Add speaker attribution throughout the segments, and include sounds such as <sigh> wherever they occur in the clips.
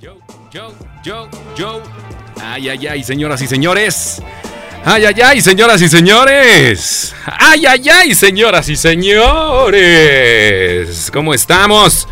Speaker 1: Yo, yo, yo, yo. Ay, ay, ay, señoras y señores. Ay, ay, ay, señoras y señores. Ay, ay, ay, señoras y señores. ¿Cómo estamos?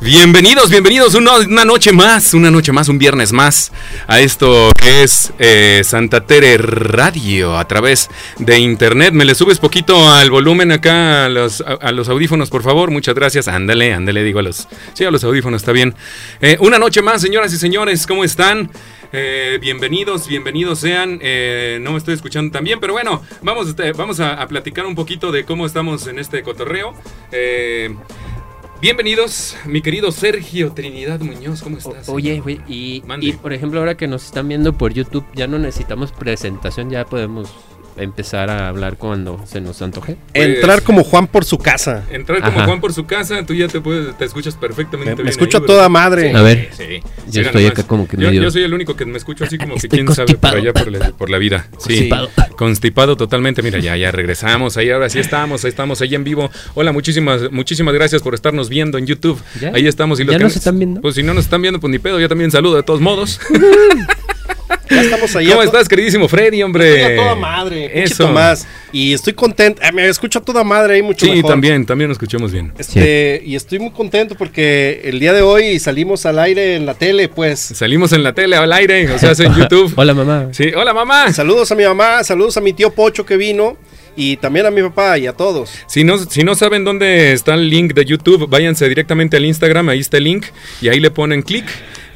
Speaker 1: Bienvenidos, bienvenidos una, una noche más, una noche más, un viernes más a esto que es eh, Santa Tere Radio a través de internet. Me le subes poquito al volumen acá a los, a- a los audífonos, por favor. Muchas gracias. Ándale, ándale, digo a los. Sí, a los audífonos, está bien. Eh, una noche más, señoras y señores, ¿cómo están? Eh, bienvenidos, bienvenidos sean. Eh, no me estoy escuchando tan bien, pero bueno, vamos, este, vamos a, a platicar un poquito de cómo estamos en este cotorreo. Eh, Bienvenidos, mi querido Sergio Trinidad Muñoz, ¿cómo
Speaker 2: O-
Speaker 1: estás?
Speaker 2: Oye, güey, y,
Speaker 1: Mande.
Speaker 2: y por ejemplo, ahora que nos están viendo por YouTube, ya no necesitamos presentación, ya podemos empezar a hablar cuando se nos antoje.
Speaker 1: Pues-
Speaker 3: Entrar como Juan por su casa.
Speaker 1: Entrar como
Speaker 2: Ajá.
Speaker 1: Juan por su casa, tú ya te, puedes, te escuchas perfectamente
Speaker 3: Me,
Speaker 1: bien.
Speaker 3: me escucho
Speaker 1: ahí,
Speaker 3: a toda
Speaker 1: ¿verdad?
Speaker 3: madre.
Speaker 2: A ver,
Speaker 1: Sí, sí,
Speaker 2: yo
Speaker 1: era
Speaker 2: estoy
Speaker 1: nomás.
Speaker 2: acá como que
Speaker 1: Yo,
Speaker 2: medio.
Speaker 1: yo soy el único que me escucho así como que
Speaker 2: Estoy
Speaker 1: quién sabe por
Speaker 2: constipado.
Speaker 1: allá por la, por la vida. Sí,
Speaker 2: Constipado.
Speaker 1: constipado totalmente. Mira, ya, ya regresamos. Ahí ahora
Speaker 2: <laughs>
Speaker 1: sí estamos, ahí estamos, ahí en vivo. Hola, muchísimas, muchísimas gracias por estarnos viendo en YouTube.
Speaker 2: ¿Ya?
Speaker 1: Ahí estamos. Y los
Speaker 2: ¿Ya
Speaker 1: que
Speaker 2: nos están viendo?
Speaker 1: Pues si no nos están viendo, pues ni pedo. Yo también saludo de todos modos.
Speaker 3: <laughs> Ya estamos ahí.
Speaker 1: ¿Cómo
Speaker 3: a to-
Speaker 1: estás, queridísimo Freddy,
Speaker 3: Estoy
Speaker 1: hombre?
Speaker 3: a toda madre. pinche
Speaker 1: Eso.
Speaker 3: Tomás. Y estoy contento. Ah, Me escucho a toda madre ahí mucho
Speaker 1: Sí,
Speaker 3: mejor.
Speaker 1: también, también nos escuchamos bien.
Speaker 3: Este, Y estoy muy contento porque el día de hoy salimos al aire en la tele, pues.
Speaker 1: Salimos en la tele, al aire, o sea,
Speaker 3: <laughs>
Speaker 1: en YouTube.
Speaker 2: Hola, mamá.
Speaker 1: Sí, hola mamá.
Speaker 3: Saludos a mi mamá, saludos a mi tío Pocho que vino y también a mi papá y a todos.
Speaker 1: Si no, si no saben dónde está el link de YouTube, váyanse directamente al Instagram, ahí está el link, y ahí le ponen clic,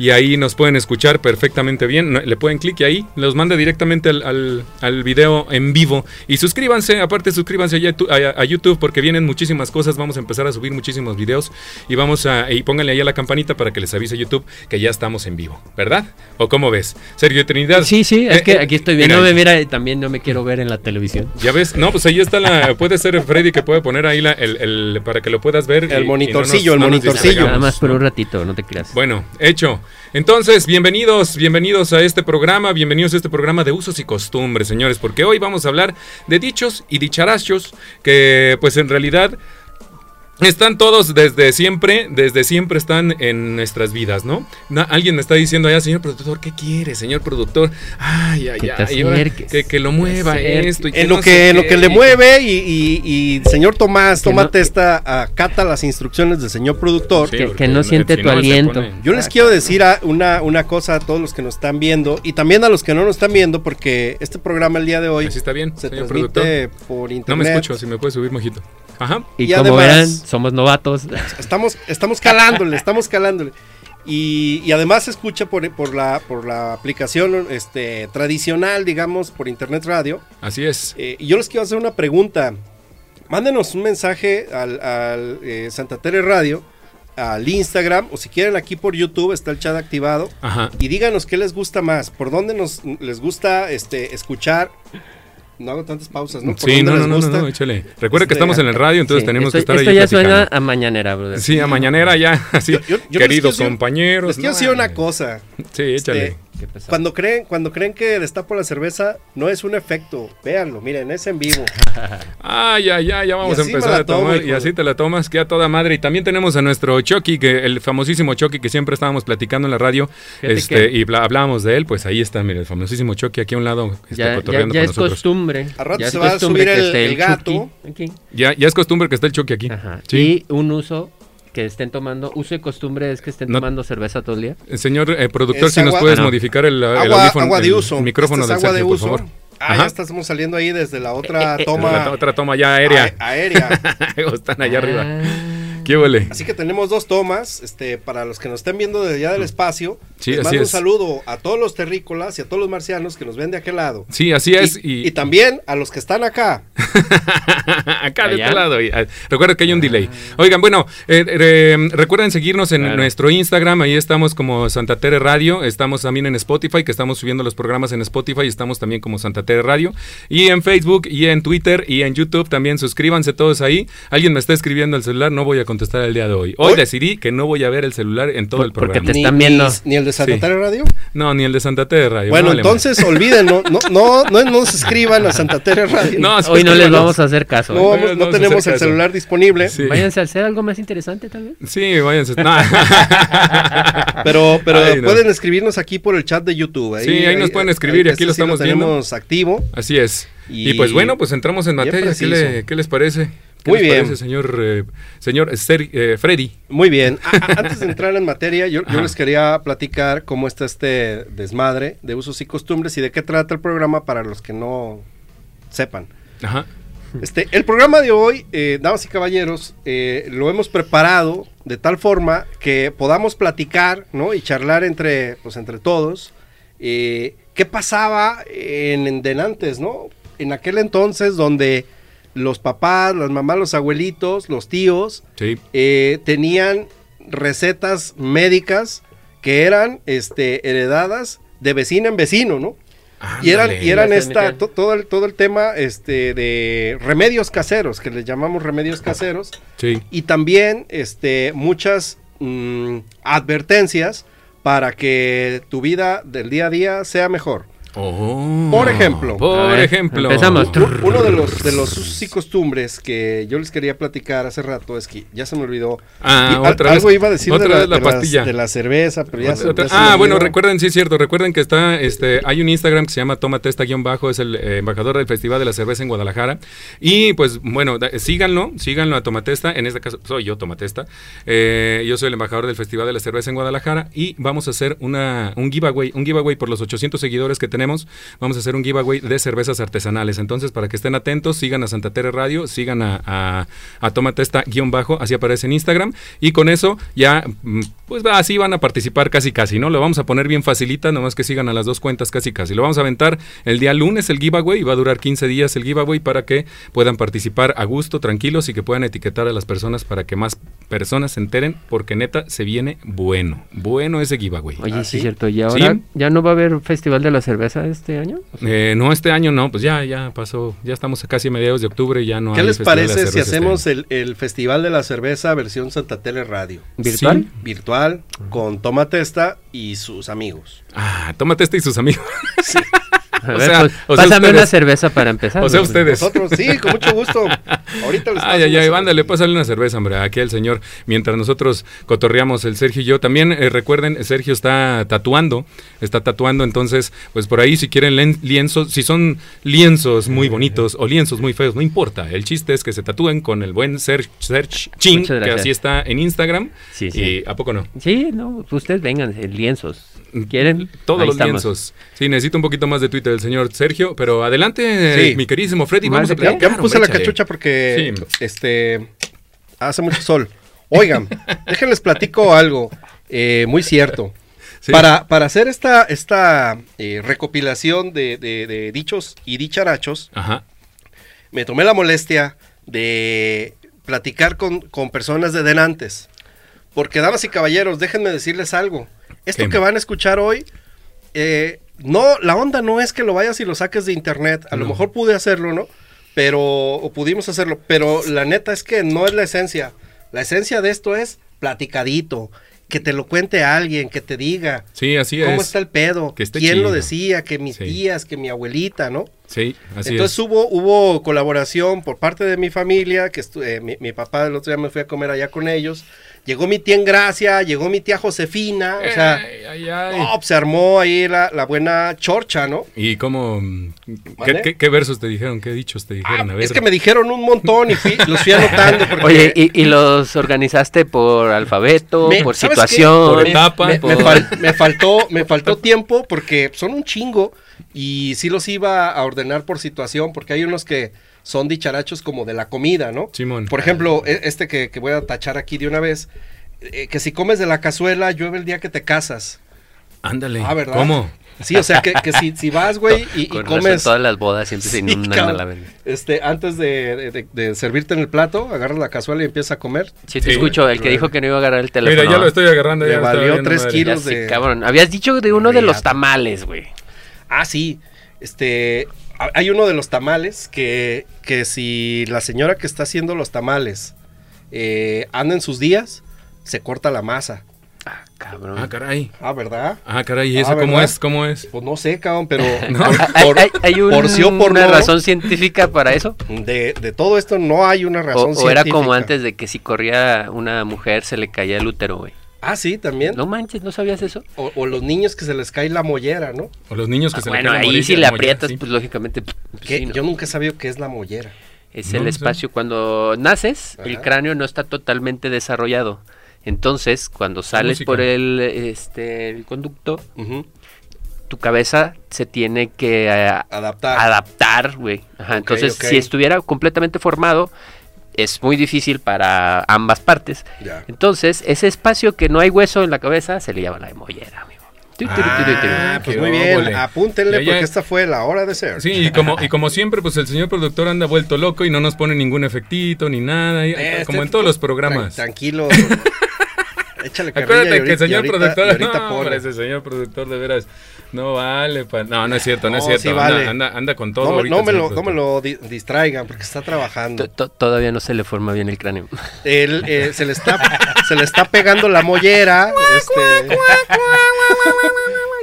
Speaker 1: y ahí nos pueden escuchar perfectamente bien. No, Le pueden clic y ahí los manda directamente al, al- al video en vivo. Y suscríbanse, aparte suscríbanse ya tu- a, a YouTube porque vienen muchísimas cosas, vamos a empezar a subir muchísimos videos, y vamos a, y pónganle ahí a la campanita para que les avise YouTube que ya estamos en vivo, ¿verdad? ¿O cómo ves? Sergio Trinidad.
Speaker 2: Sí, sí, es
Speaker 1: Eh,
Speaker 2: que
Speaker 1: eh,
Speaker 2: aquí estoy
Speaker 1: mira,
Speaker 2: viendo, mira, mira, también no me quiero ver en la televisión.
Speaker 1: ya ves, no, pues ahí está la. Puede ser Freddy que puede poner ahí la, el, el- para que lo puedas ver.
Speaker 3: El monitorcillo, el monitorcillo.
Speaker 1: distraigamos,
Speaker 2: Nada más por
Speaker 1: ¿no?
Speaker 2: un ratito, no te creas.
Speaker 1: Bueno, hecho. Entonces, bienvenidos, bienvenidos a este programa, bienvenidos a este programa de usos y costumbres, señores, porque hoy vamos a hablar de dichos y dicharachos que, pues, en realidad están todos desde siempre, desde siempre están en nuestras vidas, ¿no? Na- alguien me está diciendo allá, señor productor, ¿qué quiere, señor productor? Ay, ay,
Speaker 2: Que te
Speaker 1: ay, ahora
Speaker 2: acerques,
Speaker 1: que, que lo mueva
Speaker 2: te acerques.
Speaker 1: esto. Y
Speaker 3: En lo
Speaker 1: no
Speaker 3: que,
Speaker 1: sé
Speaker 3: en lo
Speaker 1: qué.
Speaker 3: que le mueve y, y- y señor Tomás,
Speaker 2: Que no-
Speaker 3: tómate esta, acata las instrucciones del señor productor.
Speaker 1: Sí,
Speaker 2: que
Speaker 1: porque
Speaker 2: no siente
Speaker 1: si
Speaker 2: tu
Speaker 1: se
Speaker 2: aliento.
Speaker 1: pone-
Speaker 3: Yo les quiero decir a- una, una cosa a todos los que nos están viendo y también a los que no nos están viendo, porque este programa el día de hoy
Speaker 1: Así está bien,
Speaker 3: se
Speaker 1: señor
Speaker 3: transmite por
Speaker 1: No me
Speaker 3: internet.
Speaker 1: escucho, si me puedes subir, mojito. Ajá.
Speaker 2: y,
Speaker 3: y
Speaker 2: como
Speaker 3: además-
Speaker 2: verán, somos novatos.
Speaker 3: Estamos, estamos calándole, estamos calándole. Y, y además se escucha por, por, la, por la aplicación este, tradicional, digamos, por internet radio.
Speaker 1: Así es.
Speaker 3: Eh, y yo les quiero hacer una pregunta. Mándenos un mensaje al, al, eh, Santa Tere Radio, al Instagram, o si quieren aquí por YouTube, está el chat activado.
Speaker 1: Ajá.
Speaker 3: Y díganos qué les gusta más, por dónde nos les gusta este escuchar. No hago tantas pausas, ¿no? ¿Por
Speaker 1: Sí,
Speaker 3: dónde
Speaker 1: no,
Speaker 3: les
Speaker 1: no, no,
Speaker 3: gusta?
Speaker 1: no, échale. Recuerda que
Speaker 3: Este,
Speaker 1: estamos en el radio, entonces
Speaker 2: <laughs> Sí,
Speaker 1: tenemos
Speaker 2: esto,
Speaker 1: que estar
Speaker 2: esto
Speaker 1: ahí.
Speaker 2: ya
Speaker 1: platicando.
Speaker 2: suena a mañanera, brother.
Speaker 1: Sí, a mañanera ya, <laughs> así.
Speaker 3: Yo- yo- yo les quiero
Speaker 1: Queridos
Speaker 3: decir-
Speaker 1: compañeros.
Speaker 3: Les quiero
Speaker 1: no,
Speaker 3: decir una
Speaker 1: ay,
Speaker 3: cosa.
Speaker 1: Sí, échale.
Speaker 3: Este,
Speaker 2: Qué pesado.
Speaker 3: cuando creen, cuando creen que destapo la cerveza, no es un efecto. Véanlo, miren, es en vivo.
Speaker 1: Ay, ay, ay, ya vamos
Speaker 3: Y
Speaker 1: a
Speaker 3: así me
Speaker 1: empezar
Speaker 3: la
Speaker 1: a
Speaker 3: tomo,
Speaker 1: tomar.
Speaker 3: hijo
Speaker 1: Y
Speaker 3: de-
Speaker 1: así te la tomas, que a toda madre. Y también tenemos a nuestro Chucky, que el famosísimo Chucky que siempre estábamos platicando en la radio.
Speaker 2: Fíjate
Speaker 1: este
Speaker 2: que-
Speaker 1: Y bla- hablábamos de él, pues ahí está, mira, el famosísimo Chucky aquí a un lado. este,
Speaker 2: ya, ya-
Speaker 1: cotorreando
Speaker 2: ya
Speaker 1: con
Speaker 2: es
Speaker 1: nosotros.
Speaker 2: costumbre.
Speaker 3: A rato
Speaker 2: ya es
Speaker 3: se va a
Speaker 2: costumbre
Speaker 3: subir
Speaker 2: que
Speaker 3: el-
Speaker 2: esté
Speaker 3: el gato.
Speaker 2: Chucky aquí.
Speaker 1: Ya, ya es costumbre que está el Chucky aquí.
Speaker 2: Ajá.
Speaker 1: Sí.
Speaker 2: Y un uso que estén tomando, uso y costumbre es que estén
Speaker 1: No-
Speaker 2: tomando cerveza todo el día.
Speaker 1: Eh, Señor eh, productor,
Speaker 3: Es
Speaker 1: si nos
Speaker 3: agua-
Speaker 1: puedes
Speaker 2: Ah, no.
Speaker 1: modificar el, el
Speaker 3: Agua,
Speaker 1: audífono-
Speaker 3: agua de
Speaker 1: el
Speaker 3: uso.
Speaker 1: micrófono
Speaker 3: Esta es
Speaker 1: del
Speaker 3: agua de
Speaker 1: Sergio, por
Speaker 3: uso.
Speaker 1: favor.
Speaker 3: Ah,
Speaker 1: Ajá.
Speaker 3: ya estamos saliendo ahí desde la
Speaker 2: Eh,
Speaker 3: otra
Speaker 2: eh, eh.
Speaker 3: toma.
Speaker 1: La to- otra toma ya aérea.
Speaker 3: a-
Speaker 1: <laughs>
Speaker 3: aérea.
Speaker 1: Están allá
Speaker 2: Ah.
Speaker 1: arriba. ¿Qué huele?
Speaker 3: Así que tenemos dos tomas, este, para los que nos estén viendo desde allá del espacio,
Speaker 1: Mm. Sí,
Speaker 3: les
Speaker 1: así
Speaker 3: mando un
Speaker 1: es.
Speaker 3: saludo a todos los terrícolas y a todos los marcianos que nos ven de aquel lado.
Speaker 1: Sí, así es. Y,
Speaker 3: y también a los que están acá.
Speaker 1: <laughs> acá de
Speaker 2: Allá.
Speaker 1: este lado. y- ah, Recuerda que hay un delay. Oigan, bueno, eh, eh, recuerden seguirnos en
Speaker 2: Claro.
Speaker 1: nuestro Instagram. Ahí estamos como Santa Tere Radio. Estamos también en Spotify, que estamos subiendo los programas en Spotify. Estamos también como Santa Tere Radio. Y en Facebook, y en Twitter, y en YouTube también. Suscríbanse todos ahí. Alguien me está escribiendo al celular. No voy a contestar el día de hoy. Hoy
Speaker 3: Hoy-
Speaker 1: decidí que no voy a ver el celular en todo
Speaker 2: Por-
Speaker 1: el programa.
Speaker 2: porque te- Están viendo.
Speaker 3: ni el de de Santa
Speaker 1: Sí. Eh,
Speaker 3: Tere Radio?
Speaker 1: No, ni el de Santa Terra.
Speaker 3: bueno, entonces olvídenlo. No, no, no, no se escriban a Santa
Speaker 1: <laughs>
Speaker 3: Tere Radio.
Speaker 1: No,
Speaker 3: No,
Speaker 2: Hoy no les
Speaker 1: espérate,
Speaker 2: vamos a hacer caso.
Speaker 1: No,
Speaker 2: ¿eh?
Speaker 3: vamos- no
Speaker 1: no se
Speaker 3: tenemos
Speaker 1: acerca
Speaker 3: el
Speaker 1: eso.
Speaker 3: celular disponible.
Speaker 1: Sí.
Speaker 2: Váyanse a hacer algo más interesante también.
Speaker 1: Sí, váyanse.
Speaker 3: <laughs>
Speaker 1: No.
Speaker 3: Pero, pero
Speaker 1: Ay, no.
Speaker 3: pueden escribirnos aquí por el chat de YouTube.
Speaker 1: Sí, ahí nos pueden escribir y aquí
Speaker 3: ese
Speaker 1: lo
Speaker 3: sí
Speaker 1: estamos viendo.
Speaker 3: tenemos activo.
Speaker 1: Así es. Y,
Speaker 3: Y-
Speaker 1: pues bueno, pues entramos en
Speaker 3: Bien
Speaker 1: materia. ¿Qué,
Speaker 3: preciso.
Speaker 1: le- qué les parece? ¿Qué
Speaker 3: Muy
Speaker 1: les
Speaker 3: bien.
Speaker 1: parece, señor, eh, señor Ser- eh, Freddy?
Speaker 3: Muy bien. A- a- Antes de entrar en materia, yo, yo
Speaker 1: Ajá.
Speaker 3: les quería platicar cómo está este desmadre de usos y costumbres y de qué trata el programa para los que no sepan.
Speaker 1: Ajá.
Speaker 3: Este, el programa de hoy, eh, damas y caballeros, eh, lo hemos preparado de tal forma que podamos platicar, ¿no? Y charlar entre, pues, entre todos. eh, ¿Qué pasaba en, en de antes, no? En aquel entonces donde los papás, las mamás, los abuelitos, los tíos
Speaker 1: Sí.
Speaker 3: eh, tenían recetas médicas que eran, este, heredadas de vecino en vecino, ¿no? Y eran,
Speaker 1: Ándale.
Speaker 3: y eran
Speaker 2: Gracias,
Speaker 3: esta,
Speaker 2: Miguel.
Speaker 3: to- todo, el, todo el tema este, de remedios caseros, que les llamamos remedios caseros,
Speaker 1: Sí.
Speaker 3: y también este, muchas mm, advertencias para que tu vida del día a día sea mejor.
Speaker 1: Oh.
Speaker 3: Por ejemplo.
Speaker 2: A
Speaker 1: Por
Speaker 2: ver,
Speaker 1: ejemplo.
Speaker 2: empezamos.
Speaker 3: U- Uno de los, de los usos y costumbres que yo les quería platicar hace rato es que ya se me olvidó.
Speaker 1: Ah,
Speaker 3: Y al-
Speaker 1: otra
Speaker 3: algo
Speaker 1: vez-
Speaker 3: iba a decir
Speaker 1: otra
Speaker 3: de, la,
Speaker 1: vez la
Speaker 3: de las-
Speaker 1: pastilla.
Speaker 3: de la cerveza, pero ya se-
Speaker 1: Otra-
Speaker 3: ya se me
Speaker 1: ah, bueno,
Speaker 3: olvidó.
Speaker 1: recuerden, sí es cierto, recuerden que está, este, hay un Instagram que se llama Toma Testa guión bajo, es el eh, embajador del Festival de la Cerveza en Guadalajara. Y pues bueno, da- síganlo, síganlo a Toma Testa, en este caso soy yo Toma Testa, Eh, yo soy el embajador del Festival de la Cerveza en Guadalajara y vamos a hacer una, un giveaway, un giveaway por los 800 seguidores que tenemos, vamos a hacer un giveaway de cervezas artesanales. Entonces, para que estén atentos, sigan a Santa Tere Radio, sigan a, a, a Toma Testa guión bajo, así aparece en Instagram. Y con eso ya, mm, pues va, así van a participar casi casi, ¿no? Lo vamos a poner bien facilita, nomás que sigan a las dos cuentas casi casi. Lo vamos a aventar el día lunes el giveaway y va a durar 15 días el giveaway para que puedan participar a gusto, tranquilos y que puedan etiquetar a las personas para que más personas se enteren, porque neta se viene bueno, bueno ese giveaway.
Speaker 2: Oye,
Speaker 3: ¿Ah,
Speaker 2: sí
Speaker 3: sí?
Speaker 2: es cierto. ¿Y ahora
Speaker 1: Sí.
Speaker 2: ya no va a haber Festival de la Cerveza este año?
Speaker 1: Eh, no, este año no, pues ya, ya pasó, ya estamos a casi mediados de octubre y ya no
Speaker 3: ¿Qué
Speaker 1: hay
Speaker 3: les
Speaker 1: Festival de la
Speaker 3: parece si
Speaker 1: Cerveza este
Speaker 3: hacemos
Speaker 1: año.
Speaker 3: el, el Festival de la Cerveza versión Santa Tele Radio?
Speaker 2: ¿Virtual?
Speaker 1: Sí.
Speaker 3: virtual con Toma Testa y sus amigos.
Speaker 1: Ah, tómate este y sus amigos.
Speaker 2: A
Speaker 1: <laughs> O
Speaker 2: ver,
Speaker 1: sea-
Speaker 2: pues,
Speaker 1: o sea,
Speaker 2: pásame
Speaker 1: ustedes-
Speaker 2: una cerveza para empezar.
Speaker 1: O sea,
Speaker 2: ¿no?
Speaker 1: ustedes. Ah,
Speaker 3: Nosotros, sí, con
Speaker 1: <laughs>
Speaker 3: mucho gusto. Ahorita les
Speaker 1: Ay,
Speaker 3: paso
Speaker 1: ay,
Speaker 3: una
Speaker 1: ay,
Speaker 3: cerveza.
Speaker 1: ándale, pues, pásale una cerveza, hombre, aquí al señor. Mientras nosotros cotorreamos, el Sergio y yo. También eh, recuerden, Sergio está tatuando, está tatuando, entonces, pues por ahí si quieren len- lienzos, si son lienzos muy bonitos o lienzos muy feos, no importa. El chiste es que se tatúen con el buen Serge Ching,
Speaker 2: Muchas
Speaker 1: que
Speaker 2: gracias.
Speaker 1: así está en Instagram.
Speaker 2: Sí, sí.
Speaker 1: Y ¿a poco no?
Speaker 2: Sí, no, ustedes vengan, eh, lienzos. ¿Quieren?
Speaker 1: Mm, Todos
Speaker 2: Ahí
Speaker 1: los
Speaker 2: estamos.
Speaker 1: lienzos. Sí, necesito un poquito más de Twitter del señor Sergio, pero adelante,
Speaker 3: Sí.
Speaker 1: mi queridísimo Freddy,
Speaker 2: ¿Más
Speaker 1: vamos a
Speaker 2: de qué?
Speaker 1: platicar,
Speaker 3: Ya me puse
Speaker 1: hombre,
Speaker 3: la
Speaker 1: échale.
Speaker 3: cachucha porque
Speaker 1: Sí.
Speaker 3: este hace mucho sol.
Speaker 1: <laughs>
Speaker 3: Oigan, déjenles platico algo eh, muy cierto.
Speaker 1: Sí.
Speaker 3: Para, para hacer esta, esta eh, recopilación de, de- de dichos y dicharachos,
Speaker 1: Ajá.
Speaker 3: me tomé la molestia de platicar con, con personas de denantes. Porque, damas y caballeros, déjenme decirles algo. Esto
Speaker 1: ¿Qué?
Speaker 3: que van a escuchar hoy, eh, no, la onda no es que lo vayas y lo saques de internet. A lo
Speaker 1: No.
Speaker 3: mejor pude hacerlo, ¿no? Pero, o pudimos hacerlo. Pero la neta es que no es la esencia. La esencia de esto es platicadito. Que te lo cuente alguien, que te diga
Speaker 1: Sí, así es.
Speaker 3: cómo está el pedo,
Speaker 1: que esté
Speaker 3: quién lo
Speaker 1: chido.
Speaker 3: decía, que mis
Speaker 1: Sí.
Speaker 3: tías, que mi abuelita, ¿no?
Speaker 1: Sí, así
Speaker 3: Entonces
Speaker 1: es.
Speaker 3: hubo, hubo colaboración por parte de mi familia, que estu- eh, mi, mi papá el otro día me fui a comer allá con ellos. Llegó mi tía en Gracia, llegó mi tía Josefina, o sea,
Speaker 1: Ay, ay, ay.
Speaker 3: no, pues, se armó ahí la, la buena chorcha, ¿no?
Speaker 1: ¿Y cómo? mm, ¿qué,
Speaker 3: ¿Mande?
Speaker 1: qué, qué versos te dijeron? ¿Qué dichos te dijeron? A ver.
Speaker 3: Ah, Es que me dijeron un montón y fui- los fui anotando. Porque
Speaker 2: Oye, ¿y, y los organizaste por alfabeto,
Speaker 3: Me-
Speaker 2: por
Speaker 3: ¿sabes qué?
Speaker 2: situación?
Speaker 1: Por etapa.
Speaker 3: me, me
Speaker 2: por-
Speaker 3: fal- me faltó, me faltó tiempo porque son un chingo y sí los iba a ordenar por situación porque hay unos que son dicharachos como de la comida, ¿no?
Speaker 1: Simón.
Speaker 3: Por ejemplo, e- este que, que voy a tachar aquí de una vez, eh, que si comes de la cazuela llueve el día que te casas.
Speaker 1: Ándale.
Speaker 3: Ah, ¿verdad?
Speaker 1: ¿Cómo?
Speaker 3: Sí, o sea, que, que si, si
Speaker 2: <laughs>
Speaker 3: vas, güey, y, y
Speaker 2: Con razón,
Speaker 3: comes...
Speaker 2: todas las bodas siempre se
Speaker 3: Sí,
Speaker 2: inundan a
Speaker 3: cabrón.
Speaker 2: la verga.
Speaker 3: Este, antes de, de- de servirte en el plato, agarras la cazuela y empiezas a comer.
Speaker 2: Sí, te
Speaker 1: Sí.
Speaker 2: escucho, el que dijo que no iba a agarrar el teléfono.
Speaker 1: Mira, ya lo estoy agarrando.
Speaker 3: Le
Speaker 1: ya me está
Speaker 3: valió
Speaker 1: valiendo
Speaker 3: tres
Speaker 1: madre.
Speaker 2: Ya
Speaker 3: kilos.
Speaker 2: sé,
Speaker 3: de-
Speaker 2: cabrón. Habías dicho de uno de los
Speaker 3: Riata.
Speaker 2: tamales, güey.
Speaker 3: Ah, sí. Este, a- hay uno de los tamales que, que si la señora que está haciendo los tamales eh, anda en sus días, se corta la masa.
Speaker 2: cabrón.
Speaker 1: Ah, caray.
Speaker 3: Ah, ¿verdad?
Speaker 1: Ah, caray, ¿y
Speaker 3: Ah,
Speaker 1: eso cómo
Speaker 3: ¿verdad?
Speaker 1: es? ¿Cómo es?
Speaker 3: Pues no sé,
Speaker 2: <laughs>
Speaker 3: cabrón, pero
Speaker 1: No.
Speaker 3: por-
Speaker 1: Ay,
Speaker 2: ¿Hay,
Speaker 3: por-
Speaker 2: hay- hay un-
Speaker 3: por sí o por
Speaker 2: una
Speaker 3: no,
Speaker 2: razón científica para eso?
Speaker 3: de, de todo esto no hay una
Speaker 2: O,
Speaker 3: razón
Speaker 2: o era como
Speaker 3: científica.
Speaker 2: antes de que si corría una mujer se le caía el útero, güey.
Speaker 3: Ah, sí, también.
Speaker 2: No manches, ¿no sabías eso?
Speaker 3: O, o los niños que se les cae la mollera, ¿no?
Speaker 1: O los niños que
Speaker 2: Ah,
Speaker 1: se
Speaker 2: bueno,
Speaker 1: le cae la
Speaker 2: ahí
Speaker 1: morilla,
Speaker 2: si le
Speaker 1: la mollera,
Speaker 2: aprietas,
Speaker 1: sí.
Speaker 2: pues lógicamente... pues,
Speaker 3: Que
Speaker 2: sí, ¿no?
Speaker 3: Yo nunca he sabido qué es la mollera.
Speaker 2: Es
Speaker 1: No,
Speaker 2: el
Speaker 1: no sé.
Speaker 2: espacio. Cuando naces, el
Speaker 3: Ajá.
Speaker 2: cráneo no está totalmente desarrollado. Entonces, cuando sales
Speaker 1: música.
Speaker 2: por el, este, el conducto,
Speaker 3: Ujú.
Speaker 2: tu cabeza se tiene que eh,
Speaker 3: Adaptar.
Speaker 2: adaptar, güey. Ajá, entonces,
Speaker 3: ok.
Speaker 2: si estuviera completamente formado, es muy difícil para ambas partes.
Speaker 3: Ya.
Speaker 2: Entonces, ese espacio que no hay hueso en la cabeza se le llama la mollera, amigo. Tu, tu, tu, tu, tu.
Speaker 1: Ah,
Speaker 3: pues
Speaker 1: qué
Speaker 3: muy bien,
Speaker 1: óvole.
Speaker 3: apúntenle
Speaker 1: Ya, ya.
Speaker 3: porque esta fue la hora de ser.
Speaker 1: Sí, y como, y como siempre, pues el señor productor anda vuelto loco y no nos pone ningún efectito ni nada, y-
Speaker 3: Eh,
Speaker 1: como
Speaker 3: este-
Speaker 1: en todos los
Speaker 3: Tran-
Speaker 1: programas. <laughs>
Speaker 3: tranquilo. Échale carrilla
Speaker 1: Acuérdate
Speaker 3: y ahorita-
Speaker 1: que el
Speaker 3: y
Speaker 1: señor
Speaker 3: ahorita-
Speaker 1: productor, <laughs>
Speaker 3: y ahorita
Speaker 1: no,
Speaker 3: pone.
Speaker 1: hombre, ese señor productor de veras no vale, pa- no, no es cierto, no, es
Speaker 3: No,
Speaker 1: cierto,
Speaker 3: sí
Speaker 1: anda-
Speaker 3: vale.
Speaker 1: anda, anda con todo.
Speaker 3: No, me-
Speaker 1: ahorita pues,
Speaker 3: no
Speaker 1: el
Speaker 3: me
Speaker 1: señor
Speaker 3: lo, no me
Speaker 1: productor.
Speaker 3: lo di- distraigan porque está trabajando.
Speaker 2: To- to- Todavía no se le forma bien el cráneo. <laughs>
Speaker 3: Él, eh, se, le está, se le está pegando
Speaker 1: <laughs>
Speaker 3: la mollera. este,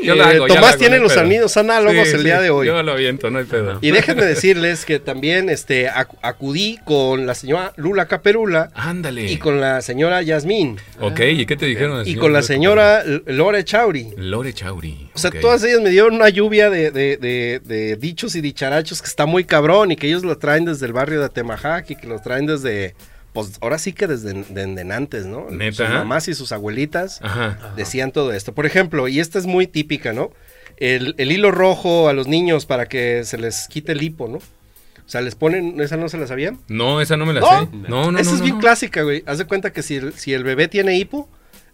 Speaker 1: Yo la
Speaker 3: Eh,
Speaker 1: hago, yo la
Speaker 3: Tomás
Speaker 1: hago,
Speaker 3: tiene
Speaker 1: no hay
Speaker 3: los
Speaker 1: pedo.
Speaker 3: sonidos análogos
Speaker 1: Sí,
Speaker 3: el
Speaker 1: sí,
Speaker 3: día de hoy.
Speaker 1: Yo lo aviento, no hay pedo.
Speaker 3: Y déjenme decirles que también este, ac- acudí con la señora Lula Caperula
Speaker 1: Ándale.
Speaker 3: y con la señora Yasmín
Speaker 1: Ok, ¿y qué te dijeron?
Speaker 3: y
Speaker 1: señor
Speaker 3: con la
Speaker 1: productor?
Speaker 3: señora L- Lore Chauri.
Speaker 1: Lore Chauri.
Speaker 3: O sea,
Speaker 1: ok.
Speaker 3: todas ellas me dieron una lluvia de, de- de- de dichos y dicharachos que está muy cabrón y que ellos lo traen desde el barrio de Atemajac y que lo traen desde, pues ahora sí que desde, desde antes, ¿no?
Speaker 1: ¿Neta?
Speaker 3: Sus mamás y sus abuelitas
Speaker 1: Ajá.
Speaker 3: decían todo esto. Por ejemplo, y esta es muy típica, ¿no? El, el hilo rojo a los niños para que se les quite el hipo, ¿no? O sea, les ponen, esa no se la sabían.
Speaker 1: No, esa no me la
Speaker 3: No,
Speaker 1: sé. No, no,
Speaker 3: esa
Speaker 1: no,
Speaker 3: es bien
Speaker 1: no.
Speaker 3: clásica, güey. Haz de cuenta que si el, si el bebé tiene hipo,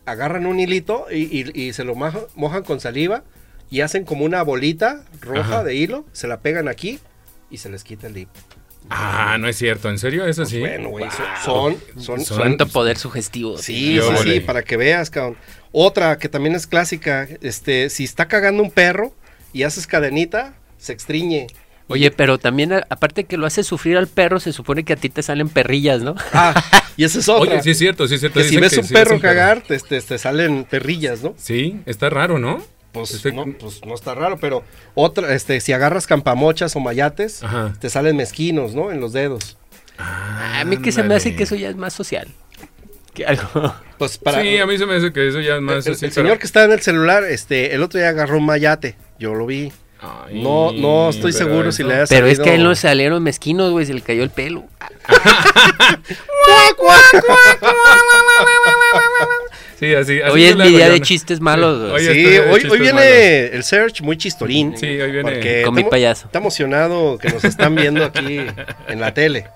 Speaker 3: agarran un hilito y, y- y se lo maja- mojan con saliva y hacen como una bolita roja
Speaker 1: Ajá.
Speaker 3: de hilo, se la pegan aquí y se les quita el hipo.
Speaker 1: Ah, no es cierto. ¿En serio? ¿Es así?
Speaker 3: Pues Bueno, güey, son, son,
Speaker 1: Son-
Speaker 3: son-
Speaker 2: Cuánto poder sugestivo.
Speaker 3: Sí,
Speaker 1: Yo
Speaker 3: sí,
Speaker 1: volé.
Speaker 3: sí, para que veas, cabrón. Otra que también es clásica, este, si está cagando un perro y haces cadenita, se extriñe.
Speaker 2: Oye, pero también, a- aparte que lo hace sufrir al perro, se supone que a ti te salen perrillas, ¿no?
Speaker 3: Ah, y esa es otra.
Speaker 1: Oye, sí es cierto, sí es cierto.
Speaker 3: que si
Speaker 1: dicen
Speaker 3: ves
Speaker 1: que
Speaker 3: un perro
Speaker 1: ves
Speaker 3: cagar, te, te- te salen perrillas, ¿no?
Speaker 1: Sí, está raro, ¿no?
Speaker 3: Pues,
Speaker 1: Este-
Speaker 3: no, pues no está raro, pero otra, este, si agarras campamochas o mayates,
Speaker 1: Ajá.
Speaker 3: te salen mezquinos, ¿no? En los dedos.
Speaker 1: Ah,
Speaker 2: A mí que se me hace
Speaker 1: ándale.
Speaker 2: que eso ya es más social. Que algo.
Speaker 3: Pues para
Speaker 1: Sí, a mí se me hace que eso ya es más
Speaker 3: el,
Speaker 1: así,
Speaker 3: el
Speaker 1: pero-
Speaker 3: señor que está en el celular, este, el otro día agarró un mayate, yo lo vi.
Speaker 1: Ay,
Speaker 3: No, no estoy
Speaker 1: pero
Speaker 3: seguro si
Speaker 1: eso-
Speaker 3: le das.
Speaker 2: Pero es que a él no salieron mezquinos, güey, se le cayó el
Speaker 3: <laughs>
Speaker 2: pelo.
Speaker 1: Sí, así. así
Speaker 2: Hoy
Speaker 1: yo
Speaker 2: es
Speaker 1: le
Speaker 2: mi
Speaker 1: hago
Speaker 2: día
Speaker 1: yo,
Speaker 2: de
Speaker 1: ¿no?
Speaker 2: chistes malos, güey.
Speaker 1: Oye,
Speaker 3: Sí,
Speaker 1: estoy de
Speaker 3: hoy, hoy
Speaker 1: chistes
Speaker 3: viene
Speaker 1: malos.
Speaker 3: el search muy chistorín.
Speaker 1: Sí, hoy viene
Speaker 3: porque
Speaker 2: con mi
Speaker 3: está mo-
Speaker 2: payaso.
Speaker 3: Está emocionado que nos están viendo aquí en la tele.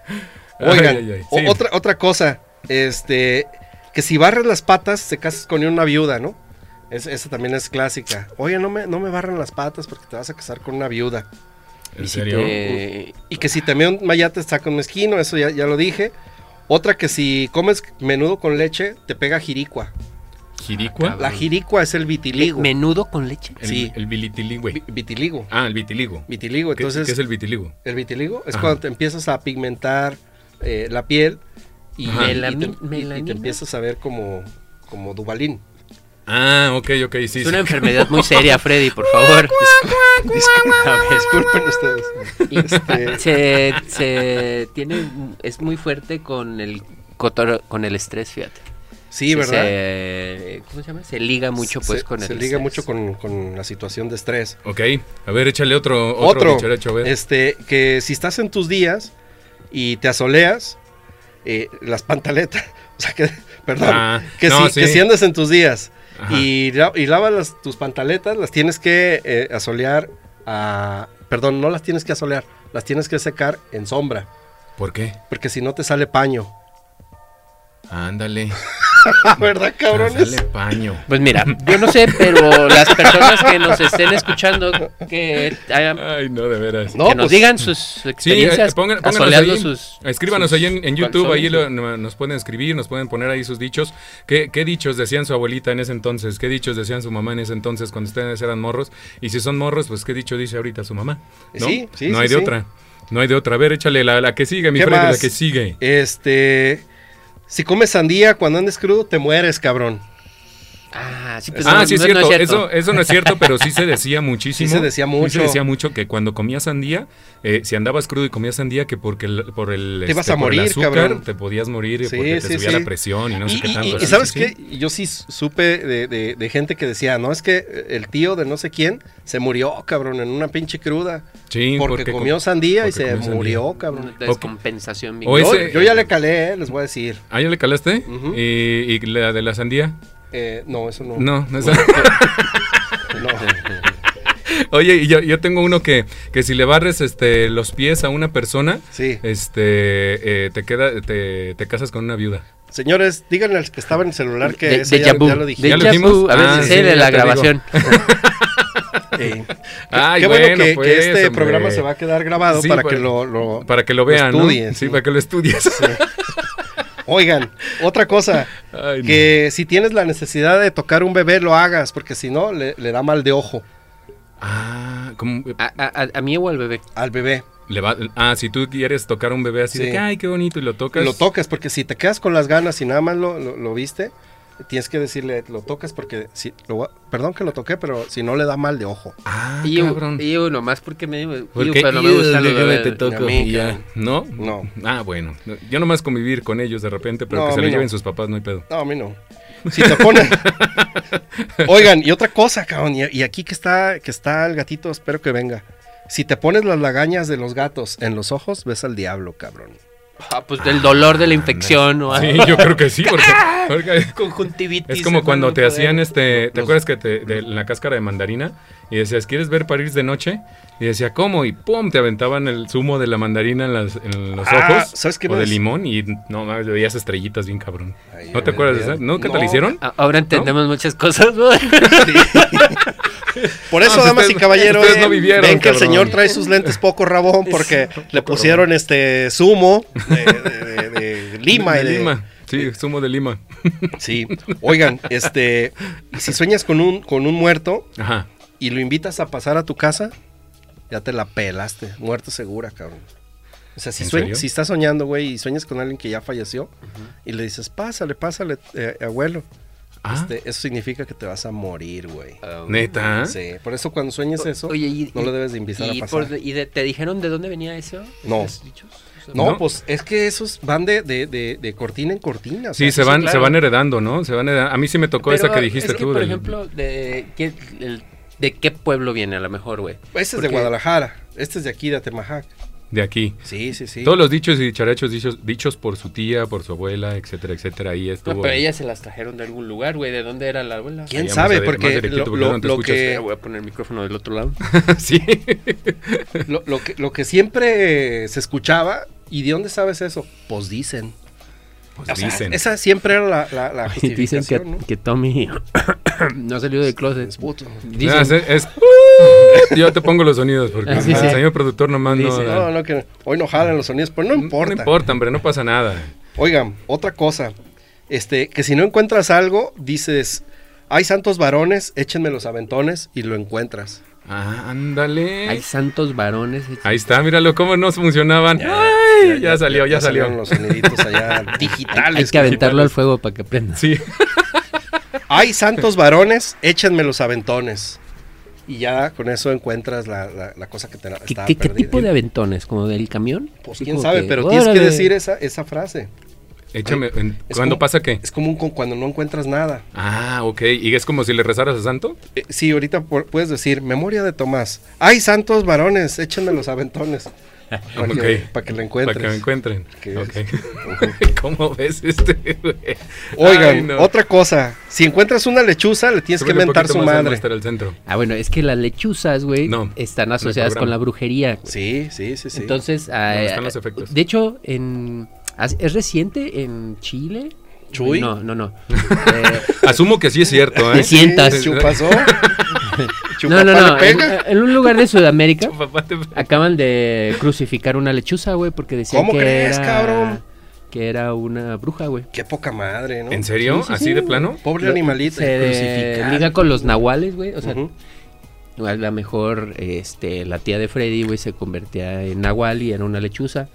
Speaker 1: Ay,
Speaker 3: Oigan,
Speaker 1: ay, ay,
Speaker 3: o-
Speaker 1: sí.
Speaker 3: otra, otra cosa, este, que si barres las patas, te casas con una viuda, ¿no? Es- esa también es clásica. Oye, no me, no me barran las patas porque te vas a casar con una viuda.
Speaker 1: ¿En
Speaker 2: Y si
Speaker 1: serio?
Speaker 2: te-
Speaker 3: Y que si también un mayate está con mezquino, eso ya, ya lo dije. Otra que si comes menudo con leche, te pega jiricua.
Speaker 1: ¿Jiricua?
Speaker 3: La jiricua es el vitiligo.
Speaker 2: Menudo con leche.
Speaker 1: El,
Speaker 3: sí.
Speaker 1: El
Speaker 3: Vi-
Speaker 1: vitiligüe.
Speaker 3: vitiligo.
Speaker 1: Ah, el vitiligo.
Speaker 3: Vitiligo,
Speaker 1: ¿Qué-
Speaker 3: entonces
Speaker 1: ¿Qué es el vitiligo?
Speaker 3: el vitiligo es
Speaker 1: Ajá.
Speaker 3: cuando te empiezas a pigmentar eh, la piel y,
Speaker 1: Ajá.
Speaker 3: y te-
Speaker 2: Melami-
Speaker 3: y- y te
Speaker 2: melanina.
Speaker 3: empiezas a ver como, como Dubalín.
Speaker 1: Ah, ok, ok, sí.
Speaker 2: Es
Speaker 1: sí.
Speaker 2: una enfermedad muy seria, Freddy, por
Speaker 3: <laughs>
Speaker 2: favor. Ah.
Speaker 3: Disculpen ustedes.
Speaker 2: <laughs>
Speaker 3: Este,
Speaker 2: se, se tiene, es muy fuerte con el cotor- con el estrés, fíjate.
Speaker 3: sí, ¿verdad?
Speaker 2: Se, ¿Cómo se llama? Se liga mucho pues
Speaker 3: se,
Speaker 2: con el
Speaker 3: se liga
Speaker 2: estrés.
Speaker 3: mucho con, con la situación de estrés.
Speaker 1: Ok, a ver, échale otro, otro,
Speaker 3: Otro,
Speaker 1: dicharacho, a ver.
Speaker 3: este, que si estás en tus días y te asoleas, eh, las pantaletas, <laughs> o sea que, perdón,
Speaker 1: Ah,
Speaker 3: que,
Speaker 1: no,
Speaker 3: si,
Speaker 1: sí.
Speaker 3: que si andas en tus días
Speaker 1: Ajá.
Speaker 3: y, la- y lavas las- tus pantaletas, las tienes que eh, asolear a, perdón, no las tienes que asolear, las tienes que secar en sombra,
Speaker 1: ¿Por qué?
Speaker 3: porque si no te sale paño.
Speaker 1: Ándale.
Speaker 3: ¿Verdad, <laughs> cabrones?
Speaker 1: Dale paño.
Speaker 2: Pues mira, yo no sé, pero las personas que nos estén escuchando, que hagan-
Speaker 1: Ay, no, de veras.
Speaker 3: No,
Speaker 2: que nos
Speaker 3: pues,
Speaker 2: digan sus
Speaker 1: Sí, eh,
Speaker 2: experiencias
Speaker 1: pongan- pónganos
Speaker 2: asoleando
Speaker 1: ahí,
Speaker 2: sus
Speaker 1: escríbanos
Speaker 2: sus
Speaker 1: ahí en, en YouTube, ahí
Speaker 2: calzones,
Speaker 1: lo-
Speaker 2: ¿no?
Speaker 1: no- nos pueden escribir, nos pueden poner ahí sus dichos. ¿Qué, qué dichos decían su abuelita en ese entonces? ¿Qué dichos decían su mamá en ese entonces cuando ustedes eran morros? Y si son morros, pues qué dicho dice ahorita su mamá. ¿No?
Speaker 3: Sí, sí,
Speaker 1: No
Speaker 3: sí,
Speaker 1: hay de
Speaker 3: sí.
Speaker 1: otra. No hay de otra. A ver, échale la, la que sigue, mi
Speaker 3: ¿Qué
Speaker 1: Freddy, la
Speaker 3: más?
Speaker 1: que sigue.
Speaker 3: Este, si comes sandía cuando andes crudo, te mueres, cabrón.
Speaker 2: Ah, sí,
Speaker 1: ah, sí, es cierto. Eso, eso no es cierto, pero sí se
Speaker 3: <laughs>
Speaker 1: decía muchísimo.
Speaker 3: Sí se decía mucho.
Speaker 1: se decía mucho que cuando comías sandía, eh, si andabas crudo y comías sandía, que porque el- por el,
Speaker 3: Te ibas
Speaker 1: este,
Speaker 3: a
Speaker 1: por el
Speaker 3: morir,
Speaker 1: azúcar
Speaker 3: cabrón.
Speaker 1: te podías morir
Speaker 3: Sí,
Speaker 1: porque te
Speaker 3: sí,
Speaker 1: subía
Speaker 3: sí.
Speaker 1: la presión y no
Speaker 3: Y,
Speaker 1: sé qué
Speaker 3: y-
Speaker 1: tanto.
Speaker 3: y
Speaker 1: Sí,
Speaker 3: sabes
Speaker 1: sí,
Speaker 3: qué,
Speaker 1: sí.
Speaker 3: yo sí supe de, de- de gente que decía, no, es que el tío de no sé quién se murió, cabrón, en una pinche cruda.
Speaker 1: Sí,
Speaker 3: porque, comió sandía y
Speaker 1: porque
Speaker 3: se
Speaker 1: comió sandía.
Speaker 3: murió, cabrón.
Speaker 2: Descompensación.
Speaker 1: O
Speaker 2: Miguel.
Speaker 3: Yo,
Speaker 1: ese-
Speaker 3: yo ya le calé, eh, les voy a decir.
Speaker 1: ¿Ah, ya le calaste?
Speaker 3: Ujú.
Speaker 1: ¿Y, y la de la sandía?
Speaker 3: Eh, no, eso no. <laughs>
Speaker 1: No, no es
Speaker 3: no.
Speaker 1: Oye, y yo, yo tengo uno que, que si le barres este, los pies a una persona,
Speaker 3: Sí.
Speaker 1: este, eh, te, queda, te, te casas con una viuda.
Speaker 3: Señores, díganle al que estaba en el celular que
Speaker 2: De,
Speaker 3: esa
Speaker 2: de
Speaker 3: ya,
Speaker 2: Yabú.
Speaker 3: ya lo dije.
Speaker 1: ¿Ya
Speaker 2: De
Speaker 1: lo
Speaker 2: Yabú.
Speaker 1: dijimos?
Speaker 2: A ver,
Speaker 1: Ah,
Speaker 2: si
Speaker 1: sí,
Speaker 2: sale
Speaker 1: ya
Speaker 2: la
Speaker 1: te digo.
Speaker 2: grabación.
Speaker 3: Eh, qué-
Speaker 1: Ay,
Speaker 3: qué bueno,
Speaker 1: bueno,
Speaker 3: que, que
Speaker 1: pues,
Speaker 3: este
Speaker 1: hombre.
Speaker 3: programa se va a quedar grabado
Speaker 1: Sí,
Speaker 3: para,
Speaker 1: para-
Speaker 3: que lo, lo-
Speaker 1: Para que lo vean, ¿no?
Speaker 3: estudien,
Speaker 1: Sí,
Speaker 3: sí.
Speaker 1: para que lo estudies.
Speaker 3: Oigan, otra cosa,
Speaker 1: <laughs> Ay, no.
Speaker 3: que si tienes la necesidad de tocar un bebé, lo hagas, porque si no, le, le da mal de ojo
Speaker 1: Ah, como-
Speaker 2: A, a- a- a mí o al bebé.
Speaker 3: al bebé.
Speaker 1: le va- ah, si tú quieres tocar a un bebé así de
Speaker 3: Sí.
Speaker 1: que, ay, qué bonito, y lo tocas.
Speaker 3: Lo tocas, porque si te quedas con las ganas y nada más lo, lo- lo viste, tienes que decirle, lo tocas, porque si, lo voy a- perdón que lo toqué, pero si no, le da mal de ojo.
Speaker 1: Ah,
Speaker 2: Y
Speaker 1: cabrón.
Speaker 2: yo nomás porque me digo,
Speaker 1: Porque,
Speaker 2: pero no me gustan los
Speaker 1: "Iu, déjame
Speaker 2: bebés".
Speaker 1: te toco",
Speaker 3: A mí,
Speaker 1: y ya.
Speaker 3: cabrón.
Speaker 1: ¿No?
Speaker 3: No.
Speaker 1: Ah, bueno. Yo nomás convivir con ellos de repente, pero
Speaker 3: No,
Speaker 1: que
Speaker 3: a
Speaker 1: se
Speaker 3: mí
Speaker 1: lo
Speaker 3: no.
Speaker 1: lleven sus papás, no hay
Speaker 2: <laughs>
Speaker 1: pedo.
Speaker 3: No, a mí no. Si te ponen. <laughs> Oigan, y otra cosa, cabrón. Y, y aquí que está, que está el gatito, espero que venga. Si te pones las lagañas de los gatos en los ojos, ves al diablo, cabrón.
Speaker 2: Ah, pues del dolor de la infección o
Speaker 1: Sí,
Speaker 2: algo.
Speaker 1: yo creo que sí, porque-
Speaker 2: <laughs>
Speaker 1: porque
Speaker 2: Conjuntivitis.
Speaker 1: Es como cuando
Speaker 2: hermano,
Speaker 1: te
Speaker 2: no
Speaker 1: hacían
Speaker 2: podemos.
Speaker 1: este, ¿te
Speaker 3: Los-
Speaker 1: acuerdas que te, de la cáscara de mandarina? Y decías, ¿quieres ver París de noche? Y decía, ¿cómo? Y pum, te aventaban el zumo de la mandarina en, las- en los
Speaker 3: Ah,
Speaker 1: ojos.
Speaker 3: ¿sabes qué
Speaker 1: o de
Speaker 3: más?
Speaker 1: limón y no mames, veías estrellitas bien cabrón.
Speaker 3: Ay,
Speaker 1: ¿No te
Speaker 3: me
Speaker 1: acuerdas de esa?
Speaker 3: olvidé.
Speaker 1: ¿Nunca te
Speaker 3: No.
Speaker 1: la hicieron?
Speaker 2: A- Ahora entendemos muchas cosas, ¿no?
Speaker 3: <laughs> Por eso,
Speaker 1: No, pues
Speaker 3: damas
Speaker 1: ustedes-
Speaker 3: y caballeros,
Speaker 1: ustedes no
Speaker 3: ven-
Speaker 1: vivieron,
Speaker 3: ven que el
Speaker 1: cabrón.
Speaker 3: señor trae sus lentes poco rabón
Speaker 1: <laughs>
Speaker 3: porque le pusieron este zumo de, de- de- de lima.
Speaker 1: de,
Speaker 3: y de-
Speaker 1: Lima. Sí, zumo de Lima.
Speaker 3: Sí. Oigan, este, si sueñas con un, con un muerto
Speaker 1: Ajá.
Speaker 3: y lo invitas a pasar a tu casa, ya te la pelaste, muerte segura, cabrón. O sea, si,
Speaker 1: ¿En
Speaker 3: sue-
Speaker 1: serio?
Speaker 3: si estás soñando, güey, y sueñas con alguien que ya falleció, y le dices, pásale, pásale, eh, abuelo,
Speaker 1: Ah,
Speaker 3: este, eso significa que te vas a morir, güey.
Speaker 1: <laughs> neta.
Speaker 3: Sí, por eso cuando sueñes eso,
Speaker 2: Oye, y-
Speaker 3: no lo debes de invitar
Speaker 2: y
Speaker 3: a
Speaker 2: por-
Speaker 3: pasar.
Speaker 2: ¿Y de- te dijeron de dónde venía eso?
Speaker 3: No.
Speaker 2: ¿Esos dichos? O sea,
Speaker 3: No,
Speaker 1: ¿no?
Speaker 3: pues es que esos van de, de, de, de cortina en cortina. o
Speaker 1: Sí,
Speaker 3: sea,
Speaker 1: se van,
Speaker 2: claro.
Speaker 1: se van heredando, ¿no? Se van heredando. A mí sí me tocó esa
Speaker 2: Pero
Speaker 1: que dijiste
Speaker 2: es que,
Speaker 1: tú.
Speaker 2: Por
Speaker 1: del-
Speaker 2: ejemplo, de qué, el- de qué pueblo viene a lo mejor, güey.
Speaker 3: Este es de
Speaker 2: Porque-
Speaker 3: Guadalajara, este es de aquí, de Atemajac.
Speaker 1: de aquí.
Speaker 3: Sí, sí, sí.
Speaker 1: Todos los dichos y dicharachos dichos, dichos por su tía, por su abuela, etcétera, etcétera.
Speaker 3: Ah,
Speaker 1: Ahí estuvo.
Speaker 2: No, pero ellas se las trajeron de algún lugar, güey. ¿De dónde era la abuela?
Speaker 3: ¿Quién
Speaker 1: Allá más
Speaker 3: sabe?
Speaker 1: ade- más
Speaker 3: Porque
Speaker 1: derechito,
Speaker 3: lo,
Speaker 1: porque
Speaker 3: lo-
Speaker 1: no te
Speaker 3: lo
Speaker 1: escuchas.
Speaker 3: que...
Speaker 2: Espera, voy a poner el micrófono del otro
Speaker 3: <laughs>
Speaker 2: lado.
Speaker 1: <laughs> sí.
Speaker 3: Pues Lo, lo que, lo que siempre se escuchaba, ¿y de dónde sabes eso? Pues dicen.
Speaker 1: Pues
Speaker 3: O sea,
Speaker 1: dicen.
Speaker 3: esa siempre era la, la, la
Speaker 2: Dicen que,
Speaker 3: justificación, ¿no?
Speaker 2: que
Speaker 3: <coughs>
Speaker 2: Tommy no salió del closet.
Speaker 3: Es puto.
Speaker 2: Dicen,
Speaker 1: Ah, es- es-
Speaker 3: <laughs>
Speaker 1: yo te pongo los sonidos porque
Speaker 2: Ah, sí,
Speaker 1: el
Speaker 2: sí.
Speaker 1: señor productor nomás
Speaker 2: Dice.
Speaker 1: no,
Speaker 3: "Oh, No, no, que hoy no jalan los sonidos, pero no importa.
Speaker 1: no importa, hombre, no pasa nada.
Speaker 3: Oigan, otra cosa. Este, que si no encuentras algo, dices, hay santos varones, échenme los aventones y lo encuentras.
Speaker 1: Ah, ándale.
Speaker 2: Hay
Speaker 1: Ahí,
Speaker 2: santos varones.
Speaker 1: está, míralo cómo no funcionaban. Ay, ya, salió, ya, salió.
Speaker 3: salieron los soniditos allá
Speaker 2: Hay,
Speaker 3: digitales.
Speaker 2: hay que aventarlo al fuego para que prenda.
Speaker 3: <laughs>
Speaker 1: Sí.
Speaker 3: Hay santos varones, échenme los aventones. Y ya con eso encuentras la, la- la cosa que te la-
Speaker 2: ¿Qué,
Speaker 3: estaba
Speaker 2: qué- qué
Speaker 3: perdida.
Speaker 2: tipo de aventones? ¿Como del camión?
Speaker 3: Pues
Speaker 2: Así
Speaker 3: quién
Speaker 2: como
Speaker 3: sabe,
Speaker 2: que,
Speaker 3: pero tienes que
Speaker 2: órale.
Speaker 3: decir esa, esa frase.
Speaker 1: Échame. en-
Speaker 3: Es
Speaker 1: ¿Cuándo
Speaker 3: como-
Speaker 1: pasa qué?
Speaker 3: Es como un con- cuando no encuentras nada.
Speaker 1: Ah, ok. ¿Y es como si le rezaras a Santo?
Speaker 3: Eh, sí, ahorita por- puedes decir, memoria de Tomás. ¡Ay, santos varones! Échenme
Speaker 1: <laughs>
Speaker 3: los aventones. Para, que,
Speaker 1: Ok.
Speaker 3: para que lo
Speaker 1: Para
Speaker 3: encuentres.
Speaker 1: que me encuentren.
Speaker 3: ¿Qué
Speaker 1: Ok. <laughs>
Speaker 3: es?
Speaker 1: ¿Cómo ves este, güey?
Speaker 3: Oigan,
Speaker 1: Ay, no.
Speaker 3: otra cosa. Si encuentras una lechuza, le tienes
Speaker 1: Súbele
Speaker 3: que
Speaker 1: un
Speaker 3: mentar
Speaker 1: poquito
Speaker 3: su
Speaker 1: más al
Speaker 3: madre.
Speaker 1: Monster al centro.
Speaker 2: Ah, bueno, es que las lechuzas, güey,
Speaker 1: No,
Speaker 2: están asociadas
Speaker 1: programa.
Speaker 2: con la brujería. güey.
Speaker 3: Sí, sí, sí, sí.
Speaker 2: Entonces, ah,
Speaker 1: están los efectos.
Speaker 2: de hecho, en, as- ¿es reciente en Chile?
Speaker 3: Chuy.
Speaker 2: No,
Speaker 1: <laughs>
Speaker 2: no, no. Eh,
Speaker 1: Asumo que sí es
Speaker 3: <laughs>
Speaker 1: cierto, ¿eh?
Speaker 2: Te sientas. <laughs>
Speaker 3: Sí, Chupasó. <laughs>
Speaker 2: no, no,
Speaker 3: Chupapá
Speaker 2: no.
Speaker 3: le
Speaker 2: En,
Speaker 3: pega.
Speaker 2: en un lugar de Sudamérica
Speaker 1: Papá te-
Speaker 2: acaban de crucificar una lechuza, güey, porque decían
Speaker 3: ¿Cómo
Speaker 2: que
Speaker 3: crees,
Speaker 2: era
Speaker 3: cabrón?
Speaker 2: que era una bruja, güey.
Speaker 3: Qué poca madre, ¿no?
Speaker 1: ¿En serio?
Speaker 2: Sí, sí,
Speaker 1: ¿Así
Speaker 2: sí,
Speaker 1: de
Speaker 2: güey.
Speaker 1: plano?
Speaker 3: Pobre
Speaker 2: Lo-
Speaker 3: animalito.
Speaker 2: Se de-
Speaker 3: crucificado.
Speaker 2: liga con los nahuales, güey. O sea,
Speaker 3: Ujú.
Speaker 2: a lo mejor este, la tía de Freddy, güey, se convertía en nahual y era una lechuza.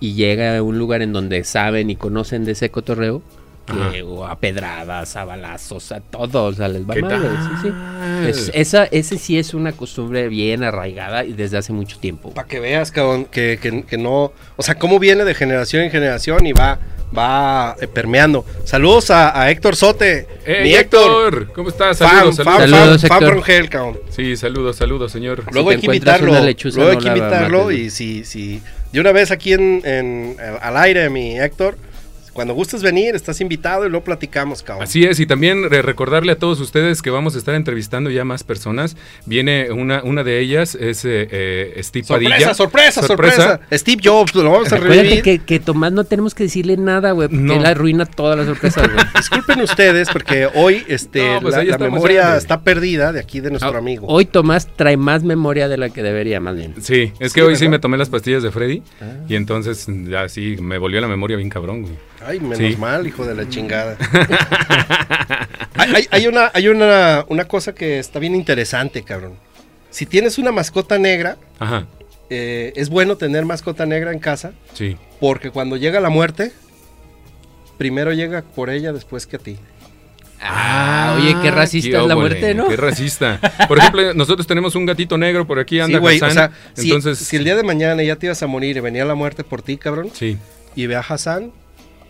Speaker 2: Y llega a un lugar en donde saben y conocen de ese cotorreo. que, o a pedradas, a balazos, a todos, o sea, les va
Speaker 1: ¿Qué
Speaker 2: madre, sí, sí.
Speaker 1: tal?
Speaker 2: Es- esa, ese sí es una costumbre bien arraigada y desde hace mucho tiempo.
Speaker 3: Para que veas, cabrón, que, que- que no. O sea, cómo viene de generación en generación y va, va eh, permeando. Saludos a, a Héctor Sote.
Speaker 1: Eh,
Speaker 3: Mi
Speaker 1: Héctor, ¿cómo estás?
Speaker 3: Fan,
Speaker 1: Saludos,
Speaker 3: fan,
Speaker 1: saludos.
Speaker 3: fan,
Speaker 2: Saludos,
Speaker 3: fan
Speaker 2: Héctor.
Speaker 3: from hell, cabrón.
Speaker 1: Sí, saludos, saludos, señor.
Speaker 2: Si
Speaker 3: Luego
Speaker 2: te
Speaker 3: hay que
Speaker 2: encuentras
Speaker 3: invitarlo.
Speaker 2: una lechuza,
Speaker 3: luego hay
Speaker 2: no
Speaker 3: que
Speaker 2: la
Speaker 3: invitarlo
Speaker 2: mates,
Speaker 3: y si, si. De una vez aquí en, en- eh, al aire, mi Héctor. Cuando gustes venir, estás invitado y luego platicamos, cabrón.
Speaker 1: Así es, y también re- recordarle a todos ustedes que vamos a estar entrevistando ya más personas. Viene una, una de ellas, es eh, eh, Steve Padilla.
Speaker 3: sorpresa, sorpresa, sorpresa, Steve Jobs, lo vamos a
Speaker 2: Acuérdate
Speaker 3: revivir.
Speaker 2: que, que Tomás no tenemos que decirle nada, güey, porque
Speaker 1: No.
Speaker 2: él arruina todas las sorpresas, güey.
Speaker 3: Disculpen ustedes porque hoy este,
Speaker 1: No, pues
Speaker 3: la,
Speaker 1: ahí
Speaker 3: la
Speaker 1: estamos,
Speaker 3: memoria
Speaker 1: hombre.
Speaker 3: está perdida de aquí de <laughs> nuestro
Speaker 2: Ah,
Speaker 3: amigo.
Speaker 2: Hoy Tomás trae más memoria de la que debería, más bien.
Speaker 1: Sí, es que
Speaker 3: Sí,
Speaker 1: hoy sí
Speaker 3: ¿verdad?
Speaker 1: me tomé las pastillas de Freddy
Speaker 2: Ah.
Speaker 1: y entonces mm, ya sí me volvió la memoria bien cabrón, güey.
Speaker 3: Ay, menos
Speaker 1: Sí.
Speaker 3: mal, hijo de
Speaker 1: <laughs>
Speaker 3: la chingada. hay hay- hay una, hay una, una cosa que está bien interesante, cabrón. Si tienes una mascota negra,
Speaker 1: Ajá,
Speaker 3: eh, es bueno tener mascota negra en casa
Speaker 1: sí.
Speaker 3: porque cuando llega la muerte, primero llega por ella después que a ti.
Speaker 2: Ah, oye, qué racista es la
Speaker 1: óvole,
Speaker 2: muerte, ¿no?
Speaker 1: Qué racista. Por ejemplo, <laughs> nosotros tenemos un gatito negro por aquí, anda
Speaker 3: sí, güey, o
Speaker 1: Hassan,
Speaker 3: sea, si-
Speaker 1: entonces,
Speaker 3: si, el día de mañana ya te ibas a morir y venía la muerte por ti, cabrón,
Speaker 1: Sí,
Speaker 3: y ve a Hassan,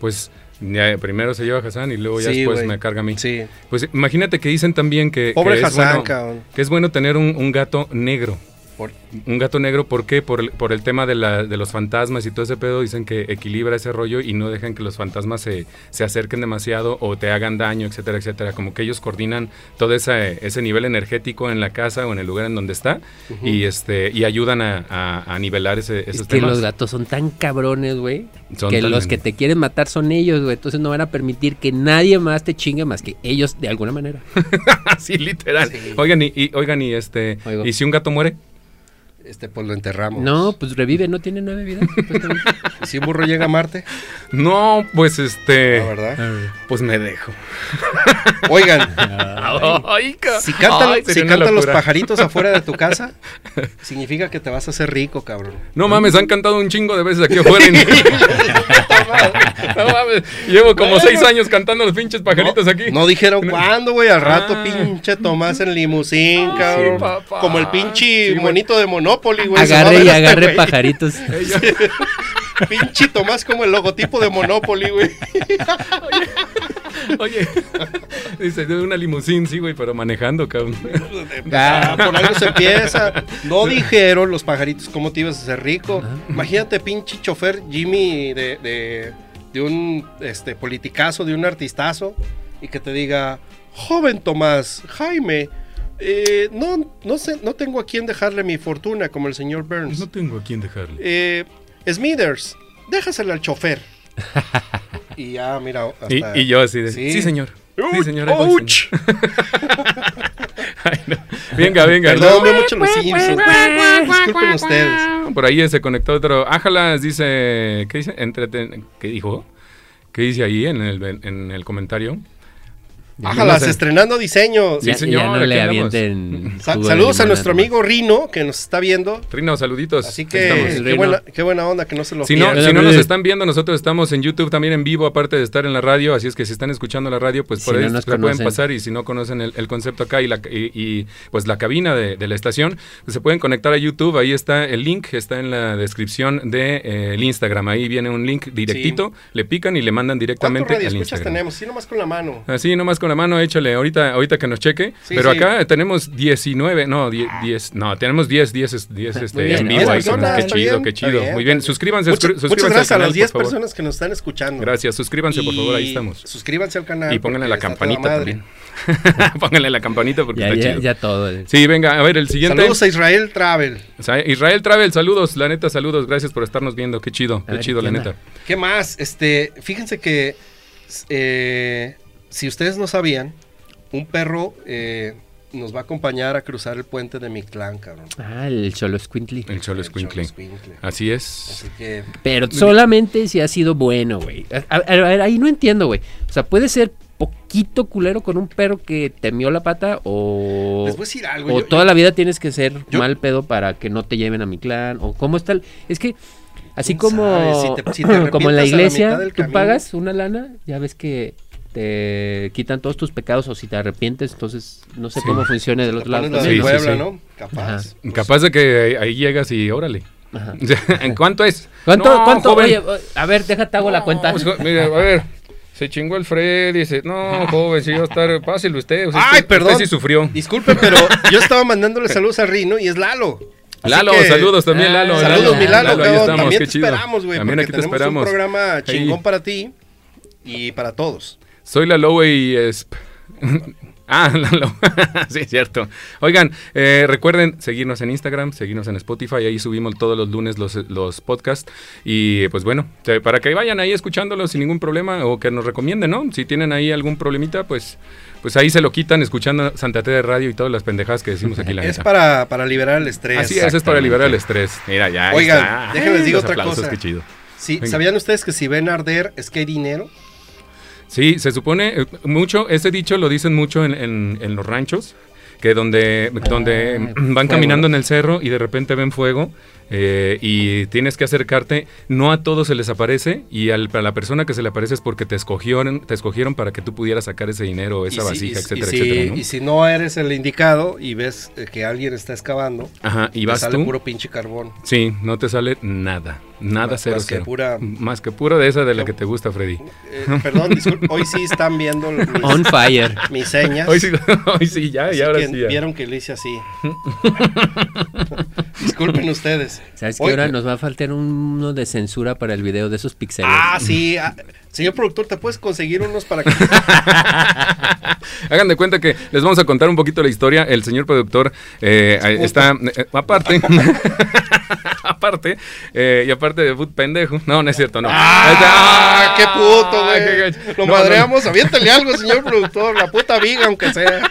Speaker 1: pues ya, primero se lleva a Hassan y luego ya
Speaker 3: Sí,
Speaker 1: después
Speaker 3: güey.
Speaker 1: me carga a mí.
Speaker 3: sí.
Speaker 1: Pues imagínate que dicen también que,
Speaker 3: Pobre
Speaker 1: que es,
Speaker 3: Hassan,
Speaker 1: bueno,
Speaker 3: cabrón.
Speaker 1: que es bueno tener un, un gato negro.
Speaker 3: Por-
Speaker 1: Un gato negro, ¿por qué? Por, el- por el tema de, la- de los fantasmas y todo ese pedo. Dicen que equilibra ese rollo y no dejan que los fantasmas se, se acerquen demasiado o te hagan daño, etcétera, etcétera. Como que ellos coordinan todo ese, ese nivel energético en la casa o en el lugar en donde está y este y ayudan a, a- a nivelar ese, esos
Speaker 2: Es que
Speaker 1: temas.
Speaker 2: los gatos son tan cabrones, güey,
Speaker 1: Son
Speaker 2: que
Speaker 1: tan-
Speaker 2: los que te quieren matar son ellos, güey. Entonces no van a permitir que nadie más te chingue más que ellos de alguna manera.
Speaker 1: <laughs> Así, literal. Oigan, y, y- oigan, y este.
Speaker 2: Oigo.
Speaker 1: ¿Y si un gato muere?
Speaker 3: Este, pues lo enterramos.
Speaker 2: No, pues revive, no tiene nueve vidas. supuestamente.
Speaker 3: ¿Y si un burro llega a Marte?
Speaker 1: No, pues este.
Speaker 3: La verdad.
Speaker 1: Pues me dejo.
Speaker 3: Oigan,
Speaker 1: Ay, ca-
Speaker 3: si cantan,
Speaker 1: Ay,
Speaker 3: si
Speaker 1: sería una
Speaker 3: cantan los
Speaker 1: locura.
Speaker 3: pajaritos afuera de tu
Speaker 1: <laughs>
Speaker 3: casa, significa que te vas a hacer rico, cabrón.
Speaker 1: No mames, han cantado un chingo de veces aquí afuera.
Speaker 3: <laughs>
Speaker 1: y no- no mames. Llevo como seis años cantando los pinches pajaritos
Speaker 3: no,
Speaker 1: aquí. <laughs>
Speaker 3: no dijeron cuándo, güey. Al rato,
Speaker 1: Ah.
Speaker 3: pinche Tomás en limusín,
Speaker 1: Ay,
Speaker 3: cabrón.
Speaker 1: papá.
Speaker 3: Como el pinche
Speaker 1: Sí, güey.
Speaker 3: monito de Monopoly, güey. se va a
Speaker 2: agarre
Speaker 3: ver
Speaker 2: y
Speaker 3: este
Speaker 2: agarre
Speaker 3: güey.
Speaker 2: pajaritos. Ah,
Speaker 1: Ellos-
Speaker 3: Pinche Tomás como el logotipo de Monopoly, güey.
Speaker 1: Oye, <laughs> dice, de una limusín, sí, güey, pero manejando, <laughs> cabrón.
Speaker 3: Ah, por algo se empieza. No dijeron los pajaritos cómo te ibas a hacer rico. Imagínate, pinche chofer Jimmy de, de- de un este, politicazo, de un artistazo, y que te diga, joven Tomás, Jaime, eh, no, no, sé, no tengo a quién dejarle mi fortuna como el señor Burns.
Speaker 1: Pues No tengo a quién dejarle.
Speaker 3: Eh, Smithers, déjasela al chofer. <laughs> y ya, mira,
Speaker 1: Y,
Speaker 3: hasta...
Speaker 1: y yo así de, sí,
Speaker 3: Sí.
Speaker 1: señor. Sí,
Speaker 3: ¡Ouch!
Speaker 1: señor. ahí voy, señor".
Speaker 3: ¡Ouch!
Speaker 1: <laughs> Ay, no.
Speaker 3: <laughs>
Speaker 1: Venga, venga.
Speaker 3: Perdón,
Speaker 1: luego-
Speaker 3: veo mucho los Simpsons. Disculpen ustedes.
Speaker 1: Por ahí se conectó otro. Ájalas dice. ¿Qué dice? Entreten- ¿Qué dijo? ¿Qué dice ahí en el, en el comentario?
Speaker 3: Ájalas,
Speaker 1: No
Speaker 3: este-
Speaker 1: sé.
Speaker 3: estrenando diseño.
Speaker 1: Sí,
Speaker 2: Ya-
Speaker 1: señor,
Speaker 2: ya no
Speaker 1: aquí
Speaker 2: le
Speaker 1: andamos.
Speaker 2: avienten.
Speaker 3: Sa-
Speaker 2: jugo de
Speaker 3: saludos a
Speaker 2: limón
Speaker 3: nuestro
Speaker 2: nada más.
Speaker 3: amigo Rino, que nos está viendo.
Speaker 1: Trino, saluditos.
Speaker 3: Así
Speaker 1: Pues, Ahí
Speaker 3: que,
Speaker 1: estamos.
Speaker 2: estamos.
Speaker 3: qué
Speaker 2: Rino.
Speaker 3: buena, qué buena onda que no se lo
Speaker 1: Si no,
Speaker 2: Hola,
Speaker 1: si no
Speaker 2: brother.
Speaker 1: nos están viendo, nosotros estamos en YouTube también en vivo, aparte de estar en la radio, así es que si están escuchando la radio, pues
Speaker 2: Si
Speaker 1: por
Speaker 2: no
Speaker 1: ahí
Speaker 2: nos
Speaker 1: se la pueden
Speaker 2: conocen.
Speaker 1: pasar y si no conocen el, el concepto acá y, la, y, y, pues la cabina de, de la estación, pues, se pueden conectar a YouTube, ahí está el link, está en la descripción del de, eh, el Instagram, ahí viene un link directito, le pican y le mandan
Speaker 3: ¿Cuántos
Speaker 1: directamente al
Speaker 3: radioescuchas
Speaker 1: Instagram.
Speaker 3: tenemos? Sí, nomás con la mano.
Speaker 1: Así, nomás con la mano, échale, ahorita, ahorita que nos cheque.
Speaker 3: Sí,
Speaker 1: Pero
Speaker 3: sí.
Speaker 1: acá tenemos 19, no, 10, 10, no, tenemos 10, 10, es- 10 este,
Speaker 2: bien,
Speaker 1: en
Speaker 2: ¿no?
Speaker 1: vivo. ahí
Speaker 2: Personas,
Speaker 1: con nosotros.
Speaker 3: está
Speaker 1: qué chido,
Speaker 3: bien,
Speaker 1: qué
Speaker 3: está
Speaker 1: chido.
Speaker 3: bien,
Speaker 1: Muy bien,
Speaker 3: está bien.
Speaker 1: suscríbanse,
Speaker 3: Muchas,
Speaker 1: suscrí-
Speaker 3: muchas
Speaker 1: Ah, suscríbanse al
Speaker 3: gracias a
Speaker 1: canal,
Speaker 3: las 10
Speaker 1: por favor.
Speaker 3: personas que nos están escuchando.
Speaker 1: Gracias, suscríbanse, por favor, ahí
Speaker 3: Y
Speaker 1: estamos.
Speaker 3: Suscríbanse al canal.
Speaker 1: Y pónganle
Speaker 3: porque
Speaker 1: la
Speaker 3: está toda
Speaker 1: campanita
Speaker 3: madre.
Speaker 1: también. <laughs> pónganle la campanita porque
Speaker 2: Ya,
Speaker 1: está
Speaker 2: ya,
Speaker 1: chido.
Speaker 2: ya todo. eh.
Speaker 1: Sí, venga, a ver, el siguiente.
Speaker 3: Saludos eh. a Israel Travel.
Speaker 1: O sea, Israel Travel, saludos, la neta, saludos, gracias por estarnos viendo, qué chido, qué
Speaker 2: ver,
Speaker 1: chido, la
Speaker 2: ¿qué
Speaker 1: neta.
Speaker 2: onda?
Speaker 3: ¿Qué más? Este, fíjense que eh, si ustedes no sabían, un perro eh, nos va a acompañar a cruzar el puente de Mictlán, cabrón.
Speaker 2: Ah, el Cholo Squintly.
Speaker 1: El Cholo Squinkle.
Speaker 3: Xoloescuincle.
Speaker 1: Así es.
Speaker 3: Así que
Speaker 2: Pero solamente si ha sido bueno, güey. A, a- a ver, ahí no entiendo, güey. O sea, puede ser poquito culero con un perro que te mió la pata o...
Speaker 3: les voy a decir algo.
Speaker 2: o
Speaker 3: yo-
Speaker 2: toda la vida tienes que ser
Speaker 3: yo-
Speaker 2: mal pedo para que no te lleven a mi clan. O cómo está... el- Es que... Así
Speaker 3: ¿Quién
Speaker 2: como,
Speaker 3: sabe? Si te- si
Speaker 2: <laughs>
Speaker 3: te
Speaker 2: como en la
Speaker 3: arrepientas a la
Speaker 2: iglesia,
Speaker 3: mitad del
Speaker 2: tú
Speaker 3: camino.
Speaker 2: pagas una lana, ya ves que te quitan todos tus pecados o si te arrepientes, entonces no sé cómo funciona del otro
Speaker 3: La
Speaker 2: lado.
Speaker 3: ponen la de
Speaker 1: Sí, sí,
Speaker 3: Puebla,
Speaker 1: sí.
Speaker 3: ¿no? Capaz.
Speaker 2: Ajá.
Speaker 3: pues,
Speaker 1: Capaz de que ahí llegas y órale.
Speaker 2: Ajá.
Speaker 1: <laughs> O sea, ¿En cuánto es?
Speaker 2: ¿Cuánto,
Speaker 1: No,
Speaker 2: cuánto?
Speaker 1: joven.
Speaker 2: Oye, o- a ver, déjate hago la
Speaker 1: No, <laughs>
Speaker 2: cuenta.
Speaker 1: pues, jo- mira, a ver. Se chingó el Fred y dice, no,
Speaker 3: <laughs>
Speaker 1: joven, si iba a estar, páselo usted. o sea,
Speaker 3: Ay,
Speaker 1: usted-
Speaker 3: perdón.
Speaker 1: Usted sí sufrió.
Speaker 3: Disculpen, pero yo estaba mandándole saludos a Rino y es Lalo. Así
Speaker 1: Lalo,
Speaker 3: que- Ah,
Speaker 1: saludos también, Lalo.
Speaker 3: Saludos, mi Lalo.
Speaker 1: ahí
Speaker 3: cabrón.
Speaker 1: estamos,
Speaker 3: también
Speaker 1: qué
Speaker 3: te
Speaker 1: chido.
Speaker 3: esperamos, güey.
Speaker 1: También
Speaker 3: porque
Speaker 1: aquí te
Speaker 3: tenemos
Speaker 1: esperamos.
Speaker 3: un programa chingón
Speaker 1: Ahí.
Speaker 3: para ti y para todos.
Speaker 1: Soy la Lowe y es... <laughs> Ah, la Lowe. <laughs> sí, cierto. Oigan, eh, recuerden seguirnos en Instagram, seguirnos en Spotify, ahí subimos todos los lunes los, los podcasts. Y pues bueno, te- para que vayan ahí escuchándolos sin ningún problema o que nos recomienden, ¿no? Si tienen ahí algún problemita, pues, pues ahí se lo quitan escuchando Santa Tere Radio y todas las pendejadas que decimos aquí la
Speaker 3: Es
Speaker 1: neta.
Speaker 3: para, para liberar el estrés.
Speaker 1: Así es, es para liberar el estrés. Mira, ya
Speaker 3: Oigan,
Speaker 1: está.
Speaker 3: déjenme les digo
Speaker 1: Los
Speaker 3: otra
Speaker 1: aplausos,
Speaker 3: cosa.
Speaker 1: qué chido.
Speaker 3: Sí,
Speaker 1: Venga.
Speaker 3: ¿Sabían ustedes que si ven arder es que hay dinero?
Speaker 1: Sí, se supone eh, mucho, ese dicho lo dicen mucho en, en- en los ranchos, que donde, donde
Speaker 2: Ah,
Speaker 1: van
Speaker 2: fuego,
Speaker 1: caminando
Speaker 2: ¿no?
Speaker 1: en el cerro y de repente ven fuego eh, y tienes que acercarte, no a todos se les aparece y al- a la persona que se le aparece es porque te escogieron, te escogieron para que tú pudieras sacar ese dinero, Pues esa
Speaker 3: Y si-
Speaker 1: vasija,
Speaker 3: y-
Speaker 1: etcétera,
Speaker 3: y si,
Speaker 1: etcétera. ¿no?
Speaker 3: Y si no eres el indicado y ves eh, que alguien está excavando,
Speaker 1: Ajá, y
Speaker 3: te
Speaker 1: vas
Speaker 3: sale
Speaker 1: tú.
Speaker 3: puro pinche carbón.
Speaker 1: Sí, no te sale nada, nada
Speaker 3: Más-
Speaker 1: cero
Speaker 3: más que
Speaker 1: cero.
Speaker 3: pura-
Speaker 1: más que pura de esa de la que te gusta, Freddy.
Speaker 3: Eh, perdón, disculpen, hoy sí están
Speaker 1: <laughs>
Speaker 3: viendo mis,
Speaker 2: On fire.
Speaker 3: mis señas.
Speaker 1: Hoy sí, <laughs> hoy sí, ya,
Speaker 3: Así
Speaker 1: y ahora
Speaker 3: que
Speaker 1: sí. ya.
Speaker 3: Vieron que le hice así. <laughs> Disculpen ustedes.
Speaker 2: ¿Sabes qué?
Speaker 3: Hoy-
Speaker 2: Ahora nos va a faltar uno de censura para el video de esos pixeles.
Speaker 3: Ah, sí. ah, señor productor, ¿te puedes conseguir unos
Speaker 1: <laughs>
Speaker 3: para que...
Speaker 1: Hagan de cuenta que les vamos a contar un poquito la historia. El señor productor eh, eh, está eh, aparte. <laughs> aparte. eh, y aparte de put pendejo. No, no es cierto, no. Ahí está.
Speaker 3: ¡Ah, qué puto,
Speaker 1: Qué
Speaker 3: güey!
Speaker 1: gacho.
Speaker 3: Lo
Speaker 1: No,
Speaker 3: madreamos, aviéntale algo, señor productor, la puta viga, aunque sea.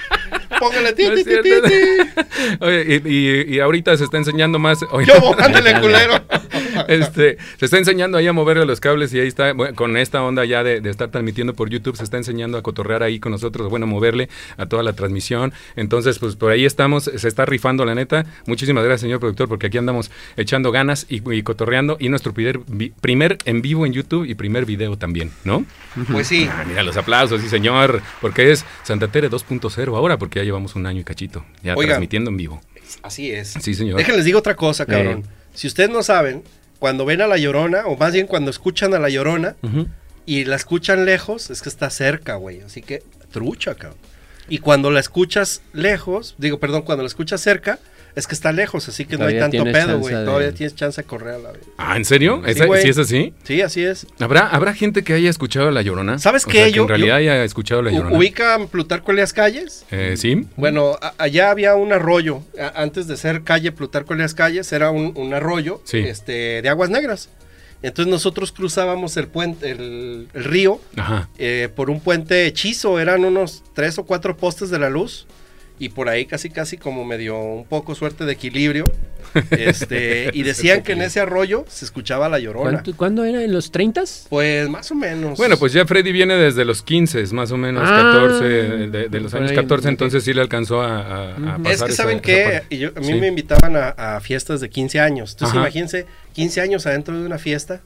Speaker 3: Póngale ti,
Speaker 1: no, no
Speaker 3: ti,
Speaker 1: es
Speaker 3: ti,
Speaker 1: cierto.
Speaker 3: ti, ti.
Speaker 1: Oye, y, y- y ahorita se está enseñando más. oye,
Speaker 3: Yo, ándale, culero. <laughs>
Speaker 1: Este, se está enseñando ahí a moverle los cables y ahí está, bueno, con esta onda ya de, de estar transmitiendo por YouTube, se está enseñando a cotorrear ahí con nosotros, bueno, a moverle a toda la transmisión. Entonces, pues por ahí estamos, se está rifando la neta. Muchísimas gracias, señor productor, porque aquí andamos echando ganas y, y cotorreando y nuestro primer, vi- primer en vivo en YouTube y primer video también, ¿no?
Speaker 3: Pues sí.
Speaker 1: Ah, mira los aplausos, sí, señor, porque es Santa Tere 2.0 ahora, porque ya llevamos un año y cachito, ya
Speaker 3: Oigan.
Speaker 1: transmitiendo en vivo.
Speaker 3: Así es.
Speaker 1: Sí, señor.
Speaker 3: Déjenles digo otra cosa, cabrón. Si ustedes no saben, cuando ven a la llorona, o más bien cuando escuchan a la llorona
Speaker 1: Ujú.
Speaker 3: y la escuchan lejos, es que está cerca, güey. Así que trucha, cabrón. Y cuando la escuchas lejos, digo, perdón, cuando la escuchas cerca, es que está lejos, así que
Speaker 2: Todavía
Speaker 3: no hay tanto
Speaker 2: tienes
Speaker 3: pedo,
Speaker 2: chance
Speaker 3: güey.
Speaker 2: de-
Speaker 3: Todavía tienes chance de correr a la vez.
Speaker 1: Ah, ¿en serio?
Speaker 3: Sí,
Speaker 1: ¿Esa-
Speaker 3: güey.
Speaker 1: ¿Sí es así?
Speaker 3: Sí, así es.
Speaker 1: ¿Habrá, ¿Habrá gente que haya escuchado La Llorona?
Speaker 3: ¿Sabes
Speaker 1: O
Speaker 3: qué?
Speaker 1: sea, que
Speaker 3: Yo-
Speaker 1: en realidad
Speaker 3: yo-
Speaker 1: haya escuchado La Llorona.
Speaker 3: U- ¿Ubican Plutarco Elias Calles?
Speaker 1: Eh, ¿Sí?
Speaker 3: Bueno, a- allá había un arroyo. a- antes de ser calle Plutarco Elias Calles, era un, un arroyo
Speaker 1: Sí.
Speaker 3: este, de aguas negras. Entonces nosotros cruzábamos el puente, el, el río,
Speaker 1: Ajá.
Speaker 3: eh, por un puente hechizo. Eran unos tres o cuatro postes de la luz. Y por ahí casi casi como me dio un poco suerte de equilibrio.
Speaker 1: <laughs>
Speaker 3: Este, y decían que en ese arroyo se escuchaba la llorona.
Speaker 2: ¿Cuánto- ¿Cuándo era? ¿En los 30?
Speaker 3: Pues más o menos.
Speaker 1: Bueno, pues ya Freddy viene desde los 15, más o menos,
Speaker 2: Ah,
Speaker 1: 14, de, de los
Speaker 2: por
Speaker 1: años
Speaker 2: ahí,
Speaker 1: 14,
Speaker 2: ok.
Speaker 1: entonces sí le alcanzó a, a- a
Speaker 2: Ujú.
Speaker 1: pasar
Speaker 3: Es que
Speaker 1: esa-
Speaker 3: saben
Speaker 1: esa
Speaker 3: que
Speaker 1: parte.
Speaker 3: y yo- a mí
Speaker 1: Sí.
Speaker 3: me invitaban a, a fiestas de 15 años. Entonces
Speaker 1: Ajá.
Speaker 3: imagínense 15 años adentro de una fiesta.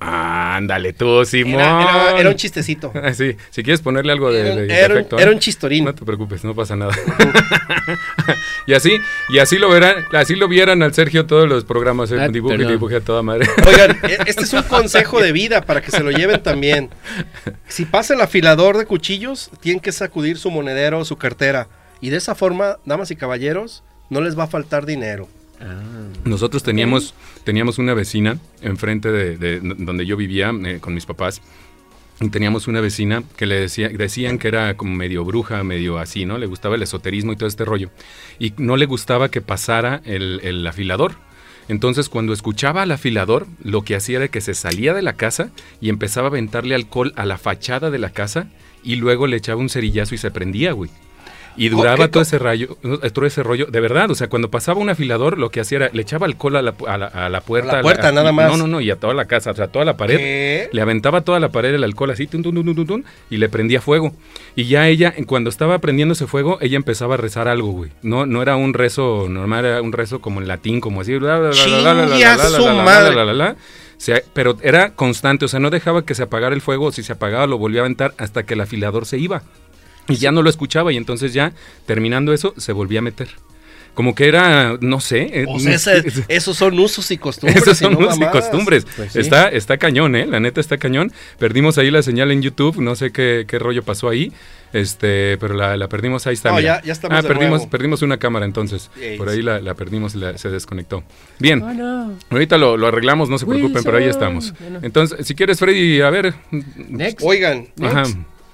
Speaker 1: Ah, Ándale tú, Simón.
Speaker 3: Era,
Speaker 1: <laughs>
Speaker 3: era- era un chistecito.
Speaker 1: Ah, Sí, si quieres ponerle algo de,
Speaker 3: Era,
Speaker 1: de-
Speaker 3: un-
Speaker 1: de
Speaker 3: era un,
Speaker 1: efecto, ¿eh?
Speaker 3: era un chistorín.
Speaker 1: No te preocupes, no pasa nada. <laughs> y así, y así lo verán, así lo vieran al Sergio todos los programas, eh,
Speaker 2: Ah,
Speaker 1: dibuje,
Speaker 2: perdón.
Speaker 1: dibuje a toda madre.
Speaker 3: Oigan, e- este es un consejo de vida para que se lo lleven también. Si pasa el afilador de cuchillos, tienen que sacudir su monedero o su cartera. Y de esa forma, damas y caballeros, no les va a faltar dinero.
Speaker 2: Ah.
Speaker 1: Nosotros teníamos, teníamos una vecina enfrente de, de donde yo vivía eh, con mis papás. Y teníamos una vecina que le decía, decían que era como medio bruja, medio así, ¿no? Le gustaba el esoterismo y todo este rollo. Y no le gustaba que pasara el, el afilador. Entonces, cuando escuchaba al afilador, lo que hacía era que se salía de la casa y empezaba a aventarle alcohol a la fachada de la casa y luego le echaba un cerillazo y se prendía, güey. Y duraba
Speaker 3: Ok,
Speaker 1: todo ese rayo, todo ese rollo, de verdad, o sea, cuando pasaba un afilador, lo que hacía era, le echaba alcohol a la, pu- a la- a la puerta.
Speaker 3: puerta, nada más.
Speaker 1: No, no, no, y a toda la casa, o sea, a toda la pared.
Speaker 3: ¿Qué?
Speaker 1: Le aventaba toda la pared el alcohol así, tun, tun, tun, tun, tun, tun, y le prendía fuego. Y ya ella, en cuando estaba prendiendo ese fuego, ella empezaba a rezar algo, güey. No, no era un rezo normal, era un rezo como en latín, como así, bla, bla, bla, bla, bla, bla, bla,
Speaker 3: Chingue a
Speaker 1: bla, bla,
Speaker 3: su
Speaker 1: bla, bla,
Speaker 3: madre.
Speaker 1: bla, bla, bla, bla. Se- pero era constante, o sea, no dejaba que se apagara el fuego, si se apagaba lo volvía a aventar hasta que el afilador se iba. Y ya no lo escuchaba y entonces ya, terminando eso, se volvía a meter. Como que era, no sé. eh,
Speaker 3: O
Speaker 1: no- <laughs>
Speaker 3: sea, esa- esos son usos y costumbres.
Speaker 1: Esas son
Speaker 3: no
Speaker 1: usos y
Speaker 3: mamadas.
Speaker 1: costumbres.
Speaker 3: Pues sí.
Speaker 1: está, está cañón, ¿eh? La neta está cañón. Perdimos ahí la señal en YouTube. No sé qué, qué rollo pasó ahí. Este, pero la, la perdimos. Ahí está.
Speaker 3: No,
Speaker 1: mira.
Speaker 3: ya- ya estamos
Speaker 1: ah,
Speaker 3: de
Speaker 1: perdimos,
Speaker 3: nuevo.
Speaker 1: perdimos una cámara entonces.
Speaker 3: Ey,
Speaker 1: Por
Speaker 3: sí.
Speaker 1: ahí la, la perdimos y la- se desconectó. Bien.
Speaker 2: Oh, no.
Speaker 3: Pues
Speaker 1: Ahorita lo, lo arreglamos, no se preocupen, pero ahí
Speaker 2: Wilson.
Speaker 1: estamos.
Speaker 2: Bueno.
Speaker 1: Entonces, si quieres, Freddy, a ver.
Speaker 2: Next.
Speaker 3: Oigan,
Speaker 1: Ajá.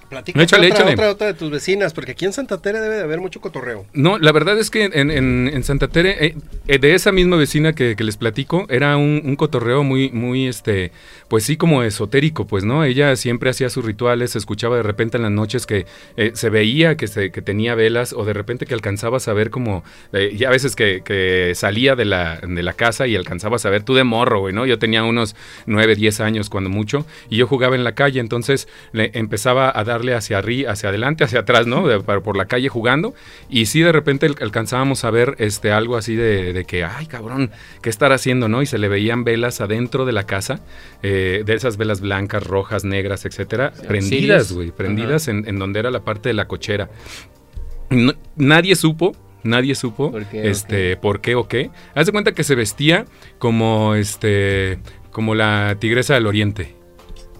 Speaker 3: platícame
Speaker 1: Échale,
Speaker 3: otra,
Speaker 1: échale.
Speaker 3: otra, otra de tus vecinas, porque aquí en Santa Tere debe de haber mucho cotorreo.
Speaker 1: No, la verdad es que en, en- en Santa Tere, eh, eh, de esa misma vecina que, que les platico, era un, un cotorreo muy, muy, este, pues sí, como esotérico, pues, ¿no? Ella siempre hacía sus rituales, se escuchaba de repente en las noches que eh, se veía que, se- que tenía velas o de repente que alcanzabas a ver como, eh, ya a veces que, que salía de la, de la casa y alcanzabas a ver tú de morro, güey, ¿no? Yo tenía unos 9, 10 años cuando mucho y yo jugaba en la calle, entonces le empezaba a darle hacia arriba, hacia adelante, hacia atrás, ¿no? De- por por la calle jugando y sí, de repente al- alcanzábamos a ver este, algo así de, de que, ay, cabrón, ¿qué estar haciendo, no? Y se le veían velas adentro de la casa, eh, de esas velas blancas, rojas, negras, etcétera, prendidas,
Speaker 2: auxilios.
Speaker 1: güey, prendidas en, en donde era la parte de la cochera. No- nadie supo, nadie supo,
Speaker 2: ¿Por qué o
Speaker 1: este, por qué o qué. Haz de cuenta que se vestía como, este, como la tigresa del oriente.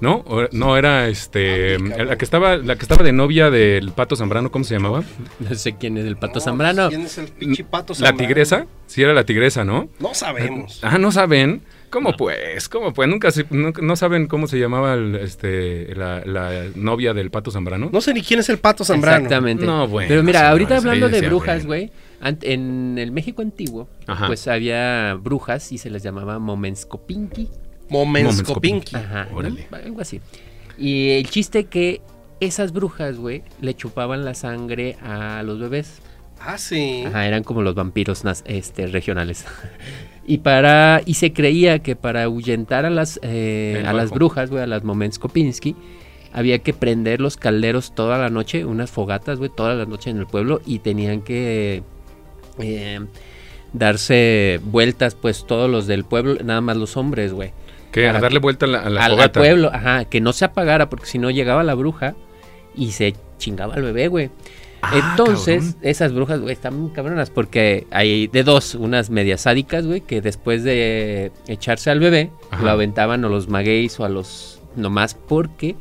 Speaker 1: ¿No? O- no era
Speaker 2: Ah,
Speaker 1: este. la que estaba, la que estaba de novia del pato Zambrano, ¿cómo se llamaba?
Speaker 2: No sé quién es el pato
Speaker 3: No,
Speaker 2: Zambrano.
Speaker 3: ¿Quién es el pinche pato
Speaker 1: ¿La
Speaker 3: Zambrano?
Speaker 1: tigresa? Sí, era la tigresa, ¿no?
Speaker 2: Eh,
Speaker 3: No sabemos.
Speaker 1: Ah, ¿no saben? ¿Cómo pues? ¿Cómo pues? ¿Nunca, se- nunca- no saben cómo se llamaba el, este, la, la novia del pato Zambrano?
Speaker 3: No sé ni quién es el pato Zambrano.
Speaker 2: Exactamente.
Speaker 1: No, bueno,
Speaker 2: Pero mira,
Speaker 1: señores,
Speaker 2: ahorita hablando
Speaker 1: sí,
Speaker 2: de
Speaker 1: sí,
Speaker 2: brujas,
Speaker 1: bueno.
Speaker 2: güey, ant- en el México antiguo,
Speaker 1: Ajá.
Speaker 2: pues había brujas y se les llamaba momenskopinki.
Speaker 3: Momenskopinki.
Speaker 2: Ajá. ¿no?
Speaker 1: Órale.
Speaker 2: Algo así. Y el chiste que esas brujas, güey, le chupaban la sangre a los bebés.
Speaker 3: Ah, sí.
Speaker 2: Ajá, eran como los vampiros nas- este, regionales. <laughs> Y para y se creía que para ahuyentar a las eh,
Speaker 1: El
Speaker 2: a las
Speaker 1: cuerpo.
Speaker 2: brujas, güey, a las Momenskopinski, había que prender los calderos toda la noche, unas fogatas, güey, toda la noche en el pueblo y tenían que eh, darse vueltas, pues todos los del pueblo, nada más los hombres, güey,
Speaker 1: Que a
Speaker 2: Para-
Speaker 1: darle vuelta a la, a la
Speaker 2: al, al
Speaker 1: fogata.
Speaker 2: pueblo, ajá, que no se apagara porque si no llegaba la bruja y se chingaba al bebé, güey.
Speaker 1: Ah,
Speaker 2: Entonces,
Speaker 1: cabrón.
Speaker 2: esas brujas, güey, están muy cabronas porque hay de dos, unas medias sádicas, güey, que después de echarse al bebé,
Speaker 1: Ajá.
Speaker 2: lo aventaban a los magueys o a los nomás porque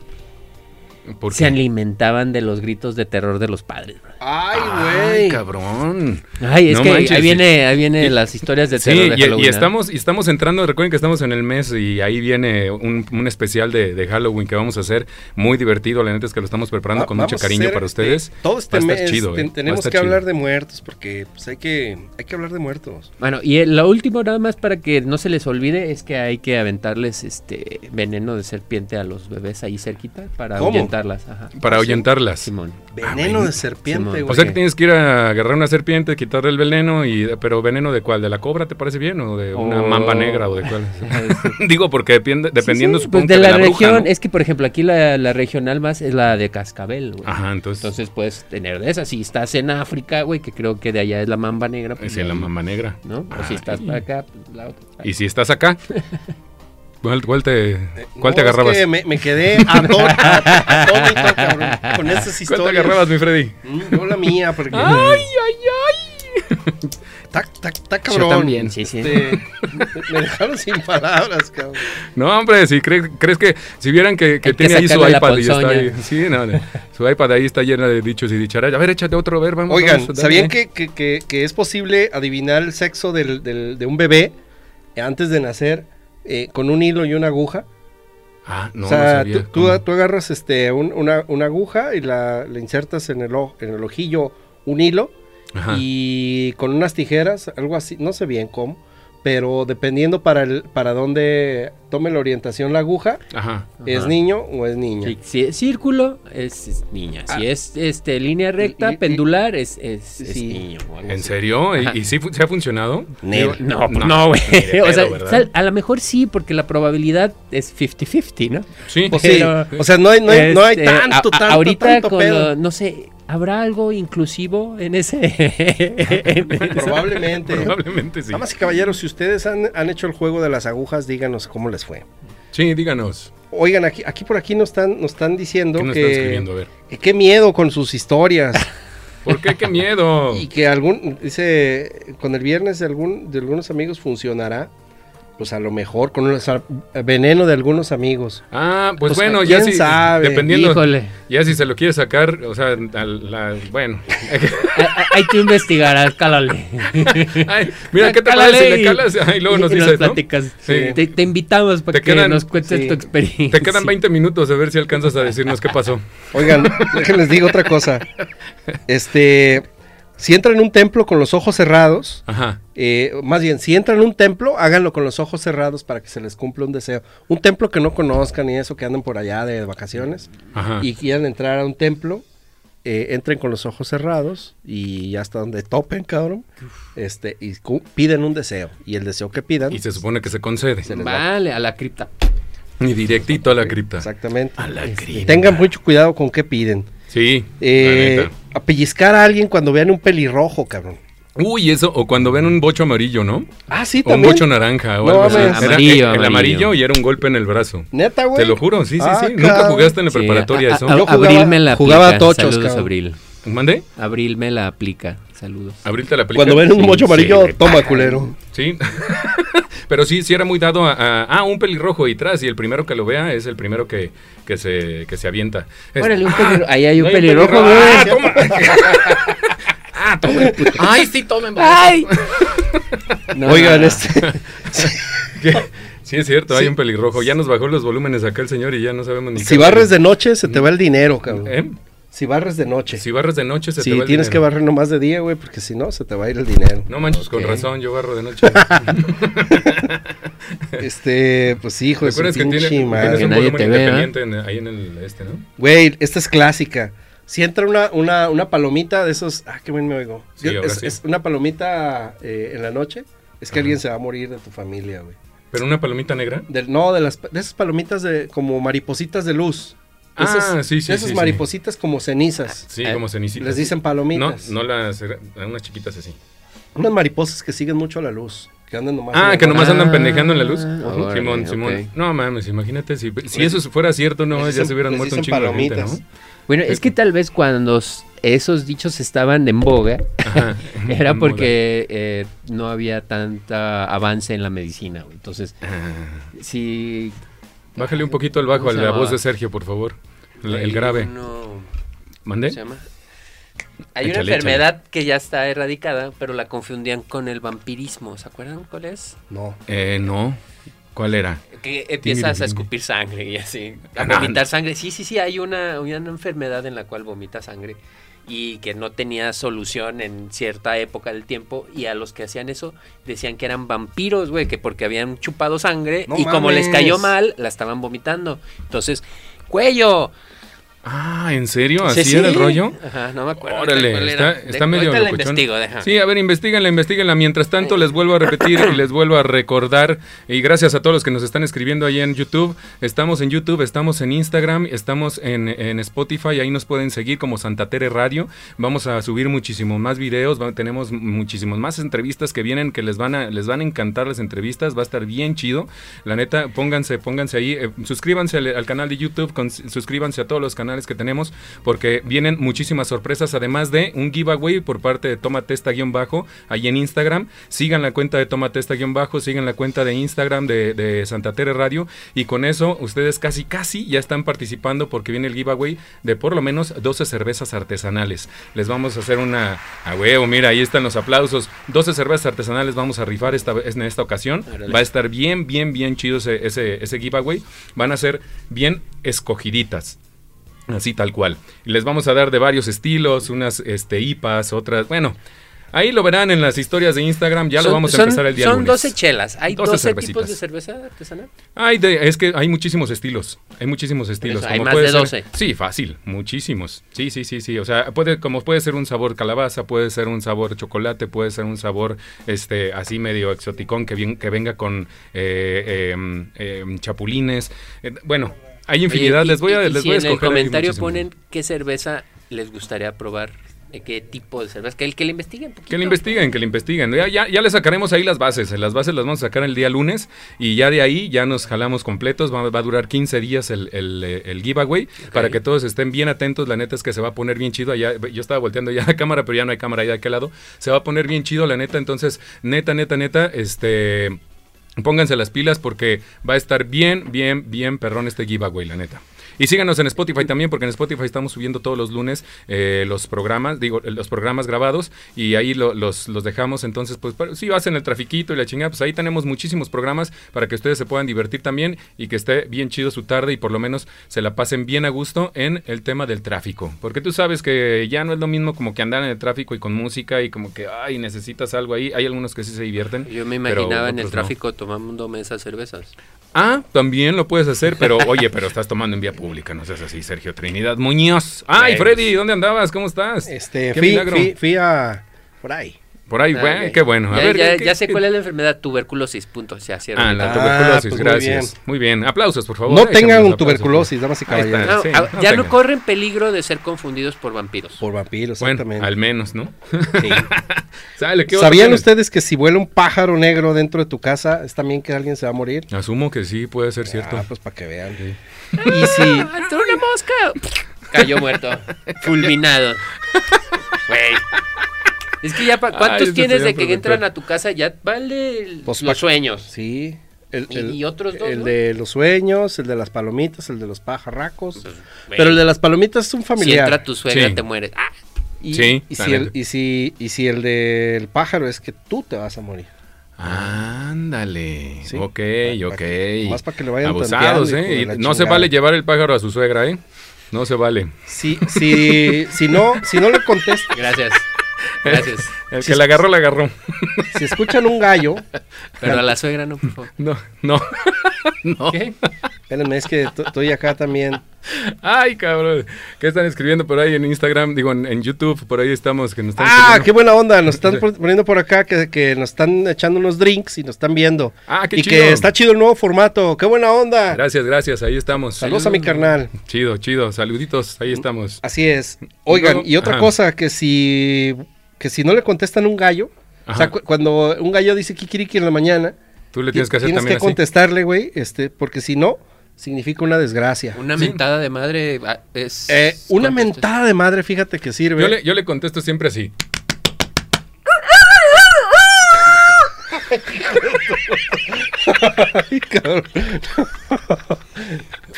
Speaker 1: ¿Por
Speaker 2: se
Speaker 1: qué?
Speaker 2: alimentaban de los gritos de terror de los padres. bro.
Speaker 1: Ay,
Speaker 3: Ay, güey.
Speaker 1: cabrón.
Speaker 2: Ay, es
Speaker 1: No
Speaker 2: que
Speaker 1: manches,
Speaker 2: ahí
Speaker 1: sí.
Speaker 2: viene, ahí viene
Speaker 1: Y-
Speaker 2: las historias de
Speaker 1: <laughs> Sí,
Speaker 2: terror de
Speaker 1: y- y,
Speaker 2: Halloween, ¿eh?
Speaker 1: estamos, y estamos entrando, recuerden que estamos en el mes y ahí viene un, un especial de, de Halloween que vamos a hacer muy divertido, la neta es que lo estamos preparando
Speaker 3: Va-
Speaker 1: con mucho
Speaker 3: vamos a
Speaker 1: cariño
Speaker 3: hacer,
Speaker 1: para
Speaker 3: eh,
Speaker 1: ustedes.
Speaker 3: Todo este
Speaker 1: Va a estar
Speaker 3: mes
Speaker 1: chido,
Speaker 3: ten-
Speaker 1: eh, va a
Speaker 3: tenemos
Speaker 1: estar
Speaker 3: que hablar
Speaker 1: chido.
Speaker 3: de muertos porque pues, hay, que, hay que hablar de muertos.
Speaker 2: Bueno, y el- lo último nada más para que no se les olvide es que hay que aventarles este veneno de serpiente a los bebés ahí cerquita para
Speaker 3: ¿Cómo?
Speaker 2: ahuyentarlas. Ajá.
Speaker 1: Para ahuyentarlas. <laughs>
Speaker 2: Simón.
Speaker 3: Veneno
Speaker 1: bueno.
Speaker 3: de serpiente,
Speaker 2: Simón.
Speaker 1: O
Speaker 3: güey.
Speaker 1: sea que tienes que ir a agarrar una serpiente, quitarle el veneno, y pero veneno de cuál, de la cobra, ¿te parece bien? ¿O de una
Speaker 2: Oh.
Speaker 1: mamba negra o de cuál? <laughs>
Speaker 2: Eso.
Speaker 1: Digo, porque depende, dependiendo
Speaker 2: Sí, sí,
Speaker 1: supongo
Speaker 2: pues de
Speaker 1: que
Speaker 2: la,
Speaker 1: bruja,
Speaker 2: región,
Speaker 1: ¿no?
Speaker 2: es que por ejemplo aquí la, la regional más es la de cascabel, güey.
Speaker 1: Ajá, entonces,
Speaker 2: Entonces puedes tener de esas. Si estás en África, güey, que creo que de allá es la mamba negra. pues,
Speaker 1: es la
Speaker 2: ahí,
Speaker 1: mamba negra.
Speaker 2: ¿No? O si
Speaker 1: Ah,
Speaker 2: estás
Speaker 1: y-
Speaker 2: para acá, pues, la otra.
Speaker 1: Y si estás acá, ¿cuál, cuál te, cuál
Speaker 3: No,
Speaker 1: te
Speaker 3: es
Speaker 1: agarrabas?
Speaker 3: que me, me quedé ator- <laughs> atónito, cabrón, con estas
Speaker 1: ¿Cuál
Speaker 3: historias.
Speaker 1: te agarrabas, mi Freddy?
Speaker 3: Mm, Yo la mía,
Speaker 1: <laughs>
Speaker 3: porque... Tac, tac, tac,
Speaker 2: Yo
Speaker 3: cabrón.
Speaker 2: también, sí, sí.
Speaker 3: Este, me- me dejaron sin palabras, cabrón.
Speaker 1: No, hombre, si cre- crees que si vieran que, que
Speaker 2: Hay que
Speaker 1: tiene ahí su
Speaker 2: sacarle la
Speaker 1: iPad y está
Speaker 2: ponzoña.
Speaker 1: ahí, sí, no, no, su iPad ahí está llena de dichos y dicharachos. A ver, échate otro, a ver, vamos.
Speaker 3: Oigan,
Speaker 1: vamos, dale.
Speaker 3: ¿sabían que, que- que- que es posible adivinar el sexo del- del- de un bebé antes de nacer eh, con un hilo y una aguja?
Speaker 1: Ah, no,
Speaker 3: o sea,
Speaker 1: no sabía.
Speaker 3: tú- tú, tú agarras este, un- una, una aguja y la, le insertas en el, ojo- en el ojillo un hilo
Speaker 1: Ajá.
Speaker 3: y con unas tijeras, algo así, no sé bien cómo, pero dependiendo para, el, para dónde tome la orientación la aguja,
Speaker 1: Ajá.
Speaker 3: es
Speaker 2: Ajá.
Speaker 3: niño o es niña.
Speaker 2: Si, si es círculo, es, es niña. Si
Speaker 1: Ah.
Speaker 2: es este línea recta,
Speaker 3: Y- y-
Speaker 2: pendular, es, es, es
Speaker 3: Sí.
Speaker 2: niño. o algo
Speaker 1: ¿En
Speaker 2: así.
Speaker 1: serio? ¿Y,
Speaker 2: Ajá.
Speaker 1: y sí fu- se ha funcionado?
Speaker 3: Nel.
Speaker 2: No,
Speaker 1: No,
Speaker 2: pues, no, güey.
Speaker 1: ni de
Speaker 2: <laughs> o sea,
Speaker 1: pedo, ¿verdad?
Speaker 2: sal- a lo mejor sí, porque la probabilidad es 50-50, ¿no?
Speaker 1: Sí.
Speaker 3: Pues sí,
Speaker 1: <laughs>
Speaker 2: Pero-
Speaker 3: o sea, no hay, no hay, no hay
Speaker 2: Este,
Speaker 3: tanto,
Speaker 2: a- a-
Speaker 3: tanto,
Speaker 2: Ahorita
Speaker 3: tanto
Speaker 2: con
Speaker 3: pedo.
Speaker 2: lo- no sé, ¿Habrá algo inclusivo en ese? <laughs> en esa-
Speaker 3: Probablemente.
Speaker 1: Probablemente sí.
Speaker 3: Damas y caballeros, si ustedes han, han hecho el juego de las agujas, díganos cómo les fue.
Speaker 1: Sí, díganos.
Speaker 3: Oigan, aquí, aquí por aquí nos están, nos están diciendo
Speaker 1: ¿Qué nos
Speaker 3: que,
Speaker 1: están escribiendo? A ver.
Speaker 3: que qué miedo con
Speaker 1: <laughs>
Speaker 3: sus historias.
Speaker 1: ¿Por qué? ¡Qué miedo!
Speaker 3: <laughs> y que algún, dice, con el viernes de, algún, de algunos amigos funcionará. Pues a lo mejor con el veneno de algunos amigos.
Speaker 1: Ah, pues
Speaker 3: O sea,
Speaker 1: bueno, ya
Speaker 3: ¿quién
Speaker 1: si,
Speaker 3: sabe?
Speaker 1: dependiendo,
Speaker 2: Híjole.
Speaker 1: ya si se lo quiere sacar, o sea, al- la-
Speaker 3: <laughs>
Speaker 1: bueno.
Speaker 2: Ah, ah, Ahí tú investigarás, cálale.
Speaker 1: Ay, mira, ¿qué tal
Speaker 2: Cálale
Speaker 1: si le
Speaker 2: y-
Speaker 1: calas? Ay, luego
Speaker 2: y-
Speaker 1: nos
Speaker 2: y
Speaker 1: dices, ¿no?
Speaker 2: platicas.
Speaker 1: Sí.
Speaker 2: Te, te invitamos para
Speaker 1: Te
Speaker 2: que
Speaker 1: quedan-
Speaker 2: nos cuentes
Speaker 3: sí.
Speaker 2: tu experiencia.
Speaker 1: Te quedan 20 minutos a ver si alcanzas a decirnos qué pasó. <laughs>
Speaker 3: Oigan, déjenles digo otra cosa. Este, si entran en un templo con los ojos cerrados,
Speaker 1: Ajá.
Speaker 3: eh, más bien, si entran en un templo, háganlo con los ojos cerrados para que se les cumpla un deseo. Un templo que no conozcan y eso, que anden por allá de vacaciones
Speaker 1: Ajá.
Speaker 3: y quieran entrar a un templo, eh, entren con los ojos cerrados y ya hasta donde topen, cabrón. Este, y cu- piden un deseo. Y el deseo que pidan,
Speaker 1: Y se supone que se concede.
Speaker 3: Se les va.
Speaker 2: Vale, a la cripta.
Speaker 1: Y directito a la cripta.
Speaker 3: exactamente. Este,
Speaker 1: A la cripta.
Speaker 3: Tengan mucho cuidado con qué piden.
Speaker 1: Sí.
Speaker 3: Eh,
Speaker 1: la neta.
Speaker 3: a pellizcar a alguien cuando vean un pelirrojo, cabrón.
Speaker 1: Uy, eso, o cuando ven un bocho amarillo, ¿no?
Speaker 3: Ah, sí,
Speaker 1: O un
Speaker 3: también.
Speaker 1: bocho naranja o
Speaker 3: No
Speaker 1: algo así.
Speaker 3: mames.
Speaker 1: Era
Speaker 2: Amarillo,
Speaker 1: el- el
Speaker 2: amarillo.
Speaker 1: amarillo y era un golpe en el brazo.
Speaker 3: Neta, güey.
Speaker 1: Te lo juro, sí, sí,
Speaker 3: Ah,
Speaker 1: sí. Nunca
Speaker 3: cabrón. Ah,
Speaker 1: jugaste en la
Speaker 2: Sí,
Speaker 1: preparatoria
Speaker 2: a- a-
Speaker 1: eso.
Speaker 2: a-
Speaker 3: Yo jugaba-
Speaker 2: abril me la
Speaker 3: jugaba
Speaker 2: aplica.
Speaker 3: tochos,
Speaker 2: Saludos,
Speaker 3: cabrón.
Speaker 2: Abril.
Speaker 1: ¿Mandé?
Speaker 2: Abril me la aplica. Saludos.
Speaker 1: Abrirte la película.
Speaker 3: ah. Cuando ven un
Speaker 2: Sí,
Speaker 3: mocho
Speaker 2: sí,
Speaker 3: amarillo,
Speaker 2: güey.
Speaker 3: toma, culero.
Speaker 1: Sí. <laughs> Pero sí, sí era muy dado a, a- ah, un pelirrojo y tras, y el primero que lo vea es el primero que, que, se, que se avienta. Es-
Speaker 2: Órale, un pelirro- Ahí hay
Speaker 1: no
Speaker 2: un
Speaker 1: <laughs> hay
Speaker 2: pelirrojo,
Speaker 1: pelirrojo.
Speaker 2: güey.
Speaker 1: Este- ¡Ah, toma!
Speaker 2: <laughs>
Speaker 1: <laughs> ¡Ah, toma! ¡Ay, sí, tomen! <laughs>
Speaker 2: ¡Ay! No,
Speaker 3: Oigan,
Speaker 2: no, no.
Speaker 3: este.
Speaker 1: Sí, es cierto, hay un pelirrojo. Ya nos bajó los volúmenes acá el señor y ya no sabemos <laughs> ni
Speaker 3: si
Speaker 1: qué-
Speaker 3: barres de noche, se te va el dinero, cabrón.
Speaker 1: ¿Eh?
Speaker 3: Si barres de noche.
Speaker 1: Si barres de noche se
Speaker 3: Sí,
Speaker 1: te va el
Speaker 3: tienes que
Speaker 1: dinero.
Speaker 3: barrer nomás de día, güey, porque si no, se te va a ir el dinero.
Speaker 1: No manches,
Speaker 2: Ok.
Speaker 1: con razón, yo barro de noche.
Speaker 3: <laughs> Este, pues hijo de su
Speaker 1: ¿Recuerdas que tiene,
Speaker 3: pinche
Speaker 1: tienes
Speaker 2: Que
Speaker 1: un
Speaker 3: madre.
Speaker 2: nadie
Speaker 1: volumen
Speaker 2: te vea.
Speaker 1: independiente en- ahí en el este, no?
Speaker 3: Güey, esta es clásica. Si entra una, una, una palomita de esos. Ah, qué bien me oigo.
Speaker 1: Sí,
Speaker 3: Yo-
Speaker 1: ahora
Speaker 3: es,
Speaker 1: sí.
Speaker 3: es una palomita eh, en la noche. Es que alguien se va a morir de tu familia, güey.
Speaker 1: ¿Pero una palomita negra?
Speaker 3: Del- no, de las pa- de esas palomitas de como maripositas de luz.
Speaker 1: Ah, sí, sí,
Speaker 3: Esas
Speaker 1: sí, sí.
Speaker 3: maripositas como cenizas.
Speaker 1: Sí,
Speaker 2: Eh,
Speaker 1: como cenicitas.
Speaker 3: Les dicen palomitas.
Speaker 1: No, no las, era- unas chiquitas así.
Speaker 3: Unas mariposas que siguen mucho la luz. Que andan nomás.
Speaker 1: Ah,
Speaker 3: viendo
Speaker 1: que nomás
Speaker 3: la-
Speaker 1: andan pendejando en la luz.
Speaker 2: Ah,
Speaker 1: Ujú.
Speaker 2: órale,
Speaker 1: Simón,
Speaker 2: ok.
Speaker 1: Simón. No mames, imagínate si, si eso fuera cierto, no,
Speaker 3: Les
Speaker 1: ya
Speaker 3: dicen-
Speaker 1: se hubieran
Speaker 3: les
Speaker 1: muerto un
Speaker 3: dicen
Speaker 1: chingo de gente, ¿no?
Speaker 3: palomitas.
Speaker 2: Bueno, es que tal vez cuando s- esos dichos estaban
Speaker 1: <laughs>
Speaker 2: en boga,
Speaker 1: Ajá.
Speaker 2: <laughs> era porque eh, no había tanta avance en la medicina. güey. Entonces,
Speaker 1: Ah.
Speaker 2: si...
Speaker 1: Bájale un poquito el bajo
Speaker 2: ¿Cómo
Speaker 1: a
Speaker 2: se
Speaker 1: la
Speaker 2: llamaba?
Speaker 1: voz de Sergio, por favor. La- el grave.
Speaker 2: eh, No,
Speaker 1: ¿Mandé?
Speaker 2: se llama? Hay una
Speaker 1: Échale,
Speaker 2: enfermedad que ya está erradicada, pero la confundían con el vampirismo. ¿Se acuerdan cuál es?
Speaker 3: No.
Speaker 1: Eh, no. ¿Cuál era?
Speaker 2: Que empiezas
Speaker 1: Tingiri.
Speaker 2: a escupir sangre y así,
Speaker 1: Ah,
Speaker 2: a
Speaker 1: no.
Speaker 2: vomitar sangre. Sí, sí, sí, hay una, una enfermedad en la cual vomita sangre y que no tenía solución en cierta época del tiempo y a los que hacían eso decían que eran vampiros, güey, que porque habían chupado sangre
Speaker 3: No
Speaker 2: y como les cayó
Speaker 3: mames.
Speaker 2: mal, la estaban vomitando. Entonces, cuello.
Speaker 1: Ah, ¿en serio?
Speaker 2: Sí,
Speaker 1: ¿Así
Speaker 2: sí.
Speaker 1: era el rollo?
Speaker 2: Ajá, no me acuerdo. ahorita cuál
Speaker 1: Órale,
Speaker 2: era.
Speaker 1: está,
Speaker 2: De-
Speaker 1: está medio
Speaker 2: ahorita la
Speaker 1: locochón.
Speaker 2: investigo, deja.
Speaker 1: Sí, a ver, investiguenla, investiguenla. Mientras tanto, les vuelvo a repetir
Speaker 2: <coughs>
Speaker 1: y les vuelvo a recordar. Y gracias a todos los que nos están escribiendo ahí en YouTube. Estamos en YouTube, estamos en Instagram, estamos en, en Spotify. Ahí nos pueden seguir como Santa Tere Radio. Vamos a subir muchísimos más videos. va- tenemos muchísimos más entrevistas que vienen que les van a, les van a encantar las entrevistas. Va a estar bien chido. La neta, pónganse, pónganse ahí. eh, suscríbanse al, al canal de YouTube, con- suscríbanse a todos los canales que tenemos, porque vienen muchísimas sorpresas, además de un giveaway por parte de Toma guión bajo, ahí en Instagram. Sigan la cuenta de Toma guión bajo, sigan la cuenta de Instagram de, de Santa Tere Radio, y con eso ustedes casi, casi ya están participando porque viene el giveaway de por lo menos 12 cervezas artesanales. Les vamos a hacer una, a huevo, mira, ahí están los aplausos. 12 cervezas artesanales vamos a rifar esta, vez- en esta ocasión.
Speaker 2: Órale.
Speaker 1: Va a estar bien, bien, bien chido ese, ese, ese giveaway. Van a ser bien escogiditas. Así tal cual. Y Les vamos a dar de varios estilos, unas este, IPAs, otras. Bueno, ahí lo verán en las historias de Instagram. Ya lo
Speaker 2: Son-
Speaker 1: vamos a
Speaker 2: son-
Speaker 1: empezar el día
Speaker 2: Son
Speaker 1: lunes.
Speaker 2: 12 chelas. Hay
Speaker 1: 12
Speaker 2: 12,
Speaker 1: cervecitas.
Speaker 2: tipos de cerveza artesanal.
Speaker 1: Hay de- es que hay muchísimos estilos. Hay muchísimos estilos.
Speaker 2: eso, hay
Speaker 1: como
Speaker 2: más
Speaker 1: puede
Speaker 2: de
Speaker 1: ser-
Speaker 2: 12.
Speaker 1: sí, fácil. Muchísimos. Sí, sí, sí, sí. O sea, puede, como puede ser un sabor calabaza, puede ser un sabor chocolate, puede ser un sabor este así medio exoticón que, bien, que venga con eh, eh, eh, chapulines. Eh, bueno, hay infinidad.
Speaker 2: Oye, y-
Speaker 1: les voy a,
Speaker 2: y- y
Speaker 1: les
Speaker 2: si
Speaker 1: voy a
Speaker 2: en el
Speaker 1: escoger ahí
Speaker 2: comentario
Speaker 1: muchísimo.
Speaker 2: ponen qué cerveza les gustaría probar de qué tipo de cerveza. Que, el- que le investiguen un poquito.
Speaker 1: Que le investiguen, que le investiguen. Ya, ya, ya le sacaremos ahí las bases. Las bases las vamos a sacar el día lunes y ya de ahí ya nos jalamos completos. Va, va a durar 15 días el, el, eh, el giveaway para que todos estén bien atentos. La neta es que se va a poner bien chido. Allá, yo estaba volteando ya la <laughs> cámara, pero ya no hay cámara ahí de aquel lado. Se va a poner bien chido, la neta. Entonces, neta, neta, neta, este... Pónganse las pilas porque va a estar bien, bien, bien perrón este giveaway, la neta. Y síganos en Spotify también, porque en Spotify estamos subiendo todos los lunes eh, los programas, digo, eh, los programas grabados y ahí lo- los, los dejamos. Entonces, pues para- si hacen el trafiquito y la chingada, pues ahí tenemos muchísimos programas para que ustedes se puedan divertir también y que esté bien chido su tarde y por lo menos se la pasen bien a gusto en el tema del tráfico. Porque tú sabes que ya no es lo mismo como que andar en el tráfico y con música y como que, ay, necesitas algo ahí. Hay algunos que sí se divierten.
Speaker 2: Yo me
Speaker 1: pero
Speaker 2: imaginaba en el
Speaker 1: otros no.
Speaker 2: tráfico tomándome esas cervezas.
Speaker 1: Ah, también lo puedes hacer, pero oye, pero estás tomando en vía pública, no seas así, Sergio Trinidad Muñoz. Ay, Freddy, ¿dónde andabas? ¿Cómo estás?
Speaker 3: Pues, Este,
Speaker 1: Qué
Speaker 3: fui,
Speaker 1: milagro.
Speaker 3: fui- fui a. Por ahí.
Speaker 1: Por ahí,
Speaker 2: Ah,
Speaker 1: güey,
Speaker 2: ok.
Speaker 1: qué bueno. A
Speaker 2: ya,
Speaker 1: ver,
Speaker 2: ya-
Speaker 1: ¿qué-
Speaker 2: ya
Speaker 1: qué-
Speaker 2: sé cuál es la enfermedad, tuberculosis, punto. O sea, cierro
Speaker 1: Ah,
Speaker 2: mi
Speaker 1: la
Speaker 2: tacto.
Speaker 1: tuberculosis,
Speaker 3: pues muy
Speaker 1: gracias. Muy bien. aplausos, por favor.
Speaker 3: No
Speaker 1: Échanos
Speaker 3: tengan
Speaker 1: aplausos,
Speaker 3: tuberculosis,
Speaker 1: por
Speaker 3: damas y
Speaker 1: favor. Ahí está,
Speaker 3: caballeros.
Speaker 2: No,
Speaker 1: sí,
Speaker 2: ah, ya no
Speaker 1: tengan.
Speaker 2: corren peligro de ser confundidos por vampiros.
Speaker 3: Por vampiros,
Speaker 1: Bueno, al
Speaker 3: exactamente.
Speaker 1: menos, ¿no?
Speaker 3: Sí.
Speaker 1: <laughs> Sale, ¿qué otro
Speaker 3: ¿Sabían
Speaker 1: tienes?
Speaker 3: ustedes que si vuela un pájaro negro dentro de tu casa, es también que alguien se va a morir?
Speaker 1: Asumo que sí, puede ser cierto.
Speaker 3: Ah, pues para que vean.
Speaker 1: Sí.
Speaker 3: Y
Speaker 2: <laughs>
Speaker 3: si,
Speaker 2: Ah, entró una mosca! Cayó muerto. <laughs> Fulminado. Güey. Es que ya, pa-
Speaker 1: Ay,
Speaker 2: ¿cuántos
Speaker 1: ese
Speaker 2: tienes de
Speaker 1: señor
Speaker 2: que
Speaker 1: productor.
Speaker 2: entran a tu casa? Ya vale el-
Speaker 3: Pues, pa-
Speaker 2: los sueños.
Speaker 3: Sí. El,
Speaker 2: Y- y otros dos,
Speaker 3: El
Speaker 2: ¿no?
Speaker 3: de los sueños, el de las palomitas, el de los pajarracos.
Speaker 2: Pues, güey,
Speaker 3: Pero el de las palomitas es un
Speaker 2: si
Speaker 3: familiar.
Speaker 2: entra tu suegra,
Speaker 1: Sí.
Speaker 2: te mueres. Ah,
Speaker 3: y,
Speaker 1: Sí,
Speaker 3: y
Speaker 1: la
Speaker 3: si el,
Speaker 1: neta.
Speaker 3: y, si, y si el del pájaro es que tú te vas a morir.
Speaker 1: Ándale.
Speaker 3: Sí.
Speaker 1: Ok,
Speaker 3: Pa- pa-
Speaker 1: ok.
Speaker 3: más pa' que le vayan
Speaker 1: Abusados,
Speaker 3: tanteando,
Speaker 1: ¿eh?
Speaker 3: hijo
Speaker 1: Y
Speaker 3: de la
Speaker 1: no se
Speaker 3: chingada.
Speaker 1: vale llevar el pájaro a su suegra, ¿eh? No se vale.
Speaker 3: Si, si, si, no, si no le contestas,
Speaker 2: gracias. Gracias.
Speaker 1: El que la agarró, la agarró. <laughs>
Speaker 3: si escuchan un gallo,
Speaker 2: Pero a la suegra no, por favor.
Speaker 1: No, no. <laughs>
Speaker 3: Oh.
Speaker 1: no.
Speaker 2: ¿Qué?
Speaker 3: espérenme, es que to- estoy acá también.
Speaker 1: Ay, cabrón. ¿Qué están escribiendo por ahí en Instagram? Digo, en, en YouTube, por ahí estamos. Que nos están
Speaker 3: Ah,
Speaker 1: escribiendo.
Speaker 3: qué buena onda. Nos están pon- poniendo por acá que, que nos están echando unos drinks y nos están viendo.
Speaker 1: Ah, qué
Speaker 3: y
Speaker 1: chido.
Speaker 3: que está chido el nuevo formato. Qué buena onda.
Speaker 1: Gracias, gracias. Ahí estamos.
Speaker 3: Saludos a mi carnal. Ah,
Speaker 1: Chido, chido. Saluditos. Ahí estamos.
Speaker 3: Así es. Oigan,
Speaker 1: luego-
Speaker 3: y otra
Speaker 1: ajá.
Speaker 3: cosa, que si, que si no le contestan un gallo, o sea,
Speaker 1: Ajá.
Speaker 3: cu- cuando un gallo dice kikiriki en la mañana,
Speaker 1: Tú le tienes
Speaker 3: ti-
Speaker 1: que hacer también así.
Speaker 3: contestarle, güey, este, porque si no, significa una desgracia.
Speaker 2: Una
Speaker 1: Sí.
Speaker 2: mentada de madre ah, es.
Speaker 3: Eh, una
Speaker 2: contestas.
Speaker 3: mentada de madre, fíjate que sirve.
Speaker 1: Yo le, yo le contesto siempre así.
Speaker 3: <laughs> Ay, cabrón. <laughs>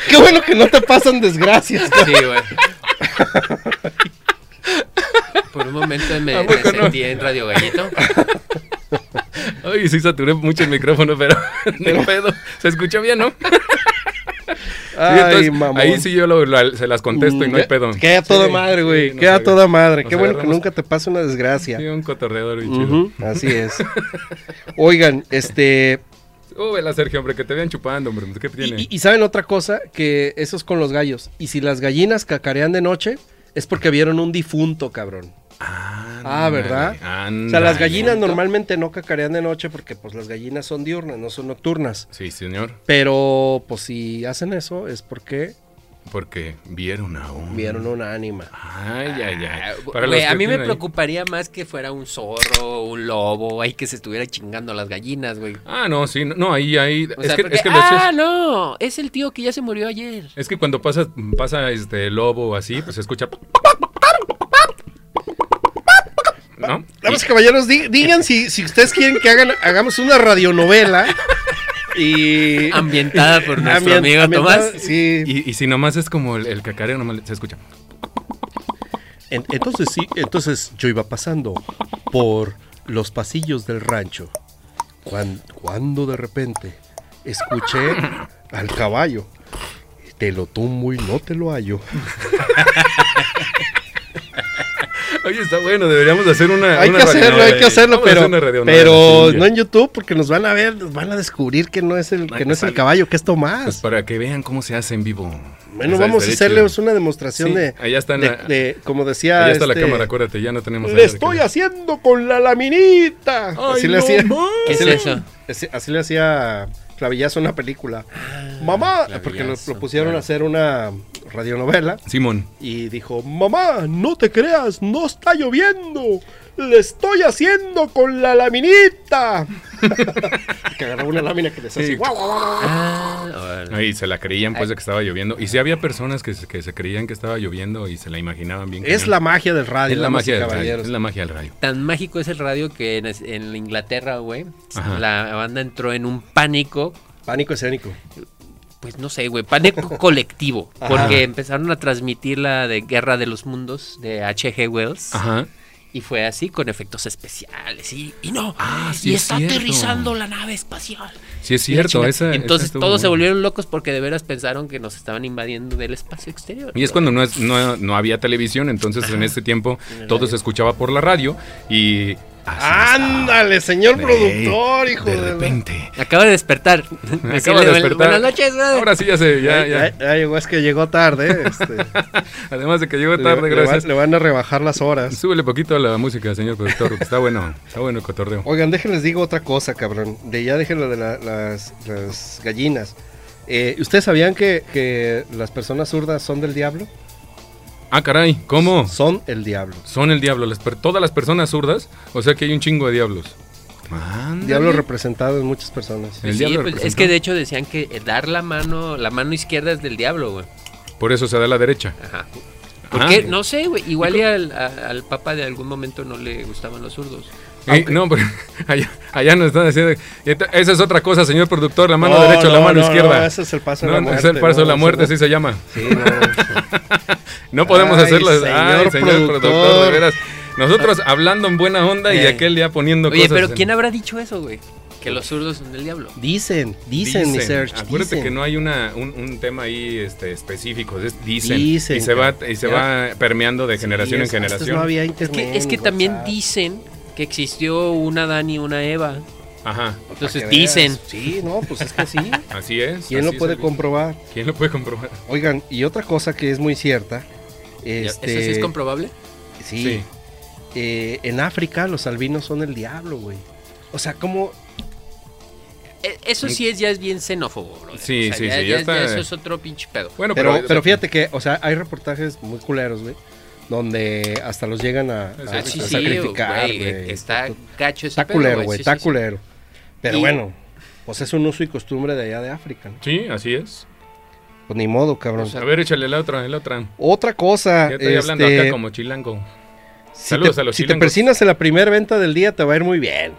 Speaker 3: Qué bueno que no te pasan desgracias. güey.
Speaker 2: Sí, güey. Por un momento me, me sentí en Radio Gallito.
Speaker 1: Ay, sí saturé mucho el micrófono, pero <laughs> ni pedo. Se escuchó bien, ¿no? Sí,
Speaker 3: Ay,
Speaker 1: entonces,
Speaker 3: mamón.
Speaker 1: ahí sí yo lo- lo- se las contesto y no hay
Speaker 3: Mm,
Speaker 1: pedo.
Speaker 3: Queda a toda
Speaker 1: Sí,
Speaker 3: madre,
Speaker 1: sí,
Speaker 3: güey.
Speaker 1: nos
Speaker 3: queda a
Speaker 1: agarra-
Speaker 3: toda madre.
Speaker 1: nos
Speaker 3: Qué bueno que
Speaker 1: agarramos-
Speaker 3: nunca te pasa una desgracia.
Speaker 1: Sí, un cotorreador bien
Speaker 3: Ujú, Así es. Oigan, este.
Speaker 1: chido. Súbela, Sergio, hombre, que te vean chupando, hombre. ¿Qué tiene?
Speaker 3: Y, y- y saben otra cosa, que eso es con los gallos. Y si las gallinas cacarean de noche, es porque vieron un difunto, cabrón. Ah, ¿verdad? O sea, las gallinas normalmente no cacarean de noche porque pues las gallinas son diurnas, no son nocturnas.
Speaker 1: Sí, señor.
Speaker 3: Pero pues si hacen eso es porque
Speaker 1: Porque vieron a un.
Speaker 3: vieron Ah, una ánima.
Speaker 1: Ay, ay, ay. <laughs> Para
Speaker 2: Ah, Güey,
Speaker 1: los
Speaker 2: a
Speaker 1: que
Speaker 2: mí me
Speaker 1: tienen ahí-
Speaker 2: preocuparía más que fuera un zorro, un lobo, ahí que se estuviera chingando a las gallinas, güey.
Speaker 1: Ah, no, sí, no, no, ahí, ahí.
Speaker 2: O
Speaker 1: es,
Speaker 2: sea,
Speaker 1: que,
Speaker 2: porque,
Speaker 1: es que lo
Speaker 2: ah,
Speaker 1: escuchas-
Speaker 2: no, es el tío que ya se
Speaker 1: <laughs>
Speaker 2: murió ayer.
Speaker 1: es que cuando pasa, pasa este lobo o así, pues se escucha. <laughs> ¿No?
Speaker 3: Damas y caballeros, di- digan si, si ustedes quieren que hagan, hagamos una radionovela y...
Speaker 2: Ambientada por nuestro
Speaker 3: ambien-
Speaker 2: amigo
Speaker 3: ambientada-
Speaker 2: Tomás.
Speaker 3: Sí.
Speaker 1: Y, y si nomás es como el, el cacareo, nomás se escucha.
Speaker 3: En- entonces sí, entonces yo iba pasando por los pasillos del rancho. Cuan- cuando de repente escuché al caballo. Te lo tumbo y no te lo hallo.
Speaker 1: Oye, está bueno, deberíamos hacer una.
Speaker 3: hay
Speaker 1: una
Speaker 3: que hacerlo, hay
Speaker 1: radionovela.
Speaker 3: que hacerlo,
Speaker 1: Vamos a
Speaker 3: pero,
Speaker 1: hacer una radionovela,
Speaker 3: pero
Speaker 1: sí,
Speaker 3: no
Speaker 1: ya.
Speaker 3: en YouTube porque nos van a ver, nos van a descubrir que no es el, que no es el caballo, que es
Speaker 1: Pues
Speaker 3: Tomás.
Speaker 1: para que vean cómo se hace en vivo.
Speaker 3: Bueno,
Speaker 1: Esa
Speaker 3: vamos a
Speaker 1: estaría
Speaker 3: hacerles
Speaker 1: chido.
Speaker 3: una demostración
Speaker 1: Sí,
Speaker 3: de,
Speaker 1: allá está en
Speaker 3: de-
Speaker 1: la-
Speaker 3: de- como decía,
Speaker 1: Allá está la
Speaker 3: este,
Speaker 1: cámara, acuérdate, ya no tenemos.
Speaker 3: le
Speaker 1: allá de
Speaker 3: estoy
Speaker 1: qué-
Speaker 3: haciendo con la laminita. Así le hacía.
Speaker 2: ¿Qué es
Speaker 3: Así le-
Speaker 2: eso?
Speaker 3: Así, así le hacía clavillazo a una película. Mamá, porque lo,
Speaker 2: Ah, clavillazo,
Speaker 3: lo pusieron
Speaker 2: claro.
Speaker 3: a hacer una radionovela
Speaker 1: Simón.
Speaker 3: y dijo, mamá, no te creas, no está lloviendo, le estoy haciendo con la laminita. <laughs> que agarraba una lámina que les hacía,
Speaker 1: Sí.
Speaker 3: guau, guau, guau, guau.
Speaker 2: Ah, órale.
Speaker 1: Y se la creían pues de que estaba lloviendo. Y sí había personas que se, que se creían que estaba lloviendo y se la imaginaban bien.
Speaker 3: Es
Speaker 1: cañón.
Speaker 3: la magia del radio,
Speaker 1: es la
Speaker 3: damas y
Speaker 1: magia del rayo.
Speaker 3: caballeros.
Speaker 1: Es la magia del rayo.
Speaker 2: Tan mágico es el radio que en, en Inglaterra, güey,
Speaker 1: Ajá.
Speaker 2: la banda entró en un pánico
Speaker 3: Pánico escénico.
Speaker 2: pues no sé, güey,
Speaker 1: <laughs>
Speaker 2: pánico colectivo.
Speaker 3: Ajá.
Speaker 2: Porque empezaron a transmitir la de Guerra de los Mundos de H.G. Wells.
Speaker 1: Ajá.
Speaker 2: Y fue así, con efectos especiales. Y, y no,
Speaker 1: Ah, sí
Speaker 2: y
Speaker 1: es
Speaker 2: está
Speaker 1: cierto.
Speaker 2: aterrizando la nave espacial.
Speaker 1: Sí, es
Speaker 2: Y la
Speaker 1: cierto.
Speaker 2: chingada.
Speaker 1: esa- esa
Speaker 2: Entonces
Speaker 1: estuvo
Speaker 2: todos se
Speaker 1: buena.
Speaker 2: volvieron locos porque de veras pensaron que nos estaban invadiendo del espacio exterior.
Speaker 1: Y es cuando no, es- no, no había televisión, entonces en este tiempo
Speaker 2: En el
Speaker 1: todo
Speaker 2: radio.
Speaker 1: se escuchaba por la radio y... así
Speaker 3: Ándale, señor
Speaker 1: estaba.
Speaker 3: productor,
Speaker 1: Ey,
Speaker 3: hijo
Speaker 1: de
Speaker 3: de...
Speaker 1: repente.
Speaker 2: Acaba de despertar.
Speaker 1: <laughs> Me acaba
Speaker 2: Decirle,
Speaker 1: de
Speaker 2: "Bu-
Speaker 1: despertar.
Speaker 2: Buenas noches, güey".
Speaker 1: Ahora sí ya se... Ya,
Speaker 3: Ya,
Speaker 1: ya.
Speaker 3: ya- ya llegó, es que llegó tarde. <laughs> este,
Speaker 1: Además de que llegó
Speaker 3: le,
Speaker 1: tarde,
Speaker 3: le
Speaker 1: gracias.
Speaker 3: van, le van a rebajar las horas.
Speaker 1: Súbele poquito a la música, señor productor, porque está bueno. Está bueno el cotorreo.
Speaker 3: Oigan, déjenles digo otra cosa, cabrón. De ya déjenlo de la- las, las gallinas. Eh, ¿Ustedes sabían que, que las personas zurdas son del diablo?
Speaker 1: Ah, caray, ¿cómo?
Speaker 3: Son el diablo.
Speaker 1: Son el diablo. las per- todas las personas zurdas, o sea que hay un chingo de diablos. Ándale.
Speaker 3: Diablo representado en muchas personas.
Speaker 1: El
Speaker 2: Sí,
Speaker 1: diablo
Speaker 2: pues, es
Speaker 1: representó.
Speaker 2: que de hecho decían que eh, dar la mano, la mano izquierda es del diablo, güey.
Speaker 1: Por eso se da a la derecha.
Speaker 2: Ajá. ¿Por
Speaker 1: Ah.
Speaker 2: qué? No sé, güey. Igual y al, a- al papa de algún momento no le gustaban los zurdos.
Speaker 3: Ah,
Speaker 1: Eh, no, pero <laughs> allá, allá nos están haciendo. Esta- Esa es otra cosa, señor productor. La mano
Speaker 3: No,
Speaker 1: derecha, la
Speaker 3: Oh, no,
Speaker 1: mano
Speaker 3: no,
Speaker 1: izquierda.
Speaker 3: no, ese es el paso de
Speaker 1: No,
Speaker 3: la
Speaker 1: no,
Speaker 3: muerte.
Speaker 1: Es el paso de
Speaker 3: no,
Speaker 1: la
Speaker 3: ese
Speaker 1: muerte,
Speaker 3: no.
Speaker 1: así se llama.
Speaker 3: Sí,
Speaker 1: <laughs>
Speaker 3: no.
Speaker 1: No podemos
Speaker 3: Ay,
Speaker 1: hacerlo.
Speaker 3: señor
Speaker 1: Ay, señor productor,
Speaker 3: productor. Eh.
Speaker 1: de veras. Nosotros hablando en buena onda y
Speaker 2: Eh.
Speaker 1: aquel ya poniendo
Speaker 2: Oye,
Speaker 1: cosas.
Speaker 2: pero
Speaker 1: en-
Speaker 2: ¿quién habrá dicho eso, güey? Que los zurdos son del diablo.
Speaker 3: Dicen, dicen, mi Serge.
Speaker 1: Acuérdate
Speaker 3: dicen.
Speaker 1: que no hay una, un, un tema ahí este, específico. es dicen.
Speaker 3: Dicen,
Speaker 1: Y se va, y se va permeando de
Speaker 3: Sí,
Speaker 1: generación en
Speaker 3: es- antes
Speaker 1: generación.
Speaker 3: no había
Speaker 2: Es
Speaker 3: internet,
Speaker 2: que, es que
Speaker 3: ni
Speaker 2: también
Speaker 3: WhatsApp.
Speaker 2: dicen que existió una Adán y una Eva.
Speaker 1: Ajá,
Speaker 2: Entonces
Speaker 3: Para que veas.
Speaker 2: dicen.
Speaker 3: Sí, no, pues es que sí.
Speaker 1: así es.
Speaker 3: ¿Quién
Speaker 1: así
Speaker 3: lo
Speaker 1: es
Speaker 3: puede
Speaker 1: el-
Speaker 3: comprobar?
Speaker 1: ¿Quién lo puede comprobar?
Speaker 3: Oigan, y otra cosa que es muy cierta.
Speaker 2: ya,
Speaker 3: Este,
Speaker 2: ¿Eso sí es comprobable?
Speaker 3: sí, eh, en África los albinos son el diablo, güey. O sea, como
Speaker 2: E- Eso sí es, ya es bien xenófobo, bro.
Speaker 1: Sí, sí,
Speaker 2: ya,
Speaker 1: sí, ya
Speaker 2: ya-
Speaker 1: está-
Speaker 2: ya eso es otro pinche pedo.
Speaker 1: Bueno,
Speaker 3: pero,
Speaker 1: pero,
Speaker 3: pero, fíjate que, o sea, hay reportajes muy culeros, güey, donde hasta los llegan a, a-
Speaker 1: Ah,
Speaker 2: Ah, sí,
Speaker 3: a
Speaker 2: sí,
Speaker 3: sacrificar,
Speaker 2: güey,
Speaker 3: güey.
Speaker 2: Está gacho ese
Speaker 3: Está
Speaker 2: pedo,
Speaker 3: culero, güey,
Speaker 2: sí,
Speaker 3: está
Speaker 2: sí, sí.
Speaker 3: culero. Pero
Speaker 2: Y-
Speaker 3: bueno, pues es un uso y costumbre de allá de África, ¿no?
Speaker 1: Sí, así es.
Speaker 3: Pues ni modo, cabrón.
Speaker 2: O sea,
Speaker 1: A ver, échale la otra, la otra.
Speaker 3: Otra cosa,
Speaker 1: Ya estoy hablando
Speaker 3: este,
Speaker 1: acá como chilango.
Speaker 3: si
Speaker 1: Saludos
Speaker 3: te,
Speaker 1: a los
Speaker 3: Si te
Speaker 1: chilangos.
Speaker 3: persinas en la primera venta del día, te va a ir muy bien.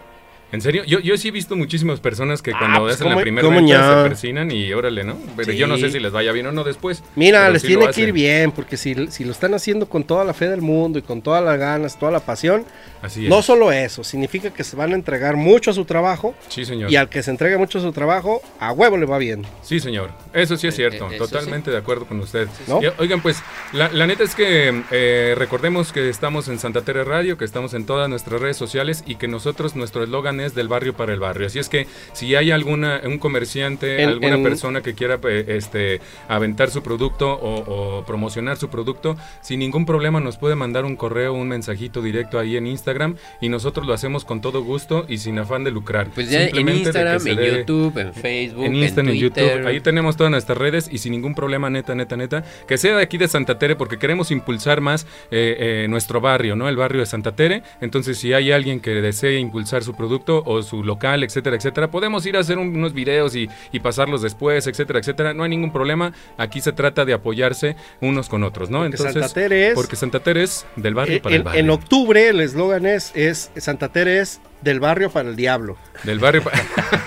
Speaker 1: ¿En serio? Yo, yo sí he visto muchísimas personas que
Speaker 3: Ah,
Speaker 1: cuando
Speaker 3: pues,
Speaker 1: hacen la
Speaker 3: ¿cómo-
Speaker 1: primera
Speaker 3: cómo
Speaker 1: venta
Speaker 3: ya?
Speaker 1: se persinan y órale, ¿no? Pero yo no
Speaker 3: Sí.
Speaker 1: sé si les vaya bien o no después.
Speaker 3: Mira,
Speaker 1: pero
Speaker 3: les
Speaker 1: sí lo
Speaker 3: tiene que ir
Speaker 1: hacen.
Speaker 3: bien, porque si, si lo están haciendo con toda la fe del mundo y con todas las ganas, toda la pasión,
Speaker 1: Así es.
Speaker 3: no solo eso, significa que se van a entregar mucho a su trabajo
Speaker 1: Sí, señor.
Speaker 3: y al que se entregue mucho a su trabajo, a huevo le va bien.
Speaker 1: Sí, señor. Eso sí es
Speaker 2: Eh,
Speaker 1: cierto.
Speaker 2: eh, eso
Speaker 1: Totalmente de acuerdo con usted.
Speaker 3: sí. ¿No?
Speaker 1: Y, Oigan, pues, la, la neta es que eh, recordemos que estamos en Santa Tere Radio, que estamos en todas nuestras redes sociales y que nosotros, nuestro eslogan es del barrio para el barrio. Así es que si hay alguna, un comerciante,
Speaker 3: En-
Speaker 1: alguna
Speaker 3: en-
Speaker 1: persona que quiera eh, este, aventar su producto o, o promocionar su producto, sin ningún problema nos puede mandar un correo, un mensajito directo ahí en Instagram y nosotros lo hacemos con todo gusto y sin afán de lucrar.
Speaker 2: Pues ya en
Speaker 1: Simplemente de que
Speaker 2: Instagram,
Speaker 1: se
Speaker 2: en
Speaker 1: dé-
Speaker 2: YouTube, en Facebook,
Speaker 1: en Instagram, en
Speaker 2: Twitter.
Speaker 1: YouTube. Ahí tenemos todas nuestras redes y sin ningún problema, neta, neta, neta. Que sea de aquí de Santa Tere porque queremos impulsar más eh, eh, nuestro barrio, ¿no? El barrio de Santa Tere. Entonces, si hay alguien que desee impulsar su producto o su local, etcétera, etcétera, podemos ir a hacer un- unos videos y, y pasarlos después, etcétera, etcétera. No hay ningún problema. Aquí se trata de apoyarse unos con otros, ¿no?
Speaker 3: Porque Santa Tere es-
Speaker 1: Porque Santa Tere es del barrio
Speaker 3: Eh,
Speaker 1: para el
Speaker 3: En,
Speaker 1: barrio.
Speaker 3: en octubre el eslogan es, es Santa Tere es del barrio para el diablo.
Speaker 1: Del barrio para...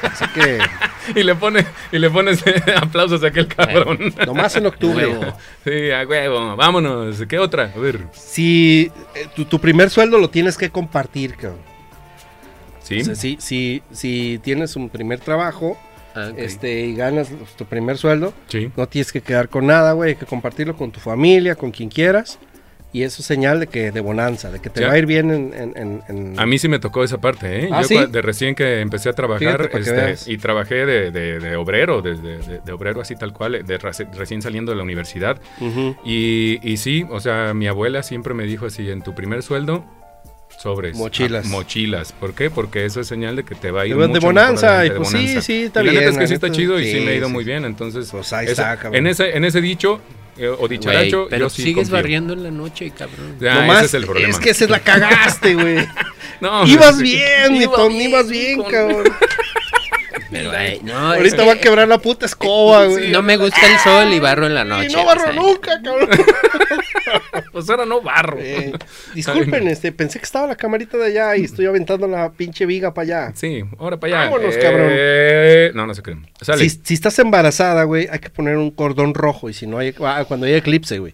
Speaker 3: Así que
Speaker 1: <laughs> y le pone, y le pones <laughs> aplausos a aquel cabrón.
Speaker 3: nomás en octubre.
Speaker 2: Huevo.
Speaker 1: Sí, a huevo, vámonos. ¿Qué otra? A ver.
Speaker 3: si eh, tu, tu primer sueldo lo tienes que compartir, cabrón.
Speaker 1: Sí.
Speaker 3: O sea, si, si, si tienes un primer trabajo
Speaker 2: Ah, ok.
Speaker 3: este, y ganas los- tu primer sueldo,
Speaker 1: Sí.
Speaker 3: no tienes que quedar con nada, güey. Hay que compartirlo con tu familia, con quien quieras. Y eso es señal de que de bonanza, de que te
Speaker 1: Ya.
Speaker 3: va a ir bien en... en- en- en-
Speaker 1: A mí sí me tocó esa parte, ¿eh?
Speaker 3: ¿Ah,
Speaker 1: Yo
Speaker 3: sí?
Speaker 1: cua- de recién que empecé a
Speaker 3: Fíjate,
Speaker 1: trabajar
Speaker 3: para que
Speaker 1: este,
Speaker 3: veas.
Speaker 1: y trabajé de, de- de obrero, de, de- de- de obrero así tal cual, de reci- recién saliendo de la universidad.
Speaker 3: Ujú.
Speaker 1: Y, y sí, o sea, mi abuela siempre me dijo así, en tu primer sueldo, sobres.
Speaker 3: Mochilas.
Speaker 1: Ah, mochilas. ¿por qué? Porque eso es señal de que te va a ir
Speaker 3: Te vas de
Speaker 1: mucho
Speaker 3: bonanza,
Speaker 1: mejor adelante,
Speaker 3: y pues sí, sí, está
Speaker 1: Y la neta
Speaker 3: bien,
Speaker 1: es
Speaker 3: la
Speaker 1: que sí está
Speaker 3: neta-
Speaker 1: chido y sí,
Speaker 3: sí,
Speaker 1: me ha ido
Speaker 3: sí,
Speaker 1: muy
Speaker 3: sí.
Speaker 1: bien, entonces...
Speaker 3: Pues ahí
Speaker 1: eso-
Speaker 3: está, cabrón.
Speaker 1: en, ese, en ese dicho... eh, o dicharacho.
Speaker 2: Güey, pero
Speaker 1: yo sí
Speaker 2: sigues
Speaker 1: confío.
Speaker 2: barriendo en la noche, cabrón.
Speaker 1: Ya,
Speaker 3: Nomás,
Speaker 1: ese es el problema.
Speaker 3: Es que se la cagaste, güey.
Speaker 1: <laughs> No,
Speaker 3: <laughs> ibas
Speaker 1: sí.
Speaker 3: bien, mi
Speaker 2: Iba
Speaker 3: Tom,
Speaker 2: bien,
Speaker 3: ibas bien,
Speaker 2: con-
Speaker 3: cabrón.
Speaker 2: Pero, <laughs> ay, no, es
Speaker 3: Ahorita
Speaker 2: que
Speaker 3: va a quebrar la puta escoba, güey.
Speaker 2: No me gusta el sol y barro en la noche.
Speaker 3: Y no barro
Speaker 2: o sea,
Speaker 3: nunca,
Speaker 2: <laughs>
Speaker 3: cabrón.
Speaker 1: Pues ahora no barro.
Speaker 3: Eh, disculpen, este, pensé que estaba la camarita de allá y estoy aventando la pinche viga para allá.
Speaker 1: <laughs> Sí, ahora para allá.
Speaker 3: Vámonos,
Speaker 1: Eh, No, no se creen. Sale.
Speaker 3: Si, si estás embarazada, güey, hay que poner un cordón rojo y si no hay, ah, cuando hay eclipse, güey.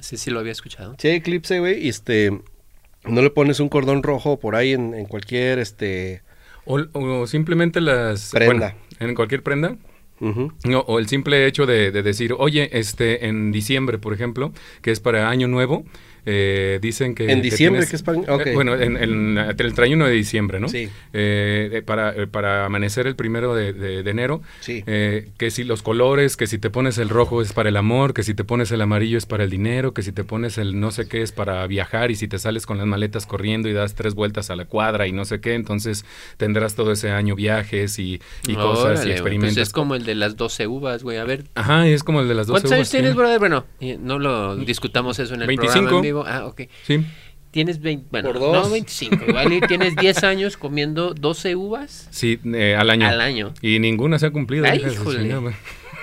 Speaker 2: Sí, sí, lo había escuchado.
Speaker 3: Si hay eclipse, güey, y este, no le pones un cordón rojo por ahí en, en cualquier, este,
Speaker 1: O, o simplemente las...
Speaker 3: Prenda.
Speaker 1: bueno, en cualquier prenda.
Speaker 3: ujú,
Speaker 1: No, o el simple hecho de, de decir, oye, este, en diciembre, por ejemplo, que es para Año Nuevo, eh, dicen que...
Speaker 3: En diciembre, que es para-
Speaker 1: eh,
Speaker 3: ok.
Speaker 1: bueno, en, en- entre el 31 de diciembre, ¿no?
Speaker 3: Sí.
Speaker 1: Eh, eh, para, eh, para amanecer el primero de, de- de enero,
Speaker 3: Sí.
Speaker 1: eh, que si los colores, que si te pones el rojo es para el amor, que si te pones el amarillo es para el dinero, que si te pones el no sé qué es para viajar y si te sales con las maletas corriendo y das tres vueltas a la cuadra y no sé qué, entonces tendrás todo ese año viajes y, y cosas
Speaker 2: Órale,
Speaker 1: y
Speaker 2: güey,
Speaker 1: experimentos.
Speaker 2: Pues es como el de las 12 uvas, güey. A ver,
Speaker 1: Ajá, es como el de las dos
Speaker 2: ¿cuántos años
Speaker 1: uvas, sí.
Speaker 2: tienes, brother? Bueno, eh, no lo discutamos eso en el
Speaker 1: 25.
Speaker 2: programa en vivo. Ah, ok.
Speaker 1: Sí.
Speaker 2: Tienes 20, bueno,
Speaker 3: Por dos.
Speaker 2: no 25, igual y tienes 10 años comiendo 12 uvas
Speaker 1: Sí, eh, al año.
Speaker 2: al año.
Speaker 1: Y ninguna se ha cumplido.
Speaker 2: Ay,
Speaker 1: hija de su
Speaker 2: híjole.
Speaker 1: chingada, güey.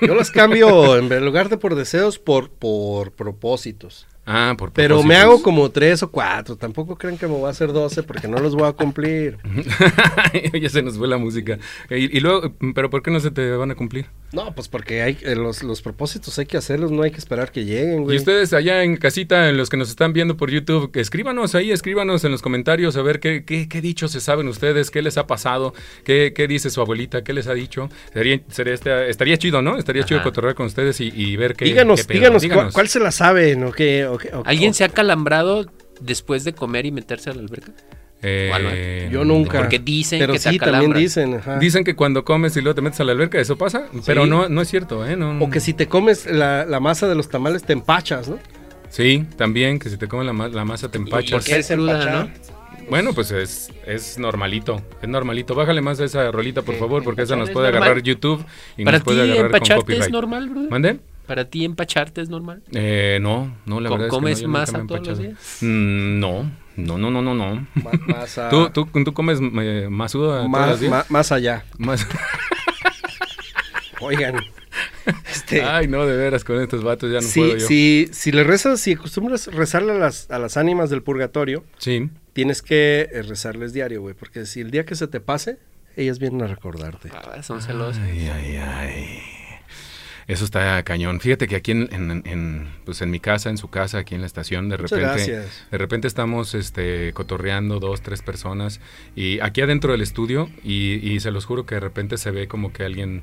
Speaker 3: Yo las cambio en lugar de por deseos, por, por propósitos.
Speaker 1: Ah, por
Speaker 3: Pero
Speaker 1: propósitos.
Speaker 3: me
Speaker 1: <laughs>
Speaker 3: hago como tres o cuatro. Tampoco crean que me voy a hacer doce porque no los voy a cumplir.
Speaker 1: ya se nos fue la música. Eh, Y, y luego, pero ¿por qué no se te van a cumplir?
Speaker 3: No, pues porque hay eh, los, los propósitos hay que hacerlos, no hay que esperar que lleguen, güey.
Speaker 1: Y ustedes allá en casita, en los que nos están viendo por YouTube, que escríbanos ahí, escríbanos en los comentarios a ver qué, qué, qué dichos se saben ustedes, qué les ha pasado, qué, qué dice su abuelita, qué les ha dicho. Sería, sería- esta- estaría chido, ¿no? Estaría chido
Speaker 2: Ajá.
Speaker 1: cotorrear con ustedes y, y ver qué. qué
Speaker 3: díganos,
Speaker 1: pedo.
Speaker 3: díganos, cua- ¿cuál, se la saben o qué. o qué- o-
Speaker 2: ¿Alguien
Speaker 3: o-
Speaker 2: se ha calambrado después de comer y meterse a la alberca?
Speaker 1: Eh,
Speaker 2: ¿Cuál, eh?
Speaker 3: Yo nunca.
Speaker 2: Porque dicen
Speaker 3: pero
Speaker 2: que te
Speaker 3: sí, también
Speaker 2: acalambran.
Speaker 3: dicen. ajá.
Speaker 1: Dicen que cuando comes y luego te metes a la alberca, eso pasa, pero no, no es cierto, ¿eh? No,
Speaker 3: O que si te comes la, la masa de los tamales te empachas, ¿no?
Speaker 1: Sí, también, que si te comen la, ma- la masa te
Speaker 2: ¿Por
Speaker 1: empachas.
Speaker 2: qué es cruda,
Speaker 3: empachar?
Speaker 2: no?
Speaker 1: Bueno, pues es, es normalito, es normalito. Bájale más a esa rolita, por
Speaker 3: Ok,
Speaker 1: favor, porque esa
Speaker 2: empachar
Speaker 1: nos
Speaker 2: es
Speaker 1: puede
Speaker 2: normal.
Speaker 1: agarrar YouTube y
Speaker 2: ¿Para
Speaker 1: nos puede
Speaker 2: ti
Speaker 1: agarrar con
Speaker 2: empacharte es
Speaker 1: copyright.
Speaker 2: normal, brother?
Speaker 1: ¿Mande?
Speaker 2: ¿Para ti empacharte es normal?
Speaker 1: Eh, no, no, la
Speaker 2: ¿Co-
Speaker 1: verdad es que
Speaker 2: comes
Speaker 1: no, yo nunca
Speaker 2: masa
Speaker 1: me he
Speaker 2: todos los
Speaker 1: empachado. Mm, no, no, no, no, no, no.
Speaker 3: Ma-
Speaker 2: Ah.
Speaker 3: masa-
Speaker 1: ¿Tú, tú, tú comes eh, masuda
Speaker 3: ma-
Speaker 1: todos los días?
Speaker 3: ma- más allá.
Speaker 2: <laughs>
Speaker 1: Más- <laughs>
Speaker 3: Oigan. este,
Speaker 1: Ay, no, de veras, con estos vatos Ah, ya no puedo
Speaker 3: si,
Speaker 1: yo.
Speaker 3: si, si le rezas, si acostumbras rezarle a las, a las ánimas del purgatorio,
Speaker 1: Sí.
Speaker 3: tienes que eh, rezarles diario, güey. Porque si el día que se te pase, ellas vienen a recordarte.
Speaker 2: Ah, son celosos.
Speaker 1: Ay, ay, ay. Eso está cañón. Fíjate que aquí en, en- en, pues en mi casa, en su casa, aquí en la estación, de
Speaker 3: Muchas
Speaker 1: repente,
Speaker 3: gracias.
Speaker 1: de repente estamos este, cotorreando dos, tres personas y aquí adentro del estudio y, y se los juro que de repente se ve como que alguien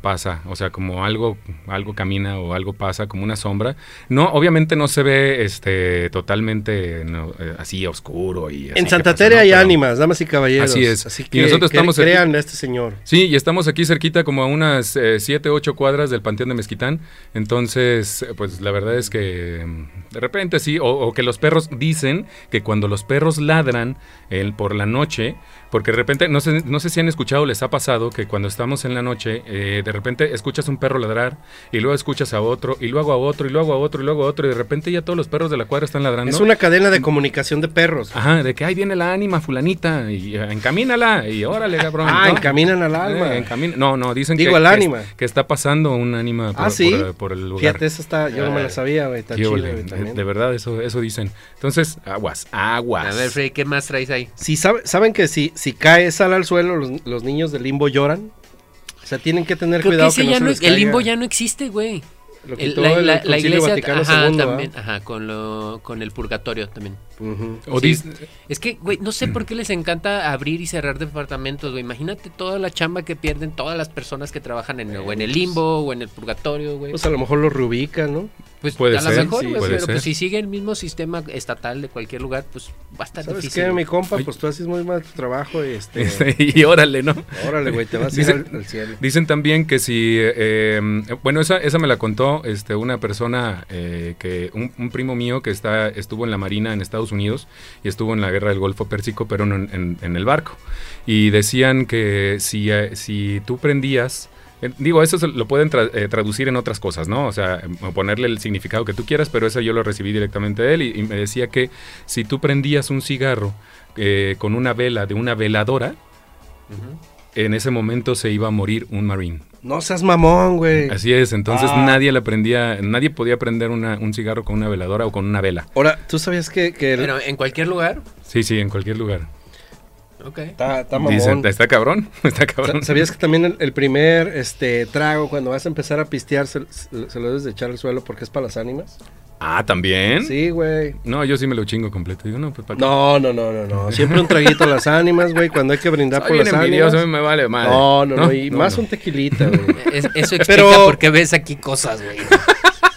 Speaker 1: pasa, o sea, como algo, algo camina o algo pasa, como una sombra. No, obviamente no se ve este, totalmente no, eh, así oscuro y así
Speaker 3: en
Speaker 1: que
Speaker 3: Santa
Speaker 1: pasa,
Speaker 3: Tere
Speaker 1: ¿no?
Speaker 3: hay
Speaker 1: Pero-
Speaker 3: ánimas, damas y caballeros.
Speaker 1: Así es.
Speaker 3: Así
Speaker 1: Y
Speaker 3: que,
Speaker 1: nosotros
Speaker 3: que
Speaker 1: estamos aquí-
Speaker 3: crean a este señor.
Speaker 1: Sí, y estamos aquí cerquita, como a unas 7, 8 cuadras del Panteón de Mezquitán. Entonces, eh, pues la verdad es que mm, de repente sí, o, o que los perros dicen que cuando los perros ladran eh, por la noche, porque de repente, no sé, no sé si han escuchado o les ha pasado que cuando estamos en la noche, eh, de repente escuchas un perro ladrar y luego escuchas a otro, y luego a otro, y luego a otro, y luego a otro, y de repente ya todos los perros de la cuadra están ladrando.
Speaker 3: Es una cadena de comunicación de perros.
Speaker 1: Ajá, de que ahí viene la ánima fulanita, y eh, encamínala, y órale, cabrón.
Speaker 3: Ah,
Speaker 1: ¿no?
Speaker 3: encaminan al alma.
Speaker 1: Eh, en camino- No, no, dicen
Speaker 3: Digo,
Speaker 1: que,
Speaker 3: al
Speaker 1: que es-
Speaker 3: ánima.
Speaker 1: Que, está pasando un ánima por,
Speaker 3: Ah, ¿sí?
Speaker 1: por- por el lugar. Ah,
Speaker 3: Fíjate, eso está, yo no me la sabía, güey, está
Speaker 1: Qué
Speaker 3: chido,
Speaker 1: ole,
Speaker 3: güey,
Speaker 1: eh,
Speaker 3: también.
Speaker 1: de verdad, eso, eso dicen. Entonces, aguas, aguas.
Speaker 2: A ver, Frey, ¿qué más traes ahí?
Speaker 3: Si sabe- saben que si, si cae sal al suelo, los, los niños del limbo lloran. O sea, tienen que tener
Speaker 2: Creo que
Speaker 3: cuidado.
Speaker 2: ese
Speaker 3: no
Speaker 2: ya
Speaker 3: se
Speaker 2: no,
Speaker 3: les
Speaker 2: el limbo
Speaker 3: caiga.
Speaker 2: ya no existe, güey.
Speaker 3: Lo
Speaker 2: El-
Speaker 3: quitó el Concilio Vaticano ¿ah?
Speaker 2: ajá,
Speaker 3: II, ¿va?
Speaker 2: también, ajá, con, lo, con el purgatorio también.
Speaker 3: Ujú.
Speaker 1: O
Speaker 2: Sí.
Speaker 1: dis- <laughs>
Speaker 2: Es que, güey, no sé por qué les encanta abrir y cerrar departamentos, güey. Imagínate toda la chamba que pierden todas las personas que trabajan en, o en el limbo o en el purgatorio, güey.
Speaker 3: Pues a lo mejor lo reubican, ¿no?
Speaker 2: pues
Speaker 1: puede
Speaker 2: a lo
Speaker 1: ser,
Speaker 2: mejor,
Speaker 1: sí,
Speaker 2: güey,
Speaker 1: puede
Speaker 2: pero
Speaker 1: ser.
Speaker 2: pues, si sigue el mismo sistema estatal de cualquier lugar, pues va a estar
Speaker 3: ¿Sabes
Speaker 2: difícil.
Speaker 3: qué, mi
Speaker 2: güey.
Speaker 3: compa?
Speaker 1: Oye.
Speaker 3: Pues tú haces muy mal tu trabajo y este...
Speaker 1: Este, y órale, ¿no?
Speaker 3: Órale, güey, te vas a ir
Speaker 1: Dicen-
Speaker 3: al, al cielo.
Speaker 1: Dicen también que si, eh, eh, bueno, esa, esa me la contó este, una persona eh, que, un, un primo mío que está, estuvo en la Marina en Estados Unidos y estuvo en la guerra del Golfo Pérsico, pero no en, en- en el barco. Y decían que si, eh, si tú prendías eh, digo, eso se lo pueden tra- eh, traducir en otras cosas, ¿no? O sea, em, o ponerle el significado que tú quieras, pero eso yo lo recibí directamente de él y, y me decía que si tú prendías un cigarro eh, con una vela de una veladora, en ese momento se iba a morir un marine.
Speaker 3: No seas mamón, güey.
Speaker 1: Así es, entonces
Speaker 3: Ah.
Speaker 1: nadie le prendía, nadie podía prender una- un cigarro con una veladora o con una vela.
Speaker 3: Ahora, ¿tú sabías que, que el-
Speaker 2: Pero en cualquier lugar.
Speaker 1: Sí, sí, en cualquier lugar.
Speaker 2: Ok.
Speaker 3: está, está mamón?
Speaker 1: Dicen, está cabrón, <laughs> está cabrón.
Speaker 3: Sa- ¿Sabías que también el, el primer este trago cuando vas a empezar a pistear se, se- se lo debes de echar al suelo porque es para las ánimas?
Speaker 1: Ah, también.
Speaker 3: Sí, güey.
Speaker 1: No, yo sí me lo chingo completo. Digo, no, pues para
Speaker 3: No, no, no, no, no. Siempre un traguito a las ánimas, güey, cuando hay que brindar
Speaker 1: Soy
Speaker 3: por
Speaker 1: bien
Speaker 3: las ánimas.
Speaker 1: envidioso, a mí me vale madre.
Speaker 3: No, no, no, y más
Speaker 1: no.
Speaker 3: un tequilita, güey.
Speaker 2: Es- eso explica
Speaker 3: Pero-
Speaker 2: por qué ves aquí cosas, güey.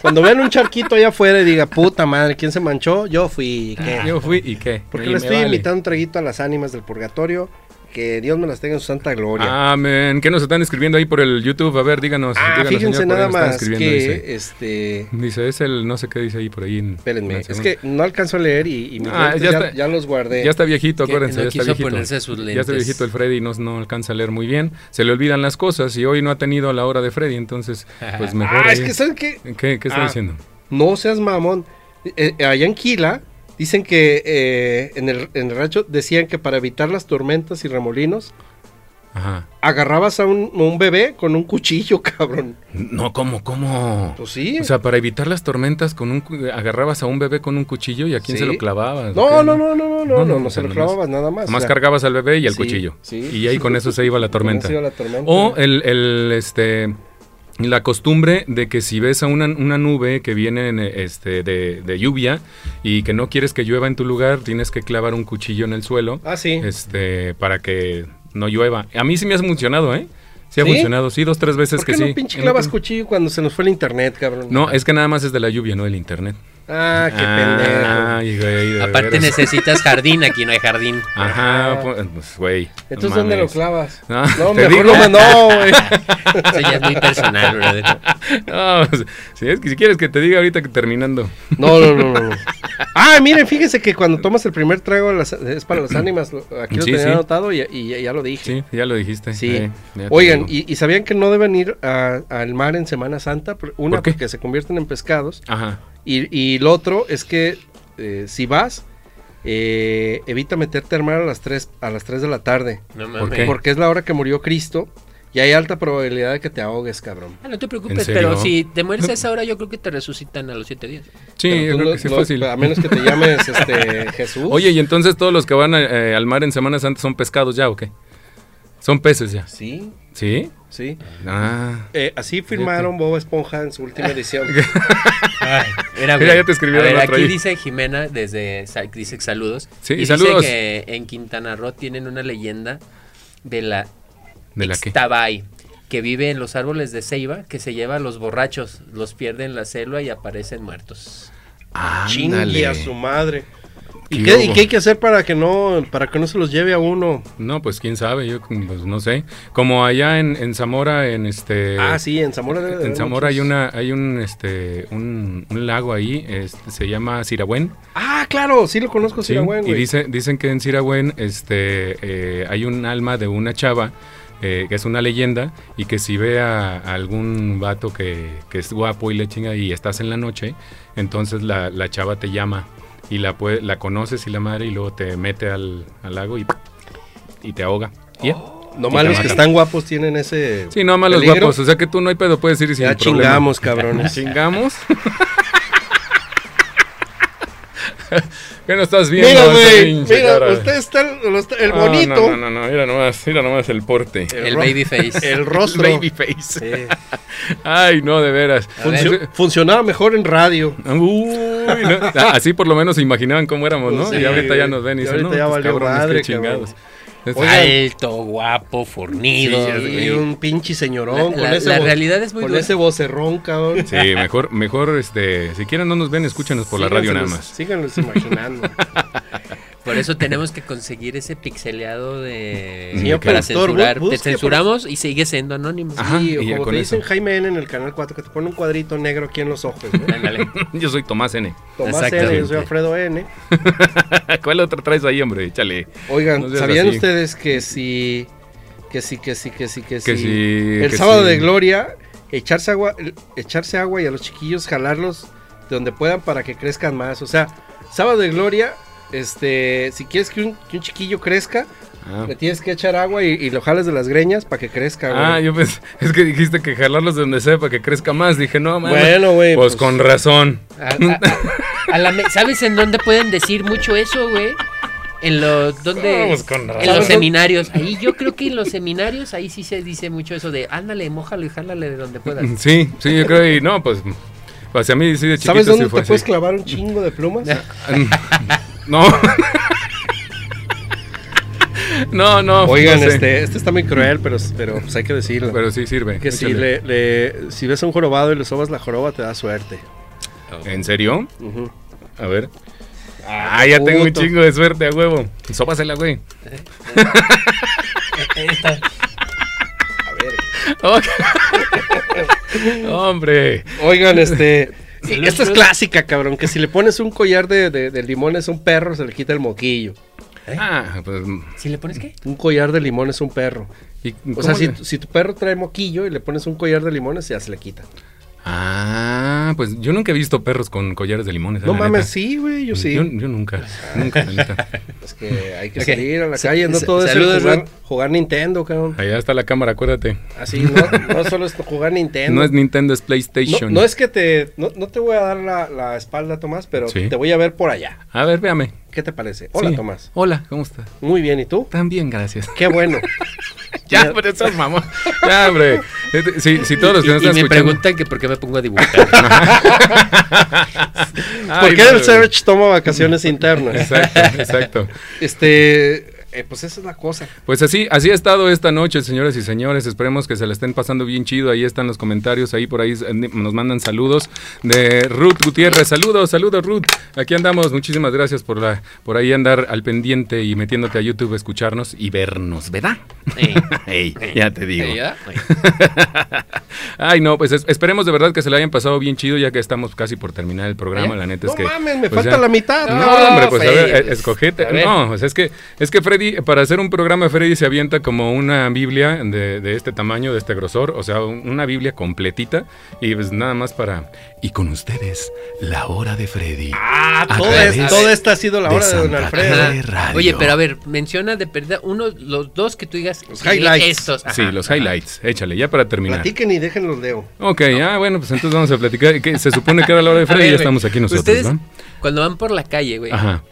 Speaker 3: Cuando vean un charquito allá afuera y diga, puta madre, ¿quién se manchó? Yo fui. ¿qué?
Speaker 1: <laughs> Ah, Yo fui y qué.
Speaker 3: Porque
Speaker 1: Y
Speaker 3: le
Speaker 1: me
Speaker 3: estoy
Speaker 1: vale.
Speaker 3: invitando un traguito a las ánimas del purgatorio. Que Dios me las tenga en su santa gloria. Ah,
Speaker 1: Amén. ¿Qué nos están escribiendo ahí por el YouTube? A ver, díganos. díganos,
Speaker 3: fíjense
Speaker 1: pues, señor, por
Speaker 3: nada
Speaker 1: dónde están
Speaker 3: más que,
Speaker 1: escribiendo, dice.
Speaker 3: este...
Speaker 1: Dice, es el no sé qué dice ahí por ahí. en- en
Speaker 3: Espérenme,
Speaker 1: la
Speaker 3: es
Speaker 1: segunda.
Speaker 3: que no alcanzo a leer y, y mis
Speaker 1: Ah,
Speaker 3: lentes
Speaker 1: ya
Speaker 3: ya,
Speaker 1: está-
Speaker 3: ya los guardé.
Speaker 1: Ya está viejito,
Speaker 2: Que
Speaker 1: acuérdense,
Speaker 2: no
Speaker 1: ya está
Speaker 2: quiso
Speaker 1: viejito.
Speaker 2: ponerse sus
Speaker 1: Ya está
Speaker 2: lentes.
Speaker 1: viejito el Freddy y no, no alcanza a leer muy bien. Se le olvidan las cosas y hoy no ha tenido la hora de Freddy,
Speaker 2: <laughs>
Speaker 1: entonces, pues mejor.
Speaker 3: ah, es
Speaker 1: ahí.
Speaker 3: que ¿saben qué?
Speaker 1: ¿Qué, qué está
Speaker 3: Ah.
Speaker 1: diciendo?
Speaker 3: No seas mamón. Eh, eh, allá en Quila dicen que eh, en, el, en el rancho decían que para evitar las tormentas y remolinos
Speaker 1: Ajá.
Speaker 3: agarrabas a un, a un bebé con un cuchillo, <laughs> cabrón.
Speaker 1: No, ¿cómo, cómo?
Speaker 3: Pues sí.
Speaker 1: O sea, para evitar las tormentas, con un cu- agarrabas a un bebé con un cuchillo y a quién
Speaker 3: Sí.
Speaker 1: se lo clavabas. ¿o
Speaker 3: no,
Speaker 1: qué?
Speaker 3: no, no, no,
Speaker 1: No,
Speaker 3: no, no,
Speaker 1: pues
Speaker 3: no,
Speaker 1: no,
Speaker 3: no,
Speaker 1: o sea,
Speaker 3: se lo
Speaker 1: nomás-
Speaker 3: clavabas nada más.
Speaker 1: Nomás
Speaker 3: o sea,
Speaker 1: cargabas al bebé y el
Speaker 3: sí,
Speaker 1: cuchillo.
Speaker 3: sí.
Speaker 1: Y ahí con eso se iba la
Speaker 3: con
Speaker 1: tormenta.
Speaker 3: eso iba la tormenta.
Speaker 1: O eh, el, el, este la costumbre de que si ves a una, una nube que viene en, eh, este, de, de lluvia y que no quieres que llueva en tu lugar, tienes que clavar un cuchillo en el suelo
Speaker 3: Ah, sí.
Speaker 1: este, para que no llueva. A mí sí me has funcionado, ¿eh? Sí ha
Speaker 3: ¿Sí?
Speaker 1: funcionado, sí, dos, tres veces
Speaker 3: ¿Por qué
Speaker 1: que
Speaker 3: no
Speaker 1: sí.
Speaker 3: pinche
Speaker 1: En
Speaker 3: clavas
Speaker 1: otro-
Speaker 3: cuchillo cuando se nos fue el internet, cabrón?
Speaker 1: No, es que nada más es de la lluvia, no del internet.
Speaker 3: Ah, qué pendejo.
Speaker 1: Ay, güey, de
Speaker 2: Aparte
Speaker 1: veras.
Speaker 2: necesitas jardín, aquí no hay jardín.
Speaker 1: Ajá, pues, güey. no
Speaker 3: Ah. Entonces, ¿dónde lo
Speaker 1: mames.
Speaker 3: clavas?
Speaker 1: No,
Speaker 3: No,
Speaker 1: te digo.
Speaker 3: mejor no, no, güey.
Speaker 2: Eso ya es muy personal, brother.
Speaker 1: <laughs> No, pues, si, es que, si quieres que te diga ahorita que terminando.
Speaker 3: No, no, no, no, no. Ah, miren, fíjense que cuando tomas el primer trago las- es para las ánimas. lo- Aquí lo
Speaker 1: Sí,
Speaker 3: tenía
Speaker 1: sí.
Speaker 3: anotado y, y ya- ya lo dije.
Speaker 1: Sí, ya lo dijiste.
Speaker 3: Sí.
Speaker 1: Eh, ya te
Speaker 3: Oigan,
Speaker 1: digo.
Speaker 3: y, y sabían que no deben ir a- al mar en Semana Santa? Por- Una,
Speaker 1: ¿Por qué?
Speaker 3: porque se convierten en pescados.
Speaker 1: Ajá.
Speaker 3: Y, y el otro es que eh, si vas, eh, evita meterte al mar a las 3, a las 3 de la tarde.
Speaker 2: No
Speaker 1: ¿Por qué?
Speaker 2: mames.
Speaker 3: Porque es la hora que murió Cristo y hay alta probabilidad de que te ahogues, cabrón.
Speaker 2: Ah, no te
Speaker 1: ¿En
Speaker 2: preocupes,
Speaker 1: serio?
Speaker 2: pero si te mueres a esa hora, yo creo que te resucitan a los siete días.
Speaker 1: Sí,
Speaker 3: Pero
Speaker 1: yo
Speaker 3: tú
Speaker 1: creo
Speaker 3: no-
Speaker 1: que sí es
Speaker 3: no-
Speaker 1: fácil.
Speaker 3: A menos que te llames
Speaker 1: <laughs>
Speaker 3: este, Jesús.
Speaker 1: Oye, y entonces todos los que van eh, al mar en Semana Santa son pescados ya, ¿o qué? Son peces ya.
Speaker 3: Sí,
Speaker 1: ¿Sí?
Speaker 3: sí.
Speaker 1: Ah.
Speaker 3: Eh, así firmaron Bob Esponja en su
Speaker 1: <laughs>
Speaker 3: última edición.
Speaker 2: Era
Speaker 1: Mira, ya te escribieron
Speaker 2: A ver,
Speaker 1: otro
Speaker 2: aquí
Speaker 1: ahí.
Speaker 2: dice Jimena, desde sa- dice saludos.
Speaker 1: Sí,
Speaker 2: y dice
Speaker 1: saludos.
Speaker 2: que en Quintana Roo tienen una leyenda de la,
Speaker 1: ¿De la qué?
Speaker 2: Ixtabay, que vive en los árboles de ceiba, que se lleva a los borrachos, los pierde en la selva y aparecen muertos.
Speaker 3: Chingue a
Speaker 1: Ándale.
Speaker 3: su madre. ¿Y
Speaker 1: ¿Qué
Speaker 3: qué, y
Speaker 1: hubo?
Speaker 3: qué hay que hacer para que no para que no se los lleve a uno?
Speaker 1: No, pues quién sabe, yo pues, no sé. Como allá en, en Zamora, en este...
Speaker 3: ah, sí, en Zamora. debe de
Speaker 1: En
Speaker 3: haber
Speaker 1: Zamora hay
Speaker 3: muchos.
Speaker 1: una, hay un, este, un, un lago ahí, este, se llama Siragüen.
Speaker 3: Ah, claro, sí lo conozco,
Speaker 1: Sí,
Speaker 3: sí, güey.
Speaker 1: y dice, dicen que en Siragüen este, eh, hay un alma de una chava, eh, que es una leyenda, y que si ve a, a algún vato que, que es guapo y le chinga y estás en la noche, entonces la, la chava te llama y la, puede- la conoces y la madre y luego te mete al, al lago y, y te ahoga. ¿Y ya.
Speaker 3: No mal
Speaker 1: Y
Speaker 3: los
Speaker 1: te
Speaker 3: que
Speaker 1: mata.
Speaker 3: están guapos tienen ese.
Speaker 1: Sí, no ama a los
Speaker 3: peligro.
Speaker 1: guapos, o sea que tú no hay pedo, puedes ir sin
Speaker 3: Ya
Speaker 1: problema. <laughs>
Speaker 3: chingamos, cabrones.
Speaker 1: ¿Chingamos? ¿Qué no estás viendo?
Speaker 3: Mira,
Speaker 1: esa
Speaker 3: güey.
Speaker 1: pinche
Speaker 3: Mira,
Speaker 1: cara?
Speaker 3: usted está el, los- el
Speaker 1: Ah,
Speaker 3: bonito.
Speaker 1: no, no, no, no, mira nomás, mira nomás el porte.
Speaker 3: El
Speaker 2: El,
Speaker 3: ro-
Speaker 1: <laughs>
Speaker 2: baby face.
Speaker 3: <laughs> El rostro.
Speaker 1: face.
Speaker 3: Sí.
Speaker 1: Ay, no, de veras.
Speaker 2: A ver.
Speaker 3: Funcio- funcionaba mejor en radio.
Speaker 1: Uy, no.
Speaker 3: <laughs>
Speaker 1: Ah, Así por lo menos se imaginaban cómo éramos, ¿no?
Speaker 3: Pues
Speaker 1: y
Speaker 3: sí,
Speaker 1: ahorita ya
Speaker 3: güey.
Speaker 1: nos ven y
Speaker 3: Y
Speaker 1: dicen, no,
Speaker 3: ahorita ya
Speaker 1: pues,
Speaker 3: valió
Speaker 1: cabrones, qué
Speaker 3: madre,
Speaker 1: chingados.
Speaker 3: Oigan. eh,
Speaker 2: Alto, guapo, fornido.
Speaker 3: Y
Speaker 2: güey.
Speaker 3: un pinche señorón
Speaker 2: La-
Speaker 3: con
Speaker 2: la-
Speaker 3: ese
Speaker 2: la
Speaker 3: vo-
Speaker 2: realidad es muy
Speaker 3: con
Speaker 2: dura.
Speaker 3: ese vocerrón, cabrón.
Speaker 1: Sí, mejor, mejor, este, si quieren no nos ven, escúchenos <laughs> por la radio nada
Speaker 3: Síganselos-
Speaker 1: más. <laughs>
Speaker 3: Síganlos imaginando.
Speaker 2: Por eso tenemos que conseguir ese pixeleado de
Speaker 1: Señor
Speaker 2: para
Speaker 3: productor,
Speaker 2: censurar.
Speaker 3: bu- busque,
Speaker 2: Te censuramos y sigue siendo anónimo.
Speaker 1: Ajá,
Speaker 3: sí,
Speaker 1: <laughs>
Speaker 3: o
Speaker 1: y ya
Speaker 3: como
Speaker 1: con
Speaker 3: te dicen
Speaker 1: eso.
Speaker 3: Jaime N en el canal 4, que te pone un cuadrito negro aquí en los ojos.
Speaker 1: <laughs>
Speaker 3: ¿no?
Speaker 2: Ándale.
Speaker 1: Yo soy Tomás
Speaker 3: <laughs>
Speaker 1: N.
Speaker 3: Tomás
Speaker 2: Exactamente.
Speaker 3: N, yo soy Alfredo N.
Speaker 1: ¿Cuál otra traes ahí, hombre? Échale.
Speaker 3: Oigan,
Speaker 1: No seas
Speaker 3: ¿sabían
Speaker 1: así.
Speaker 3: ustedes que si que sí, que sí, que sí,
Speaker 1: Que
Speaker 3: que, sí.
Speaker 1: sí,
Speaker 3: El
Speaker 1: que
Speaker 3: sábado
Speaker 1: sí.
Speaker 3: de gloria, echarse agua, el- echarse agua y a los chiquillos jalarlos de donde puedan para que crezcan más. O sea, sábado de gloria, este, si quieres que un, que un chiquillo crezca,
Speaker 1: Ah.
Speaker 3: le tienes que echar agua y, y lo jalas de las greñas para que crezca, güey.
Speaker 1: Ah, yo pensé, <laughs> es que dijiste que jalarlos de donde sea para que crezca más. Dije, no, man.
Speaker 3: Bueno, güey,
Speaker 1: Pues,
Speaker 3: pues-
Speaker 1: con razón.
Speaker 2: A- a- a- a la me- ¿Sabes en dónde pueden decir mucho eso, güey? En los ¿dónde?
Speaker 1: Vamos con
Speaker 2: En los
Speaker 1: razón.
Speaker 2: seminarios. Ahí yo creo que en los seminarios ahí sí se dice mucho eso de ándale, mójalo y jálale de donde puedas.
Speaker 1: Sí, sí, yo creo. Y no, pues. Hacia mí sí de chiquito
Speaker 3: ¿Sabes dónde
Speaker 1: sí
Speaker 3: te
Speaker 1: fue
Speaker 3: puedes
Speaker 1: así.
Speaker 3: clavar un chingo
Speaker 1: <laughs>
Speaker 3: de plumas?
Speaker 1: No. no, no. pues,
Speaker 3: Oigan,
Speaker 1: no sé.
Speaker 3: este, este está muy cruel, pero, pero pues, hay que decirlo.
Speaker 1: Pero sí sirve.
Speaker 3: que si,
Speaker 1: échale.
Speaker 3: le, le- si ves a un jorobado y le sobas la joroba, te da suerte.
Speaker 1: ¿En serio?
Speaker 3: Ujú.
Speaker 1: A ver. Ah, ya tengo un
Speaker 3: puto.
Speaker 1: chingo de suerte a huevo. Sópasela, güey. Ok. <laughs> Hombre.
Speaker 3: Oigan, <laughs> este.
Speaker 2: Sí,
Speaker 3: Esta es
Speaker 2: los-
Speaker 3: clásica, cabrón. Que si le pones un collar de, de- de limones a un perro, se le quita el moquillo.
Speaker 1: Ah, pues.
Speaker 2: ¿Si le pones qué?
Speaker 3: Un collar de limones a un perro.
Speaker 1: ¿y
Speaker 3: O
Speaker 1: cómo
Speaker 3: sea, si,
Speaker 1: le-
Speaker 3: si tu perro trae moquillo y le pones un collar de limones, ya se le quita.
Speaker 1: Ah, pues yo nunca he visto perros con collares de limones.
Speaker 3: No
Speaker 1: la
Speaker 3: mames,
Speaker 1: neta.
Speaker 3: sí, güey, yo sí.
Speaker 1: Yo, yo nunca. Nunca, la neta.
Speaker 3: Es que hay que
Speaker 2: Ok.
Speaker 3: salir a la
Speaker 2: Sa-
Speaker 3: calle, no
Speaker 2: sa-
Speaker 3: todo es el
Speaker 2: saludos,
Speaker 3: jugar,
Speaker 2: Rod.
Speaker 3: jugar Nintendo, cabrón.
Speaker 1: Allá está la cámara, acuérdate.
Speaker 3: Así, no, no solo es jugar Nintendo.
Speaker 1: No es Nintendo, es
Speaker 3: No-
Speaker 1: PlayStation.
Speaker 3: no es que te. No, no te voy a dar la, la espalda, Tomás, pero
Speaker 1: Sí.
Speaker 3: te voy a ver por allá.
Speaker 1: A ver, véame.
Speaker 3: ¿Qué te parece? Hola,
Speaker 1: Sí.
Speaker 3: Tomás.
Speaker 1: Hola, ¿cómo estás?
Speaker 3: Muy bien, ¿y tú?
Speaker 1: Tan bien,
Speaker 3: <laughs>
Speaker 1: gracias. <laughs>
Speaker 3: Qué bueno.
Speaker 1: Ya, pero eso es mamón. Ya, hombre. Este, Si, si todos los que
Speaker 2: y
Speaker 1: nos
Speaker 2: y
Speaker 1: están
Speaker 2: me
Speaker 1: escuchando.
Speaker 2: preguntan que por qué me pongo a dibujar.
Speaker 1: Ay, <laughs>
Speaker 3: ¿Por qué el
Speaker 1: madre.
Speaker 3: search toma vacaciones internas?
Speaker 1: Exacto, exacto.
Speaker 3: Este, eh, pues esa es la cosa.
Speaker 1: Pues así, así ha estado esta noche, señoras y señores. Esperemos que se la estén pasando bien chido. Ahí están los comentarios, ahí por ahí eh, nos mandan saludos de Ruth Gutiérrez. Saludos, saludos Ruth. Aquí andamos. Muchísimas gracias por la, por ahí andar al pendiente y metiéndote a YouTube, escucharnos y vernos, ¿verdad?
Speaker 2: Ey,
Speaker 1: <laughs> Ey, ya te digo.
Speaker 2: ey, ¿ya? Ey.
Speaker 1: Ay, no, pues es- esperemos de verdad que se la hayan pasado bien chido, ya que estamos casi por terminar el programa. La neta
Speaker 3: Eh, No
Speaker 1: es que.
Speaker 3: mames, me
Speaker 1: pues,
Speaker 3: falta la mitad.
Speaker 1: No,
Speaker 2: No,
Speaker 1: hombre, pues a
Speaker 2: Freddy,
Speaker 1: ver, eh,
Speaker 2: pues,
Speaker 1: escogete.
Speaker 2: a ver.
Speaker 1: No, pues es que, es que Freddy, para hacer un programa, Freddy se avienta como una Biblia de, de este tamaño, de este grosor, o sea, un- una Biblia completita, y pues nada más para. Y con ustedes, la hora de Freddy.
Speaker 3: Ah,
Speaker 1: A
Speaker 3: todo,
Speaker 1: través
Speaker 3: es- todo esto ha sido la
Speaker 1: de
Speaker 3: hora de Don
Speaker 1: Santa
Speaker 3: Alfredo.
Speaker 1: Ajá.
Speaker 2: Ajá.
Speaker 1: de radio.
Speaker 2: Oye, pero a ver, menciona de perder uno, los dos que tú digas.
Speaker 3: Los highlights.
Speaker 2: Estos. ajá,
Speaker 1: sí, los
Speaker 2: ajá.
Speaker 1: highlights. Échale, ya para terminar.
Speaker 3: Platiquen y déjenlos leo.
Speaker 1: Ok, ah, bueno, pues entonces vamos a platicar. que Se supone que era la hora de
Speaker 2: A
Speaker 1: Freddy y
Speaker 2: ver,
Speaker 1: ya
Speaker 2: güey,
Speaker 1: estamos aquí nosotros,
Speaker 2: Ustedes, eh,
Speaker 1: ¿no?
Speaker 2: cuando van por la calle, güey,
Speaker 1: Ajá.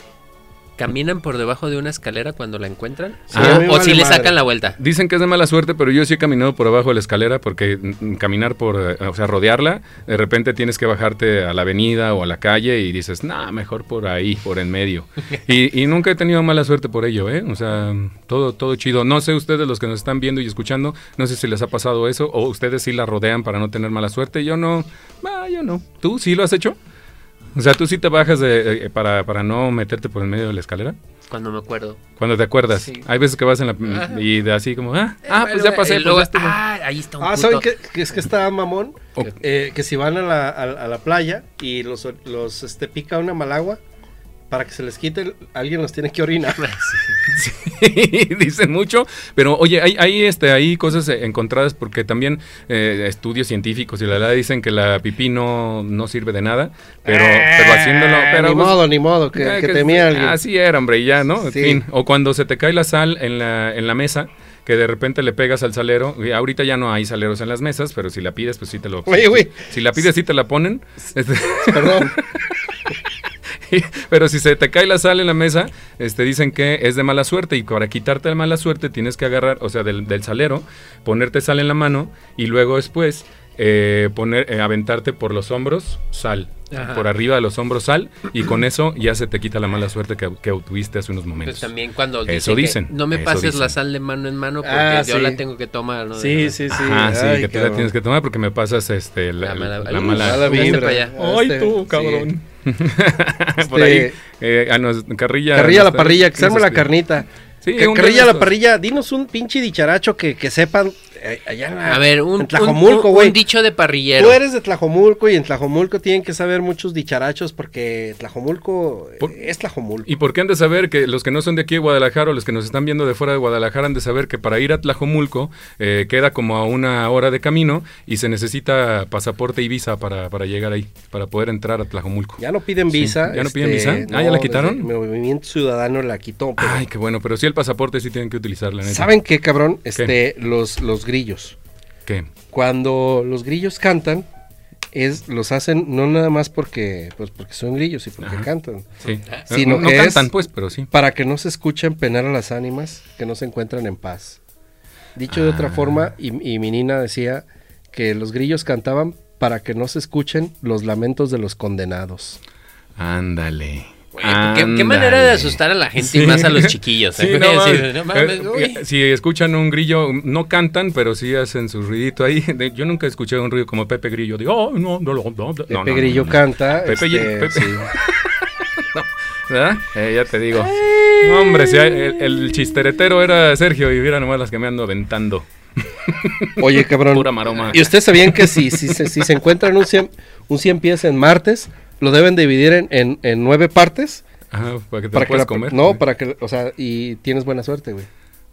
Speaker 2: caminan por debajo de una escalera cuando la encuentran.
Speaker 3: Sí,
Speaker 1: Ah.
Speaker 3: a mí me
Speaker 2: o si
Speaker 3: vale
Speaker 2: le
Speaker 3: madre.
Speaker 2: sacan la vuelta.
Speaker 1: Dicen que es de mala suerte, pero yo sí he caminado por abajo de la escalera porque mm, caminar por, eh, o sea, rodearla, de repente tienes que bajarte a la avenida o a la calle y dices, nah, mejor por ahí, por en medio. y, y nunca he tenido mala suerte por ello, ¿eh? O sea, todo, todo chido. No sé ustedes los que nos están viendo y escuchando, no sé si les ha pasado eso o ustedes sí la rodean para no tener mala suerte. Yo no, ah, yo no. ¿Tú sí lo has hecho? O sea, ¿tú sí te bajas de- eh, para, para no meterte por el medio de la escalera?
Speaker 2: Cuando me acuerdo.
Speaker 1: Cuando te acuerdas.
Speaker 2: Sí.
Speaker 1: Hay veces que vas en la... Y de así como, ah, ah
Speaker 2: Eh,
Speaker 1: pues
Speaker 2: luego-
Speaker 1: ya pasé.
Speaker 2: eh,
Speaker 1: pues
Speaker 2: luego-
Speaker 1: ya estuvo. <laughs>
Speaker 2: ah, ahí está un
Speaker 3: Ah,
Speaker 2: puto.
Speaker 3: ¿saben qué? Que es que está mamón.
Speaker 1: Ok.
Speaker 3: Eh, que si van a la, a, a la playa y los, los este, pica una malagua, para que se les quite, el- alguien los tiene que orinar.
Speaker 2: <laughs>
Speaker 1: Sí, <laughs> dicen mucho. Pero oye, hay, hay, este, hay cosas eh, encontradas porque también eh, estudios científicos y la verdad dicen que la pipí no, no sirve de nada. Pero, pero haciéndolo...
Speaker 3: Eh,
Speaker 1: Pero,
Speaker 3: ni
Speaker 1: pues,
Speaker 3: modo, ni modo, que,
Speaker 1: eh,
Speaker 3: que
Speaker 1: que-
Speaker 3: temía alguien.
Speaker 1: Así era, hombre, y ya, ¿no? En
Speaker 3: Sí.
Speaker 1: fin. O cuando se te cae la sal en la, en la mesa, que de repente le pegas al salero. y ahorita ya no hay saleros en las mesas, pero si la pides, pues sí te lo...
Speaker 3: Oye, güey.
Speaker 1: Si la pides, sí te la ponen. Este-
Speaker 2: <laughs>
Speaker 3: Perdón.
Speaker 1: <laughs> Pero si se te cae la sal en la mesa, este, dicen que es de mala suerte y para quitarte la mala suerte tienes que agarrar, o sea, del, del salero, ponerte sal en la mano y luego después eh, poner, eh, aventarte por los hombros sal,
Speaker 2: Ajá.
Speaker 1: por arriba de los hombros sal y con eso ya se te quita la mala suerte que, que tuviste hace unos
Speaker 2: Pues
Speaker 1: momentos.
Speaker 2: también cuando
Speaker 1: Eso
Speaker 2: que
Speaker 1: dicen,
Speaker 2: no me
Speaker 1: eso
Speaker 2: pases
Speaker 1: dicen.
Speaker 2: la sal de mano en mano porque
Speaker 3: Ah,
Speaker 2: yo
Speaker 3: sí.
Speaker 2: la tengo que tomar, ¿no?
Speaker 3: Sí, sí, sí.
Speaker 1: Ah, sí,
Speaker 3: Ay,
Speaker 1: que tú la
Speaker 3: cabrón.
Speaker 1: tienes que tomar porque me pasas este, la, la mala...
Speaker 3: mala
Speaker 2: Vete
Speaker 3: vibra.
Speaker 2: para allá.
Speaker 1: Ay,
Speaker 3: Este,
Speaker 1: tú,
Speaker 3: sí.
Speaker 1: cabrón. <laughs> Por ahí, eh, a nos, carrilla.
Speaker 3: Este, Carrilla a la
Speaker 1: nos-
Speaker 3: parrilla, que se arme la
Speaker 1: este,
Speaker 3: carnita.
Speaker 1: Sí,
Speaker 3: Que
Speaker 1: un día
Speaker 3: carrilla a
Speaker 1: de
Speaker 3: la
Speaker 1: estos.
Speaker 3: parrilla, dinos un pinche dicharacho que, que sepan eh, allá en la-
Speaker 4: A ver, un,
Speaker 3: en
Speaker 4: un-
Speaker 3: Tlajomulco,
Speaker 4: un-
Speaker 3: güey.
Speaker 4: un dicho de parrillero.
Speaker 3: Tú eres de Tlajomulco y en Tlajomulco tienen que saber muchos dicharachos porque Tlajomulco eh,
Speaker 1: Por-
Speaker 3: es Tlajomulco.
Speaker 1: ¿Y por qué han de saber que los que no son de aquí de Guadalajara o los que nos están viendo de fuera de Guadalajara han de saber que para ir a Tlajomulco eh, queda como a una hora de camino y se necesita pasaporte y visa para, para llegar ahí, para poder entrar a Tlajomulco?
Speaker 3: Ya no piden
Speaker 1: Sí,
Speaker 3: visa. este,
Speaker 1: ¿ya no piden visa? Ah, ¿ya la quitaron?
Speaker 3: desde El movimiento Ciudadano la quitó. pero-
Speaker 1: Ay, qué bueno, pero sí el pasaporte sí tienen que utilizar, la neta.
Speaker 3: ¿Saben qué, cabrón? Este, Los, los grillos.
Speaker 1: ¿Qué?
Speaker 3: Cuando los grillos cantan, es, los hacen no nada más porque, pues, porque son grillos y porque
Speaker 1: Ajá.
Speaker 3: cantan.
Speaker 1: Sí.
Speaker 3: Sí,
Speaker 1: no
Speaker 3: no,
Speaker 1: no
Speaker 3: es-
Speaker 1: cantan, pues, pero sí.
Speaker 3: Para que no se escuchen penar a las ánimas que no se encuentran en paz. Dicho de otra
Speaker 1: Ah.
Speaker 3: forma, y, y mi nina decía que los grillos cantaban para que no se escuchen los lamentos de los condenados.
Speaker 1: Ándale.
Speaker 4: Güey, ¿qué, qué manera de
Speaker 1: Ándale.
Speaker 4: asustar a la gente y
Speaker 1: Sí.
Speaker 4: más a
Speaker 1: <laughs>
Speaker 4: los chiquillos. ¿eh? <laughs>
Speaker 1: Sí,
Speaker 2: <laughs>
Speaker 1: no
Speaker 4: Sí,
Speaker 1: mames.
Speaker 4: no mames,
Speaker 1: Eh,
Speaker 4: uy.
Speaker 1: eh, si escuchan un grillo, no cantan, pero sí hacen su ruidito ahí. <laughs> De- Yo nunca escuché un ruido como Pepe Grillo. Digo, "Oh, no, no, no, no, no, no,
Speaker 3: Pepe
Speaker 1: no, no,
Speaker 3: Grillo
Speaker 1: no".
Speaker 3: canta.
Speaker 1: Pepe
Speaker 3: este,
Speaker 1: Grillo- Pepe-
Speaker 3: sí.
Speaker 1: ¿Verdad? Eh, ya te digo. No, hombre, si hay- el, el chisteretero era Sergio y viera nomás las que me ando aventando.
Speaker 3: Oye, cabrón.
Speaker 1: Pura maroma.
Speaker 3: ¿Y ustedes sabían que si, si, se- si se encuentran un 100, un 100 pies en martes, lo deben dividir en, en, en nueve partes?
Speaker 1: Ajá, para que te
Speaker 3: Para
Speaker 1: lo
Speaker 3: que
Speaker 1: puedas
Speaker 3: la-
Speaker 1: comer.
Speaker 3: No, para que, o sea, y tienes buena suerte, güey.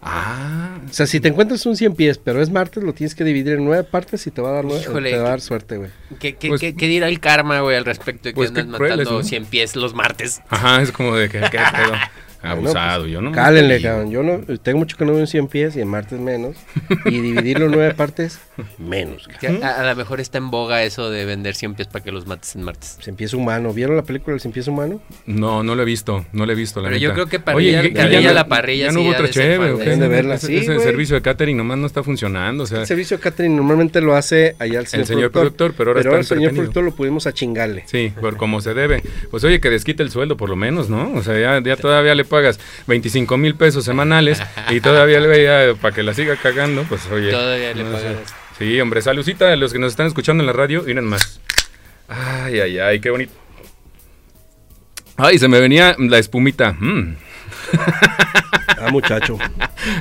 Speaker 1: Ah,
Speaker 3: O sea, si te encuentras un 100 pies, pero es martes, lo tienes que dividir en nueve partes y te va a dar, nue-
Speaker 4: Híjole.
Speaker 3: te va a dar suerte, güey.
Speaker 4: ¿Qué, qué,
Speaker 1: Pues-
Speaker 4: qué- qué dirá el karma, güey, al respecto de que
Speaker 1: Pues qué
Speaker 4: andan
Speaker 1: crueles,
Speaker 4: matando
Speaker 1: ¿no?
Speaker 4: 100 pies los martes?
Speaker 1: ajá, es como de que, qué pedo.
Speaker 3: <laughs> Bueno, pues,
Speaker 1: Abusado, yo no.
Speaker 3: Cálenle, cabrón. Yo no, tengo mucho que no veo un 100 pies y en martes menos. Y dividirlo en nueve partes, menos, cabrón.
Speaker 4: Que a, a lo mejor está en boga eso de vender 100 pies para que los mates en martes.
Speaker 3: Cien pies humano. ¿Vieron la película del cien pies humano?
Speaker 1: No, no lo he visto, no lo he visto, la
Speaker 4: Pero yo
Speaker 1: neta.
Speaker 4: creo que parrilla-
Speaker 1: ¿y- y
Speaker 3: parrilla
Speaker 1: ya no-
Speaker 4: la parrilla
Speaker 1: Ya no
Speaker 4: sí
Speaker 1: hubo
Speaker 4: ya
Speaker 1: otra
Speaker 4: de ser
Speaker 1: chévere,
Speaker 4: fan de-
Speaker 1: ¿o qué?
Speaker 3: Deben de verla,
Speaker 1: Ese,
Speaker 3: sí,
Speaker 1: ese
Speaker 3: güey.
Speaker 1: servicio de catering nomás no está funcionando, o sea,
Speaker 3: El servicio de catering normalmente lo hace allá el señor,
Speaker 1: señor productor, pero ahora está
Speaker 3: el señor
Speaker 1: entretenido.
Speaker 3: productor lo pudimos achingarle.
Speaker 1: Sí, por como se debe. Pues oye, que desquite el sueldo por lo menos, ¿no? O sea, ya, ya todavía le pagas 25 mil
Speaker 4: <laughs>
Speaker 1: pesos semanales y todavía le veía para que la siga cagando, pues oye.
Speaker 4: Todavía le
Speaker 1: no sé.
Speaker 4: pagas.
Speaker 1: Sí, hombre, saludcita a los que nos están escuchando en la radio, miren más. Ay, ay, ay, qué bonito. Ay, se me venía la espumita. Mm.
Speaker 3: Ah,
Speaker 1: <laughs>
Speaker 3: muchacho.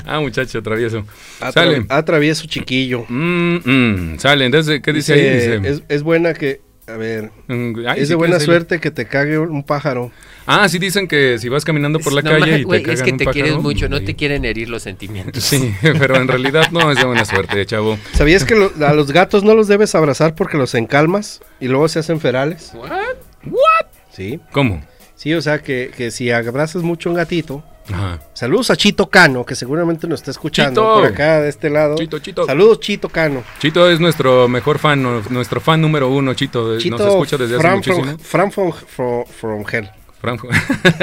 Speaker 1: Ah, muchacho, travieso.
Speaker 3: Atra-
Speaker 1: Sale.
Speaker 3: Atravieso chiquillo.
Speaker 1: Mm, mm, Sale, entonces, ¿qué dice, ahí? Dice,
Speaker 3: Es, es buena que. A ver.
Speaker 1: mm, ay, si
Speaker 3: es de buena
Speaker 1: quieres ahí-
Speaker 3: suerte que te cague un pájaro.
Speaker 1: Ah, sí dicen que si vas caminando por la
Speaker 4: No,
Speaker 1: calle
Speaker 4: ma-
Speaker 1: y te
Speaker 4: güey,
Speaker 1: cagan
Speaker 4: Es que
Speaker 1: un
Speaker 4: te
Speaker 1: pájaro,
Speaker 4: quieres mucho, no
Speaker 1: güey.
Speaker 4: te quieren herir los sentimientos.
Speaker 1: <laughs> Sí, pero en realidad no es de buena suerte, chavo.
Speaker 3: ¿Sabías que lo- a los gatos no los debes abrazar porque los encalmas y luego se hacen ferales?
Speaker 4: ¿What?
Speaker 3: Sí.
Speaker 1: ¿Cómo?
Speaker 3: Sí, o sea que, que si abrazas mucho a un gatito.
Speaker 1: Ajá.
Speaker 3: Saludos a Chito Cano, que seguramente nos está escuchando
Speaker 1: Chito.
Speaker 3: por acá de este lado.
Speaker 1: Chito, Chito. Eh,
Speaker 3: Saludos, Chito Cano.
Speaker 1: Chito es nuestro mejor fan, no- nuestro fan número uno, Chito. eh,
Speaker 3: Chito
Speaker 1: Nos escucha desde hace
Speaker 3: Fran
Speaker 1: muchísimo.
Speaker 3: from, Fran from, from- from Hell.
Speaker 1: Franco.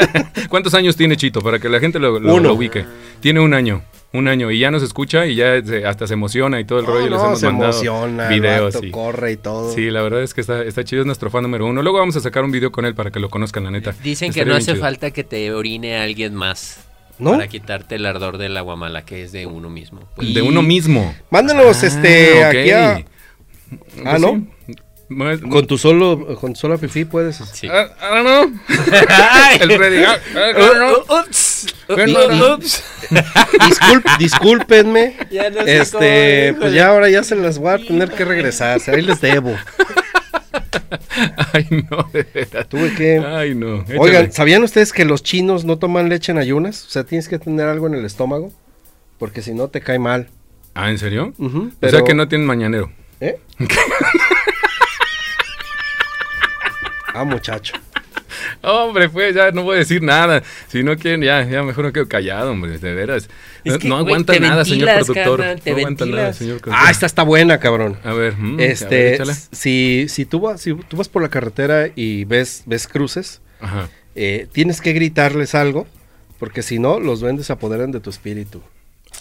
Speaker 1: <laughs> ¿Cuántos años tiene Chito? Para que la gente lo, lo-
Speaker 3: Uno.
Speaker 1: lo ubique. Tiene un año. Un año. Y ya nos escucha y ya se- hasta se emociona y todo el rollo. y
Speaker 3: No,
Speaker 1: les
Speaker 3: no,
Speaker 1: hemos
Speaker 3: se
Speaker 1: mandado
Speaker 3: emociona, el
Speaker 1: videos.
Speaker 3: vato
Speaker 1: y-
Speaker 3: corre y todo.
Speaker 1: Sí, la verdad es que está, está chido, es nuestro fan número uno. Luego vamos a sacar un video con él para que lo conozcan, la neta.
Speaker 4: Dicen que
Speaker 1: Estaría
Speaker 4: no
Speaker 1: bien
Speaker 4: hace
Speaker 1: chido.
Speaker 4: falta que te orine a alguien más
Speaker 3: ¿No?
Speaker 4: para quitarte el ardor del agua mala que es de uno mismo. pues.
Speaker 1: De uno mismo.
Speaker 3: Mándanos
Speaker 1: Ah,
Speaker 3: este
Speaker 1: ok.
Speaker 3: aquí a- Ah,
Speaker 1: Pues
Speaker 3: ¿no?
Speaker 1: sí. Más-
Speaker 3: con tu solo con tu sola pipí puedes.
Speaker 4: Sí. <laughs>
Speaker 1: I, I
Speaker 3: ah,
Speaker 1: don't know. <laughs> El Freddy. ah,
Speaker 3: <laughs>
Speaker 1: ah,
Speaker 3: Oh,
Speaker 1: no,
Speaker 4: Uh, ups. Uh,
Speaker 1: Bueno,
Speaker 4: ups.
Speaker 3: Disculp- discúlpenme.
Speaker 4: Ya no sé
Speaker 3: este,
Speaker 4: cómo,
Speaker 3: pues ya ahora ya se las voy a tener que regresar. Ahí les debo.
Speaker 1: no. <laughs> Ay, no, de veras.
Speaker 3: Tuve que
Speaker 1: Ay, no.
Speaker 3: Oigan,
Speaker 1: Ah, Échale.
Speaker 3: ¿sabían ustedes que los chinos no toman leche en ayunas? O sea, tienes que tener algo en el estómago porque si no te cae mal.
Speaker 1: Ah, ¿en serio?
Speaker 3: Ujú,
Speaker 1: O sea
Speaker 3: pero-
Speaker 1: que no tienen mañanero. <laughs>
Speaker 3: ¿Eh? ah, muchacho.
Speaker 1: Hombre, pues ya no voy a decir nada. Si no quieren, ya, ya mejor me quedo callado, hombre, de veras.
Speaker 4: Es
Speaker 1: No-
Speaker 4: que,
Speaker 1: no
Speaker 4: güey,
Speaker 1: aguanta
Speaker 4: te
Speaker 1: nada, señor
Speaker 4: ventilas,
Speaker 1: productor.
Speaker 4: carnal, te
Speaker 1: no aguanta nada,
Speaker 4: ventilas.
Speaker 1: señor productor.
Speaker 3: Ah, esta está buena, cabrón.
Speaker 1: A ver, mm, a ver,
Speaker 3: Este,
Speaker 1: échale.
Speaker 3: si, si, tú vas, si tú vas por la carretera y ves, ves cruces,
Speaker 1: Ajá.
Speaker 3: eh, tienes que gritarles algo, porque si no, los duendes se apoderan de tu espíritu.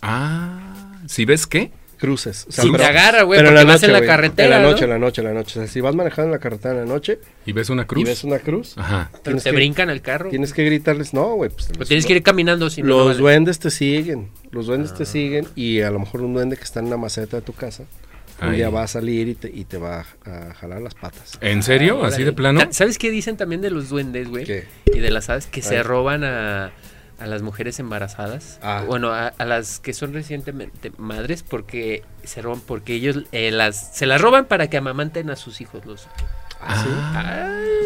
Speaker 1: Ah, ¿si ves qué?
Speaker 3: Cruces. O
Speaker 4: Sí, te agarra, güey,
Speaker 3: pero en la
Speaker 4: porque vas
Speaker 3: noche,
Speaker 4: en la
Speaker 3: güey,
Speaker 4: carretera,
Speaker 3: En la
Speaker 4: ¿no?
Speaker 3: noche, en la noche, en la noche. O sea, si vas manejando en la carretera en la noche
Speaker 1: ¿Y ves una cruz?
Speaker 3: y ves una cruz,
Speaker 1: Ajá.
Speaker 4: Pero
Speaker 3: Tienes
Speaker 4: te
Speaker 3: que-
Speaker 4: brincan al carro.
Speaker 3: tienes que gritarles, no, güey, pues
Speaker 4: Pero tienes que ir caminando sin
Speaker 3: Los duendes te siguen, los duendes te siguen y a lo mejor un duende que está en una maceta de tu casa, un
Speaker 1: Ay.
Speaker 3: día va a salir y te, y te va a, a jalar las patas.
Speaker 1: ¿En serio?
Speaker 4: Ah,
Speaker 1: ¿Así de plano?
Speaker 4: ¿Sabes qué dicen también de los duendes, güey?
Speaker 3: ¿Qué?
Speaker 4: Y de las aves que se
Speaker 3: Ay.
Speaker 4: roban a,
Speaker 2: a las mujeres embarazadas,
Speaker 3: Ah.
Speaker 2: bueno, a, a las que son recientemente madres, porque se roban, porque ellos eh, las, se las roban para que amamanten a sus hijos. Los,
Speaker 1: Ah,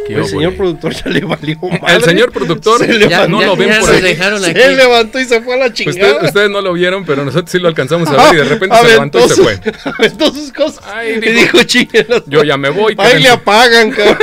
Speaker 1: Qué
Speaker 3: el señor
Speaker 1: óvole.
Speaker 3: productor ya le valió madre.
Speaker 1: El señor productor
Speaker 3: Se
Speaker 1: ya,
Speaker 3: levantó.
Speaker 1: no
Speaker 2: ya-
Speaker 1: lo ven
Speaker 2: ya
Speaker 1: por
Speaker 2: nos
Speaker 1: ahí.
Speaker 2: dejaron aquí.
Speaker 3: Se levantó y se fue a la chingada.
Speaker 1: Usted- Pues ustedes no lo vieron, pero nosotros sí lo alcanzamos a ver y de repente se levantó y
Speaker 3: Aventó
Speaker 1: se
Speaker 3: sus- <laughs>
Speaker 1: fue.
Speaker 3: aventó sus cosas.
Speaker 1: Ay,
Speaker 3: y
Speaker 1: dijo,
Speaker 3: dijo, chingue. las-
Speaker 1: Yo ya me voy,
Speaker 3: Ahí le
Speaker 1: quédense,
Speaker 3: apagan, cabrón.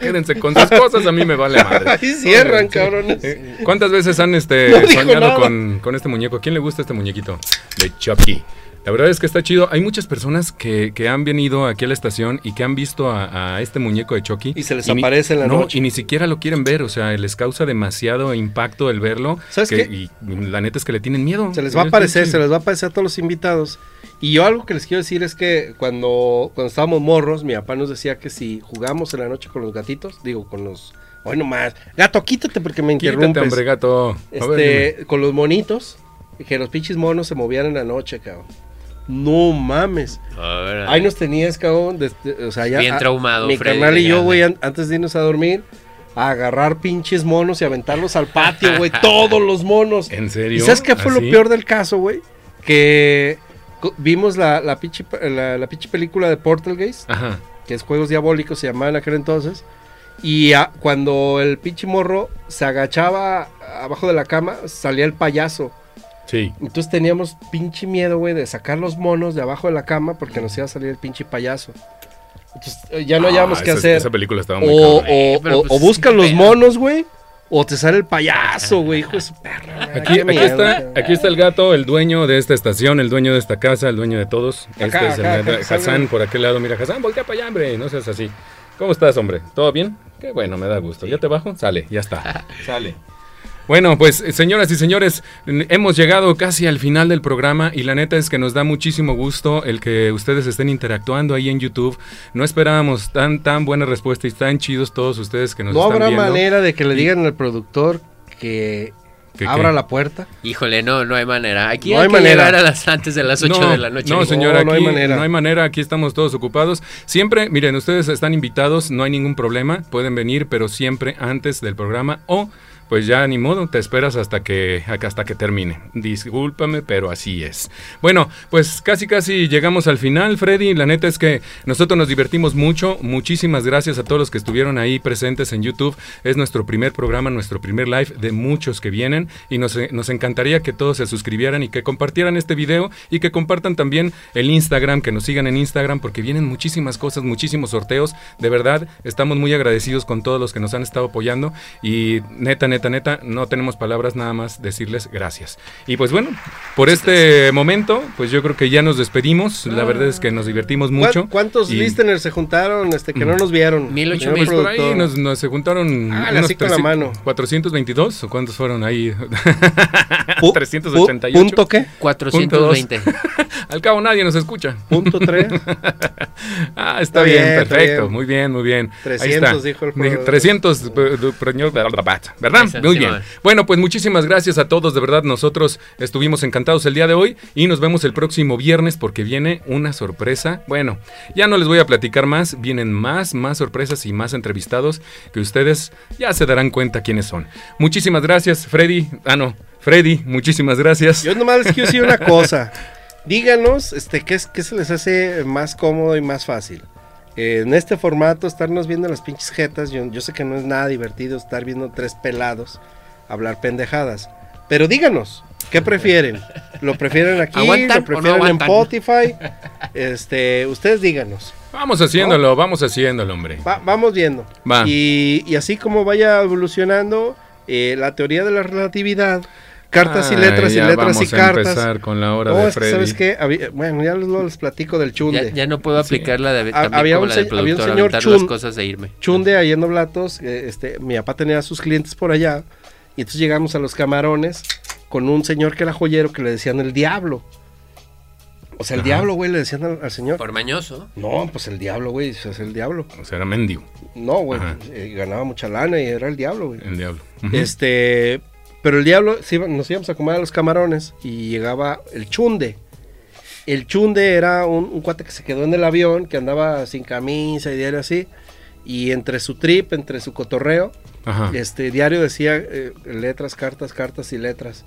Speaker 1: quédense con sus cosas, a mí me vale <laughs>
Speaker 3: <laughs>
Speaker 1: madre.
Speaker 3: Ahí cierran,
Speaker 1: Sí.
Speaker 3: cabrones.
Speaker 1: Eh, ¿Cuántas veces han este,
Speaker 3: <laughs> No dijo
Speaker 1: soñado
Speaker 3: nada.
Speaker 1: con, con este muñeco? ¿A quién le gusta este muñequito? De Chucky. La verdad es que está chido. Hay muchas personas que, que han venido aquí a la estación y que han visto a, a este muñeco de Chucky.
Speaker 3: Y se les
Speaker 1: ni-
Speaker 3: aparece en la
Speaker 1: no,
Speaker 3: noche.
Speaker 1: y ni siquiera lo quieren ver. O sea, les causa demasiado impacto el verlo.
Speaker 3: ¿Sabes
Speaker 1: que-
Speaker 3: qué?
Speaker 1: Y la neta es que le tienen miedo. Eh,
Speaker 3: Se les va a aparecer, se les va a aparecer a todos los invitados. Y yo algo que les quiero decir es que cuando, cuando estábamos morros, mi papá nos decía que si jugamos en la noche con los gatitos, digo, con los... Bueno, más. Gato, quítate porque me interrumpes.
Speaker 1: Quítate, hombre, gato. A ver, dime.
Speaker 3: este, con los monitos, que los pinches monos se movían en la noche, cabrón. No mames.
Speaker 4: Ahora,
Speaker 3: Ahí nos tenías, cabrón. desde- o sea, ya,
Speaker 4: Bien
Speaker 3: a-
Speaker 4: traumado,
Speaker 3: Mi
Speaker 4: Freddy,
Speaker 3: carnal y
Speaker 4: de
Speaker 3: yo,
Speaker 4: grande.
Speaker 3: güey, an- antes de irnos a dormir, a agarrar pinches monos y aventarlos al patio,
Speaker 4: <laughs>
Speaker 3: güey. todos los monos.
Speaker 1: ¿En serio? ¿Ah,
Speaker 3: ¿Y sabes qué fue
Speaker 1: ¿Así?
Speaker 3: lo peor del caso, güey? Que co- vimos la, la, pinche, pe- la, la pinche película de Portal Gaze,
Speaker 4: Ah.
Speaker 1: Ajá.
Speaker 3: que es Juegos Diabólicos, se llamaba en aquel entonces. Y a- cuando el pinche morro se agachaba abajo de la cama, salía el payaso.
Speaker 1: Sí.
Speaker 3: Entonces teníamos pinche miedo, güey, de sacar los monos de abajo de la cama porque nos iba a salir el pinche payaso. Entonces eh, ya no hallábamos
Speaker 1: Ah,
Speaker 3: qué
Speaker 1: esa-
Speaker 3: hacer.
Speaker 1: Esa película estaba muy
Speaker 3: O,
Speaker 1: cabrona.
Speaker 3: o-
Speaker 4: Pero
Speaker 3: o-
Speaker 4: pues
Speaker 3: o
Speaker 4: sí,
Speaker 3: buscan los
Speaker 4: pero-
Speaker 3: monos, güey, o te sale el payaso, güey, hijo de su perra. güey,
Speaker 1: Aquí,
Speaker 3: qué
Speaker 1: aquí
Speaker 3: miedo,
Speaker 1: está,
Speaker 3: cabrón.
Speaker 1: aquí está el gato, el dueño de esta estación, el dueño de esta casa, el dueño de todos. Este
Speaker 3: Acá,
Speaker 1: es el
Speaker 3: acá, acá,
Speaker 1: gato.
Speaker 3: salga.
Speaker 1: Hassan, por aquel lado. Mira, Hassan, voltea para allá, hombre. No seas así. ¿Cómo estás, hombre? ¿Todo bien? Qué bueno, me da gusto. ¿Ya te bajo? Sale, ya está.
Speaker 3: <laughs>
Speaker 1: Sale. Bueno, pues eh, señoras y señores, n- hemos llegado casi al final del programa y la neta es que nos da muchísimo gusto el que ustedes estén interactuando ahí en YouTube. No esperábamos tan tan buena respuesta y tan chidos todos ustedes que nos
Speaker 3: No
Speaker 1: están
Speaker 3: habrá
Speaker 1: viendo.
Speaker 3: manera de que le digan al productor que
Speaker 1: ¿Que
Speaker 3: abra
Speaker 1: qué?
Speaker 3: la puerta.
Speaker 4: Híjole, no, no hay manera. Aquí
Speaker 3: No
Speaker 4: hay,
Speaker 3: hay
Speaker 4: que
Speaker 3: manera.
Speaker 4: llegar a las antes de las 8
Speaker 1: no,
Speaker 4: de la noche.
Speaker 1: No,
Speaker 4: Digo,
Speaker 1: señora,
Speaker 3: Oh, No, no
Speaker 1: aquí
Speaker 3: hay
Speaker 1: no hay, manera.
Speaker 3: manera.
Speaker 1: aquí estamos todos ocupados. Siempre, miren, ustedes están invitados, no hay ningún problema, pueden venir, pero siempre antes del programa o pues ya ni modo, te esperas hasta que hasta que termine. Discúlpame, pero así es. Bueno, pues casi casi llegamos al final, Freddy. La neta es que nosotros nos divertimos mucho. Muchísimas gracias a todos los que estuvieron ahí presentes en YouTube. Es nuestro primer programa, nuestro primer live de muchos que vienen y nos, eh, nos encantaría que todos se suscribieran y que compartieran este video y que compartan también el Instagram, que nos sigan en Instagram porque vienen muchísimas cosas, muchísimos sorteos. De verdad, estamos muy agradecidos con todos los que nos han estado apoyando y neta, neta, neta, no tenemos palabras nada más decirles gracias. Y pues bueno, por este momento, pues yo creo que ya nos despedimos. La verdad es que nos divertimos mucho.
Speaker 3: ¿Cuán- ¿Cuántos
Speaker 1: y- Mm.
Speaker 3: listeners se juntaron este, que no nos vieron?
Speaker 4: Mil ocho
Speaker 3: señor
Speaker 4: mil.
Speaker 1: por ahí
Speaker 3: productor?
Speaker 1: nos, nos se juntaron
Speaker 3: Ah, le así con la
Speaker 1: 300
Speaker 3: mano.
Speaker 1: 422 o cuántos fueron ahí
Speaker 3: Pu-
Speaker 1: 388
Speaker 3: pu- ¿Punto qué?
Speaker 4: 420.
Speaker 1: al cabo nadie nos escucha
Speaker 3: ¿Punto tres?
Speaker 1: ah está,
Speaker 3: Está
Speaker 1: bien,
Speaker 3: bien, está
Speaker 1: perfecto
Speaker 3: bien.
Speaker 1: muy bien muy bien
Speaker 3: 300 dijo el
Speaker 1: Dije,
Speaker 3: jugador.
Speaker 1: 300 pe- du- preñor- bla, bla, bla, verdad
Speaker 4: Esa,
Speaker 1: muy
Speaker 4: sí,
Speaker 1: bien
Speaker 4: va.
Speaker 1: bueno pues muchísimas gracias a todos de verdad nosotros estuvimos encantados el día de hoy y nos vemos el próximo viernes porque viene una sorpresa bueno ya no les voy a platicar más vienen más más sorpresas y más entrevistados que ustedes ya se darán cuenta quiénes son muchísimas gracias Freddy ah no Freddy muchísimas gracias
Speaker 3: Yo nomás les quiero decir una cosa. Díganos este, ¿qué, es, qué se les hace más cómodo y más fácil. Eh, en este formato, estarnos viendo las pinches jetas, yo, yo sé que no es nada divertido estar viendo tres pelados hablar pendejadas. Pero díganos, ¿qué prefieren? ¿Lo prefieren aquí?
Speaker 4: ¿Aguantan
Speaker 3: ¿Lo prefieren
Speaker 4: o no
Speaker 3: en
Speaker 4: aguantan?
Speaker 3: Spotify? Este, ustedes díganos.
Speaker 1: vamos haciéndolo vamos haciéndolo hombre
Speaker 3: Va- vamos viendo.
Speaker 1: Va.
Speaker 3: Y, y así como vaya evolucionando eh, la teoría de la relatividad, cartas y
Speaker 1: Ay,
Speaker 3: letras y
Speaker 1: Ah, ya
Speaker 3: letras y
Speaker 1: vamos a
Speaker 3: cartas.
Speaker 1: empezar con la hora
Speaker 3: No,
Speaker 1: de
Speaker 3: es que,
Speaker 1: Freddy.
Speaker 3: ¿sabes qué? Había- bueno, ya les, les platico del
Speaker 4: Ya,
Speaker 3: chunde.
Speaker 4: ya no puedo
Speaker 1: Sí.
Speaker 4: aplicar la de
Speaker 3: Ha-
Speaker 4: también
Speaker 3: había
Speaker 4: como
Speaker 3: un
Speaker 4: la del
Speaker 3: se- había un
Speaker 4: productor,
Speaker 3: señor
Speaker 4: aventar
Speaker 3: Chun-
Speaker 4: las cosas de irme.
Speaker 3: Chunde ahí en Oblatos, eh, este, mi papá tenía a sus clientes por allá, y entonces llegamos a los camarones con un señor que era joyero que le decían el diablo. O sea, el
Speaker 1: Ajá.
Speaker 3: diablo, güey, le decían al, al señor.
Speaker 4: Por mañoso.
Speaker 3: No, pues el diablo, güey, o sea, es el diablo.
Speaker 1: O sea, era mendigo,
Speaker 3: No, güey,
Speaker 1: Ajá.
Speaker 3: eh, ganaba mucha lana y era el diablo, güey.
Speaker 1: el diablo. Ujú.
Speaker 3: Este, pero el diablo, se iba- nos íbamos a comer a los camarones y llegaba el chunde. El chunde era un, un cuate que se quedó en el avión, que andaba sin camisa y diario así. Y entre su trip, entre su cotorreo,
Speaker 1: Ajá.
Speaker 3: este diario decía eh, letras, cartas, cartas y letras.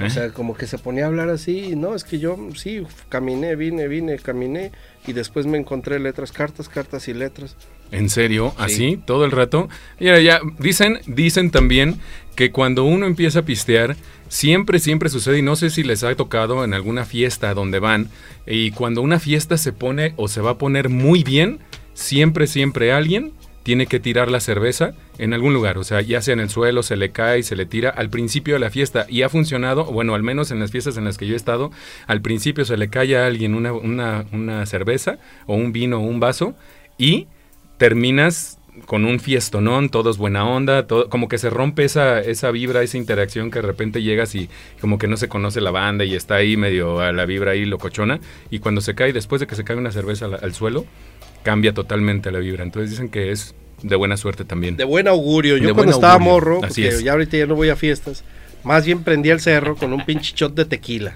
Speaker 1: ¿Eh?
Speaker 3: O sea, como que se ponía a hablar así, y no, es que yo sí, uf, caminé, vine, vine, caminé, y después me encontré letras, cartas, cartas y letras.
Speaker 1: ¿En serio? ¿Así? ¿Todo el rato? Mira, ya, dicen, dicen también que cuando uno empieza a pistear, siempre, siempre sucede, y no sé si les ha tocado en alguna fiesta donde van, y cuando una fiesta se pone o se va a poner muy bien, siempre, siempre alguien tiene que tirar la cerveza en algún lugar, o sea, ya sea en el suelo, se le cae, se le tira al principio de la fiesta y ha funcionado, bueno, al menos en las fiestas en las que yo he estado, al principio se le cae a alguien una, una, una cerveza o un vino o un vaso y terminas con un fiestonón, todos buena onda, todo, como que se rompe esa, esa vibra, esa interacción que de repente llegas y como que no se conoce la banda y está ahí medio a la vibra ahí locochona y cuando se cae, después de que se cae una cerveza al, al suelo, cambia totalmente la vibra. Entonces dicen que es de buena suerte también.
Speaker 3: De buen augurio, yo
Speaker 1: De buen
Speaker 3: cuando estaba
Speaker 1: augurio,
Speaker 3: morro,
Speaker 1: así
Speaker 3: porque
Speaker 1: es.
Speaker 3: ya ahorita ya no voy a fiestas, más bien prendía el cerro con un pinche shot de tequila.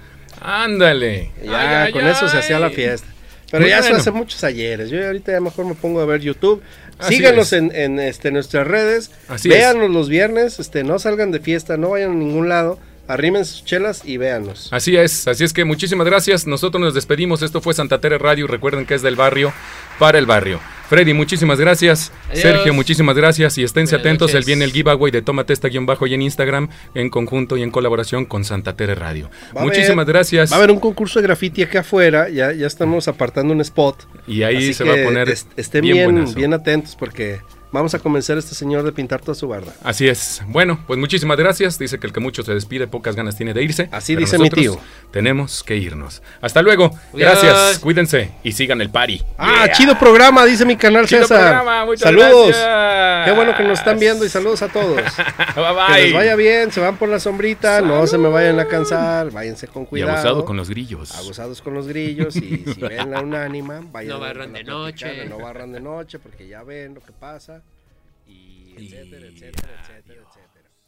Speaker 1: Ándale.
Speaker 3: Ya,
Speaker 1: Ay, ay,
Speaker 3: con eso se
Speaker 1: ay.
Speaker 3: hacía la fiesta. Pero
Speaker 1: Muy
Speaker 3: ya
Speaker 1: bueno.
Speaker 3: eso hace muchos ayeres. Yo ahorita a lo mejor me pongo a ver YouTube.
Speaker 1: Así
Speaker 3: Síganos
Speaker 1: es.
Speaker 3: en, en, este, nuestras redes.
Speaker 1: Así
Speaker 3: véanos los viernes. Este, no salgan de fiesta, no vayan a ningún lado. Arrimen sus chelas y véanos.
Speaker 1: Así es, así es que muchísimas gracias. Nosotros nos despedimos. Esto fue Santa Tere Radio. Recuerden que es del barrio para el barrio. Freddy, muchísimas gracias.
Speaker 4: Adiós.
Speaker 1: Sergio, muchísimas gracias. Y esténse
Speaker 4: Buenas
Speaker 1: atentos. El
Speaker 4: noches.
Speaker 1: viene el giveaway de Tómate esta guión bajo y en Instagram en conjunto y en colaboración con Santa Tere Radio.
Speaker 3: Va a
Speaker 1: muchísimas
Speaker 3: haber-
Speaker 1: gracias.
Speaker 3: Va a haber un concurso de graffiti acá afuera. Ya, ya estamos apartando un spot.
Speaker 1: y ahí
Speaker 3: Así
Speaker 1: se va a
Speaker 3: que
Speaker 1: poner.
Speaker 3: est- estén
Speaker 1: bien
Speaker 3: bien,
Speaker 1: buenazo.
Speaker 3: bien, atentos porque vamos a convencer a este señor de pintar toda su barda.
Speaker 1: Así es. Bueno, pues muchísimas gracias. Dice que el que mucho se despide, pocas ganas tiene de irse.
Speaker 3: Así
Speaker 1: Pero
Speaker 3: dice mi
Speaker 1: nosotros Tenemos que irnos. Hasta luego.
Speaker 4: Adiós.
Speaker 1: Gracias. Cuídense y sigan el party.
Speaker 3: Ah,
Speaker 1: Yeah.
Speaker 3: chido programa, dice mi canal
Speaker 1: Chido
Speaker 3: César.
Speaker 1: programa, muchas
Speaker 3: saludos.
Speaker 1: gracias.
Speaker 3: Qué bueno que nos están viendo y saludos
Speaker 1: <laughs>
Speaker 3: a
Speaker 1: Bye
Speaker 3: todos.
Speaker 1: <laughs> bye.
Speaker 3: Que les vaya bien, se van por la sombrita, no se me vayan a cansar, váyanse con
Speaker 1: y
Speaker 3: cuidado.
Speaker 1: abusado con los grillos.
Speaker 3: Abusados con los grillos y
Speaker 1: <laughs>
Speaker 3: si ven la unánima, vayan
Speaker 4: No
Speaker 3: a-
Speaker 4: barran
Speaker 3: a
Speaker 4: de
Speaker 3: platicar,
Speaker 4: noche.
Speaker 3: No barran de noche porque ya ven lo que pasa y etcétera, etcétera, etcétera, etcétera.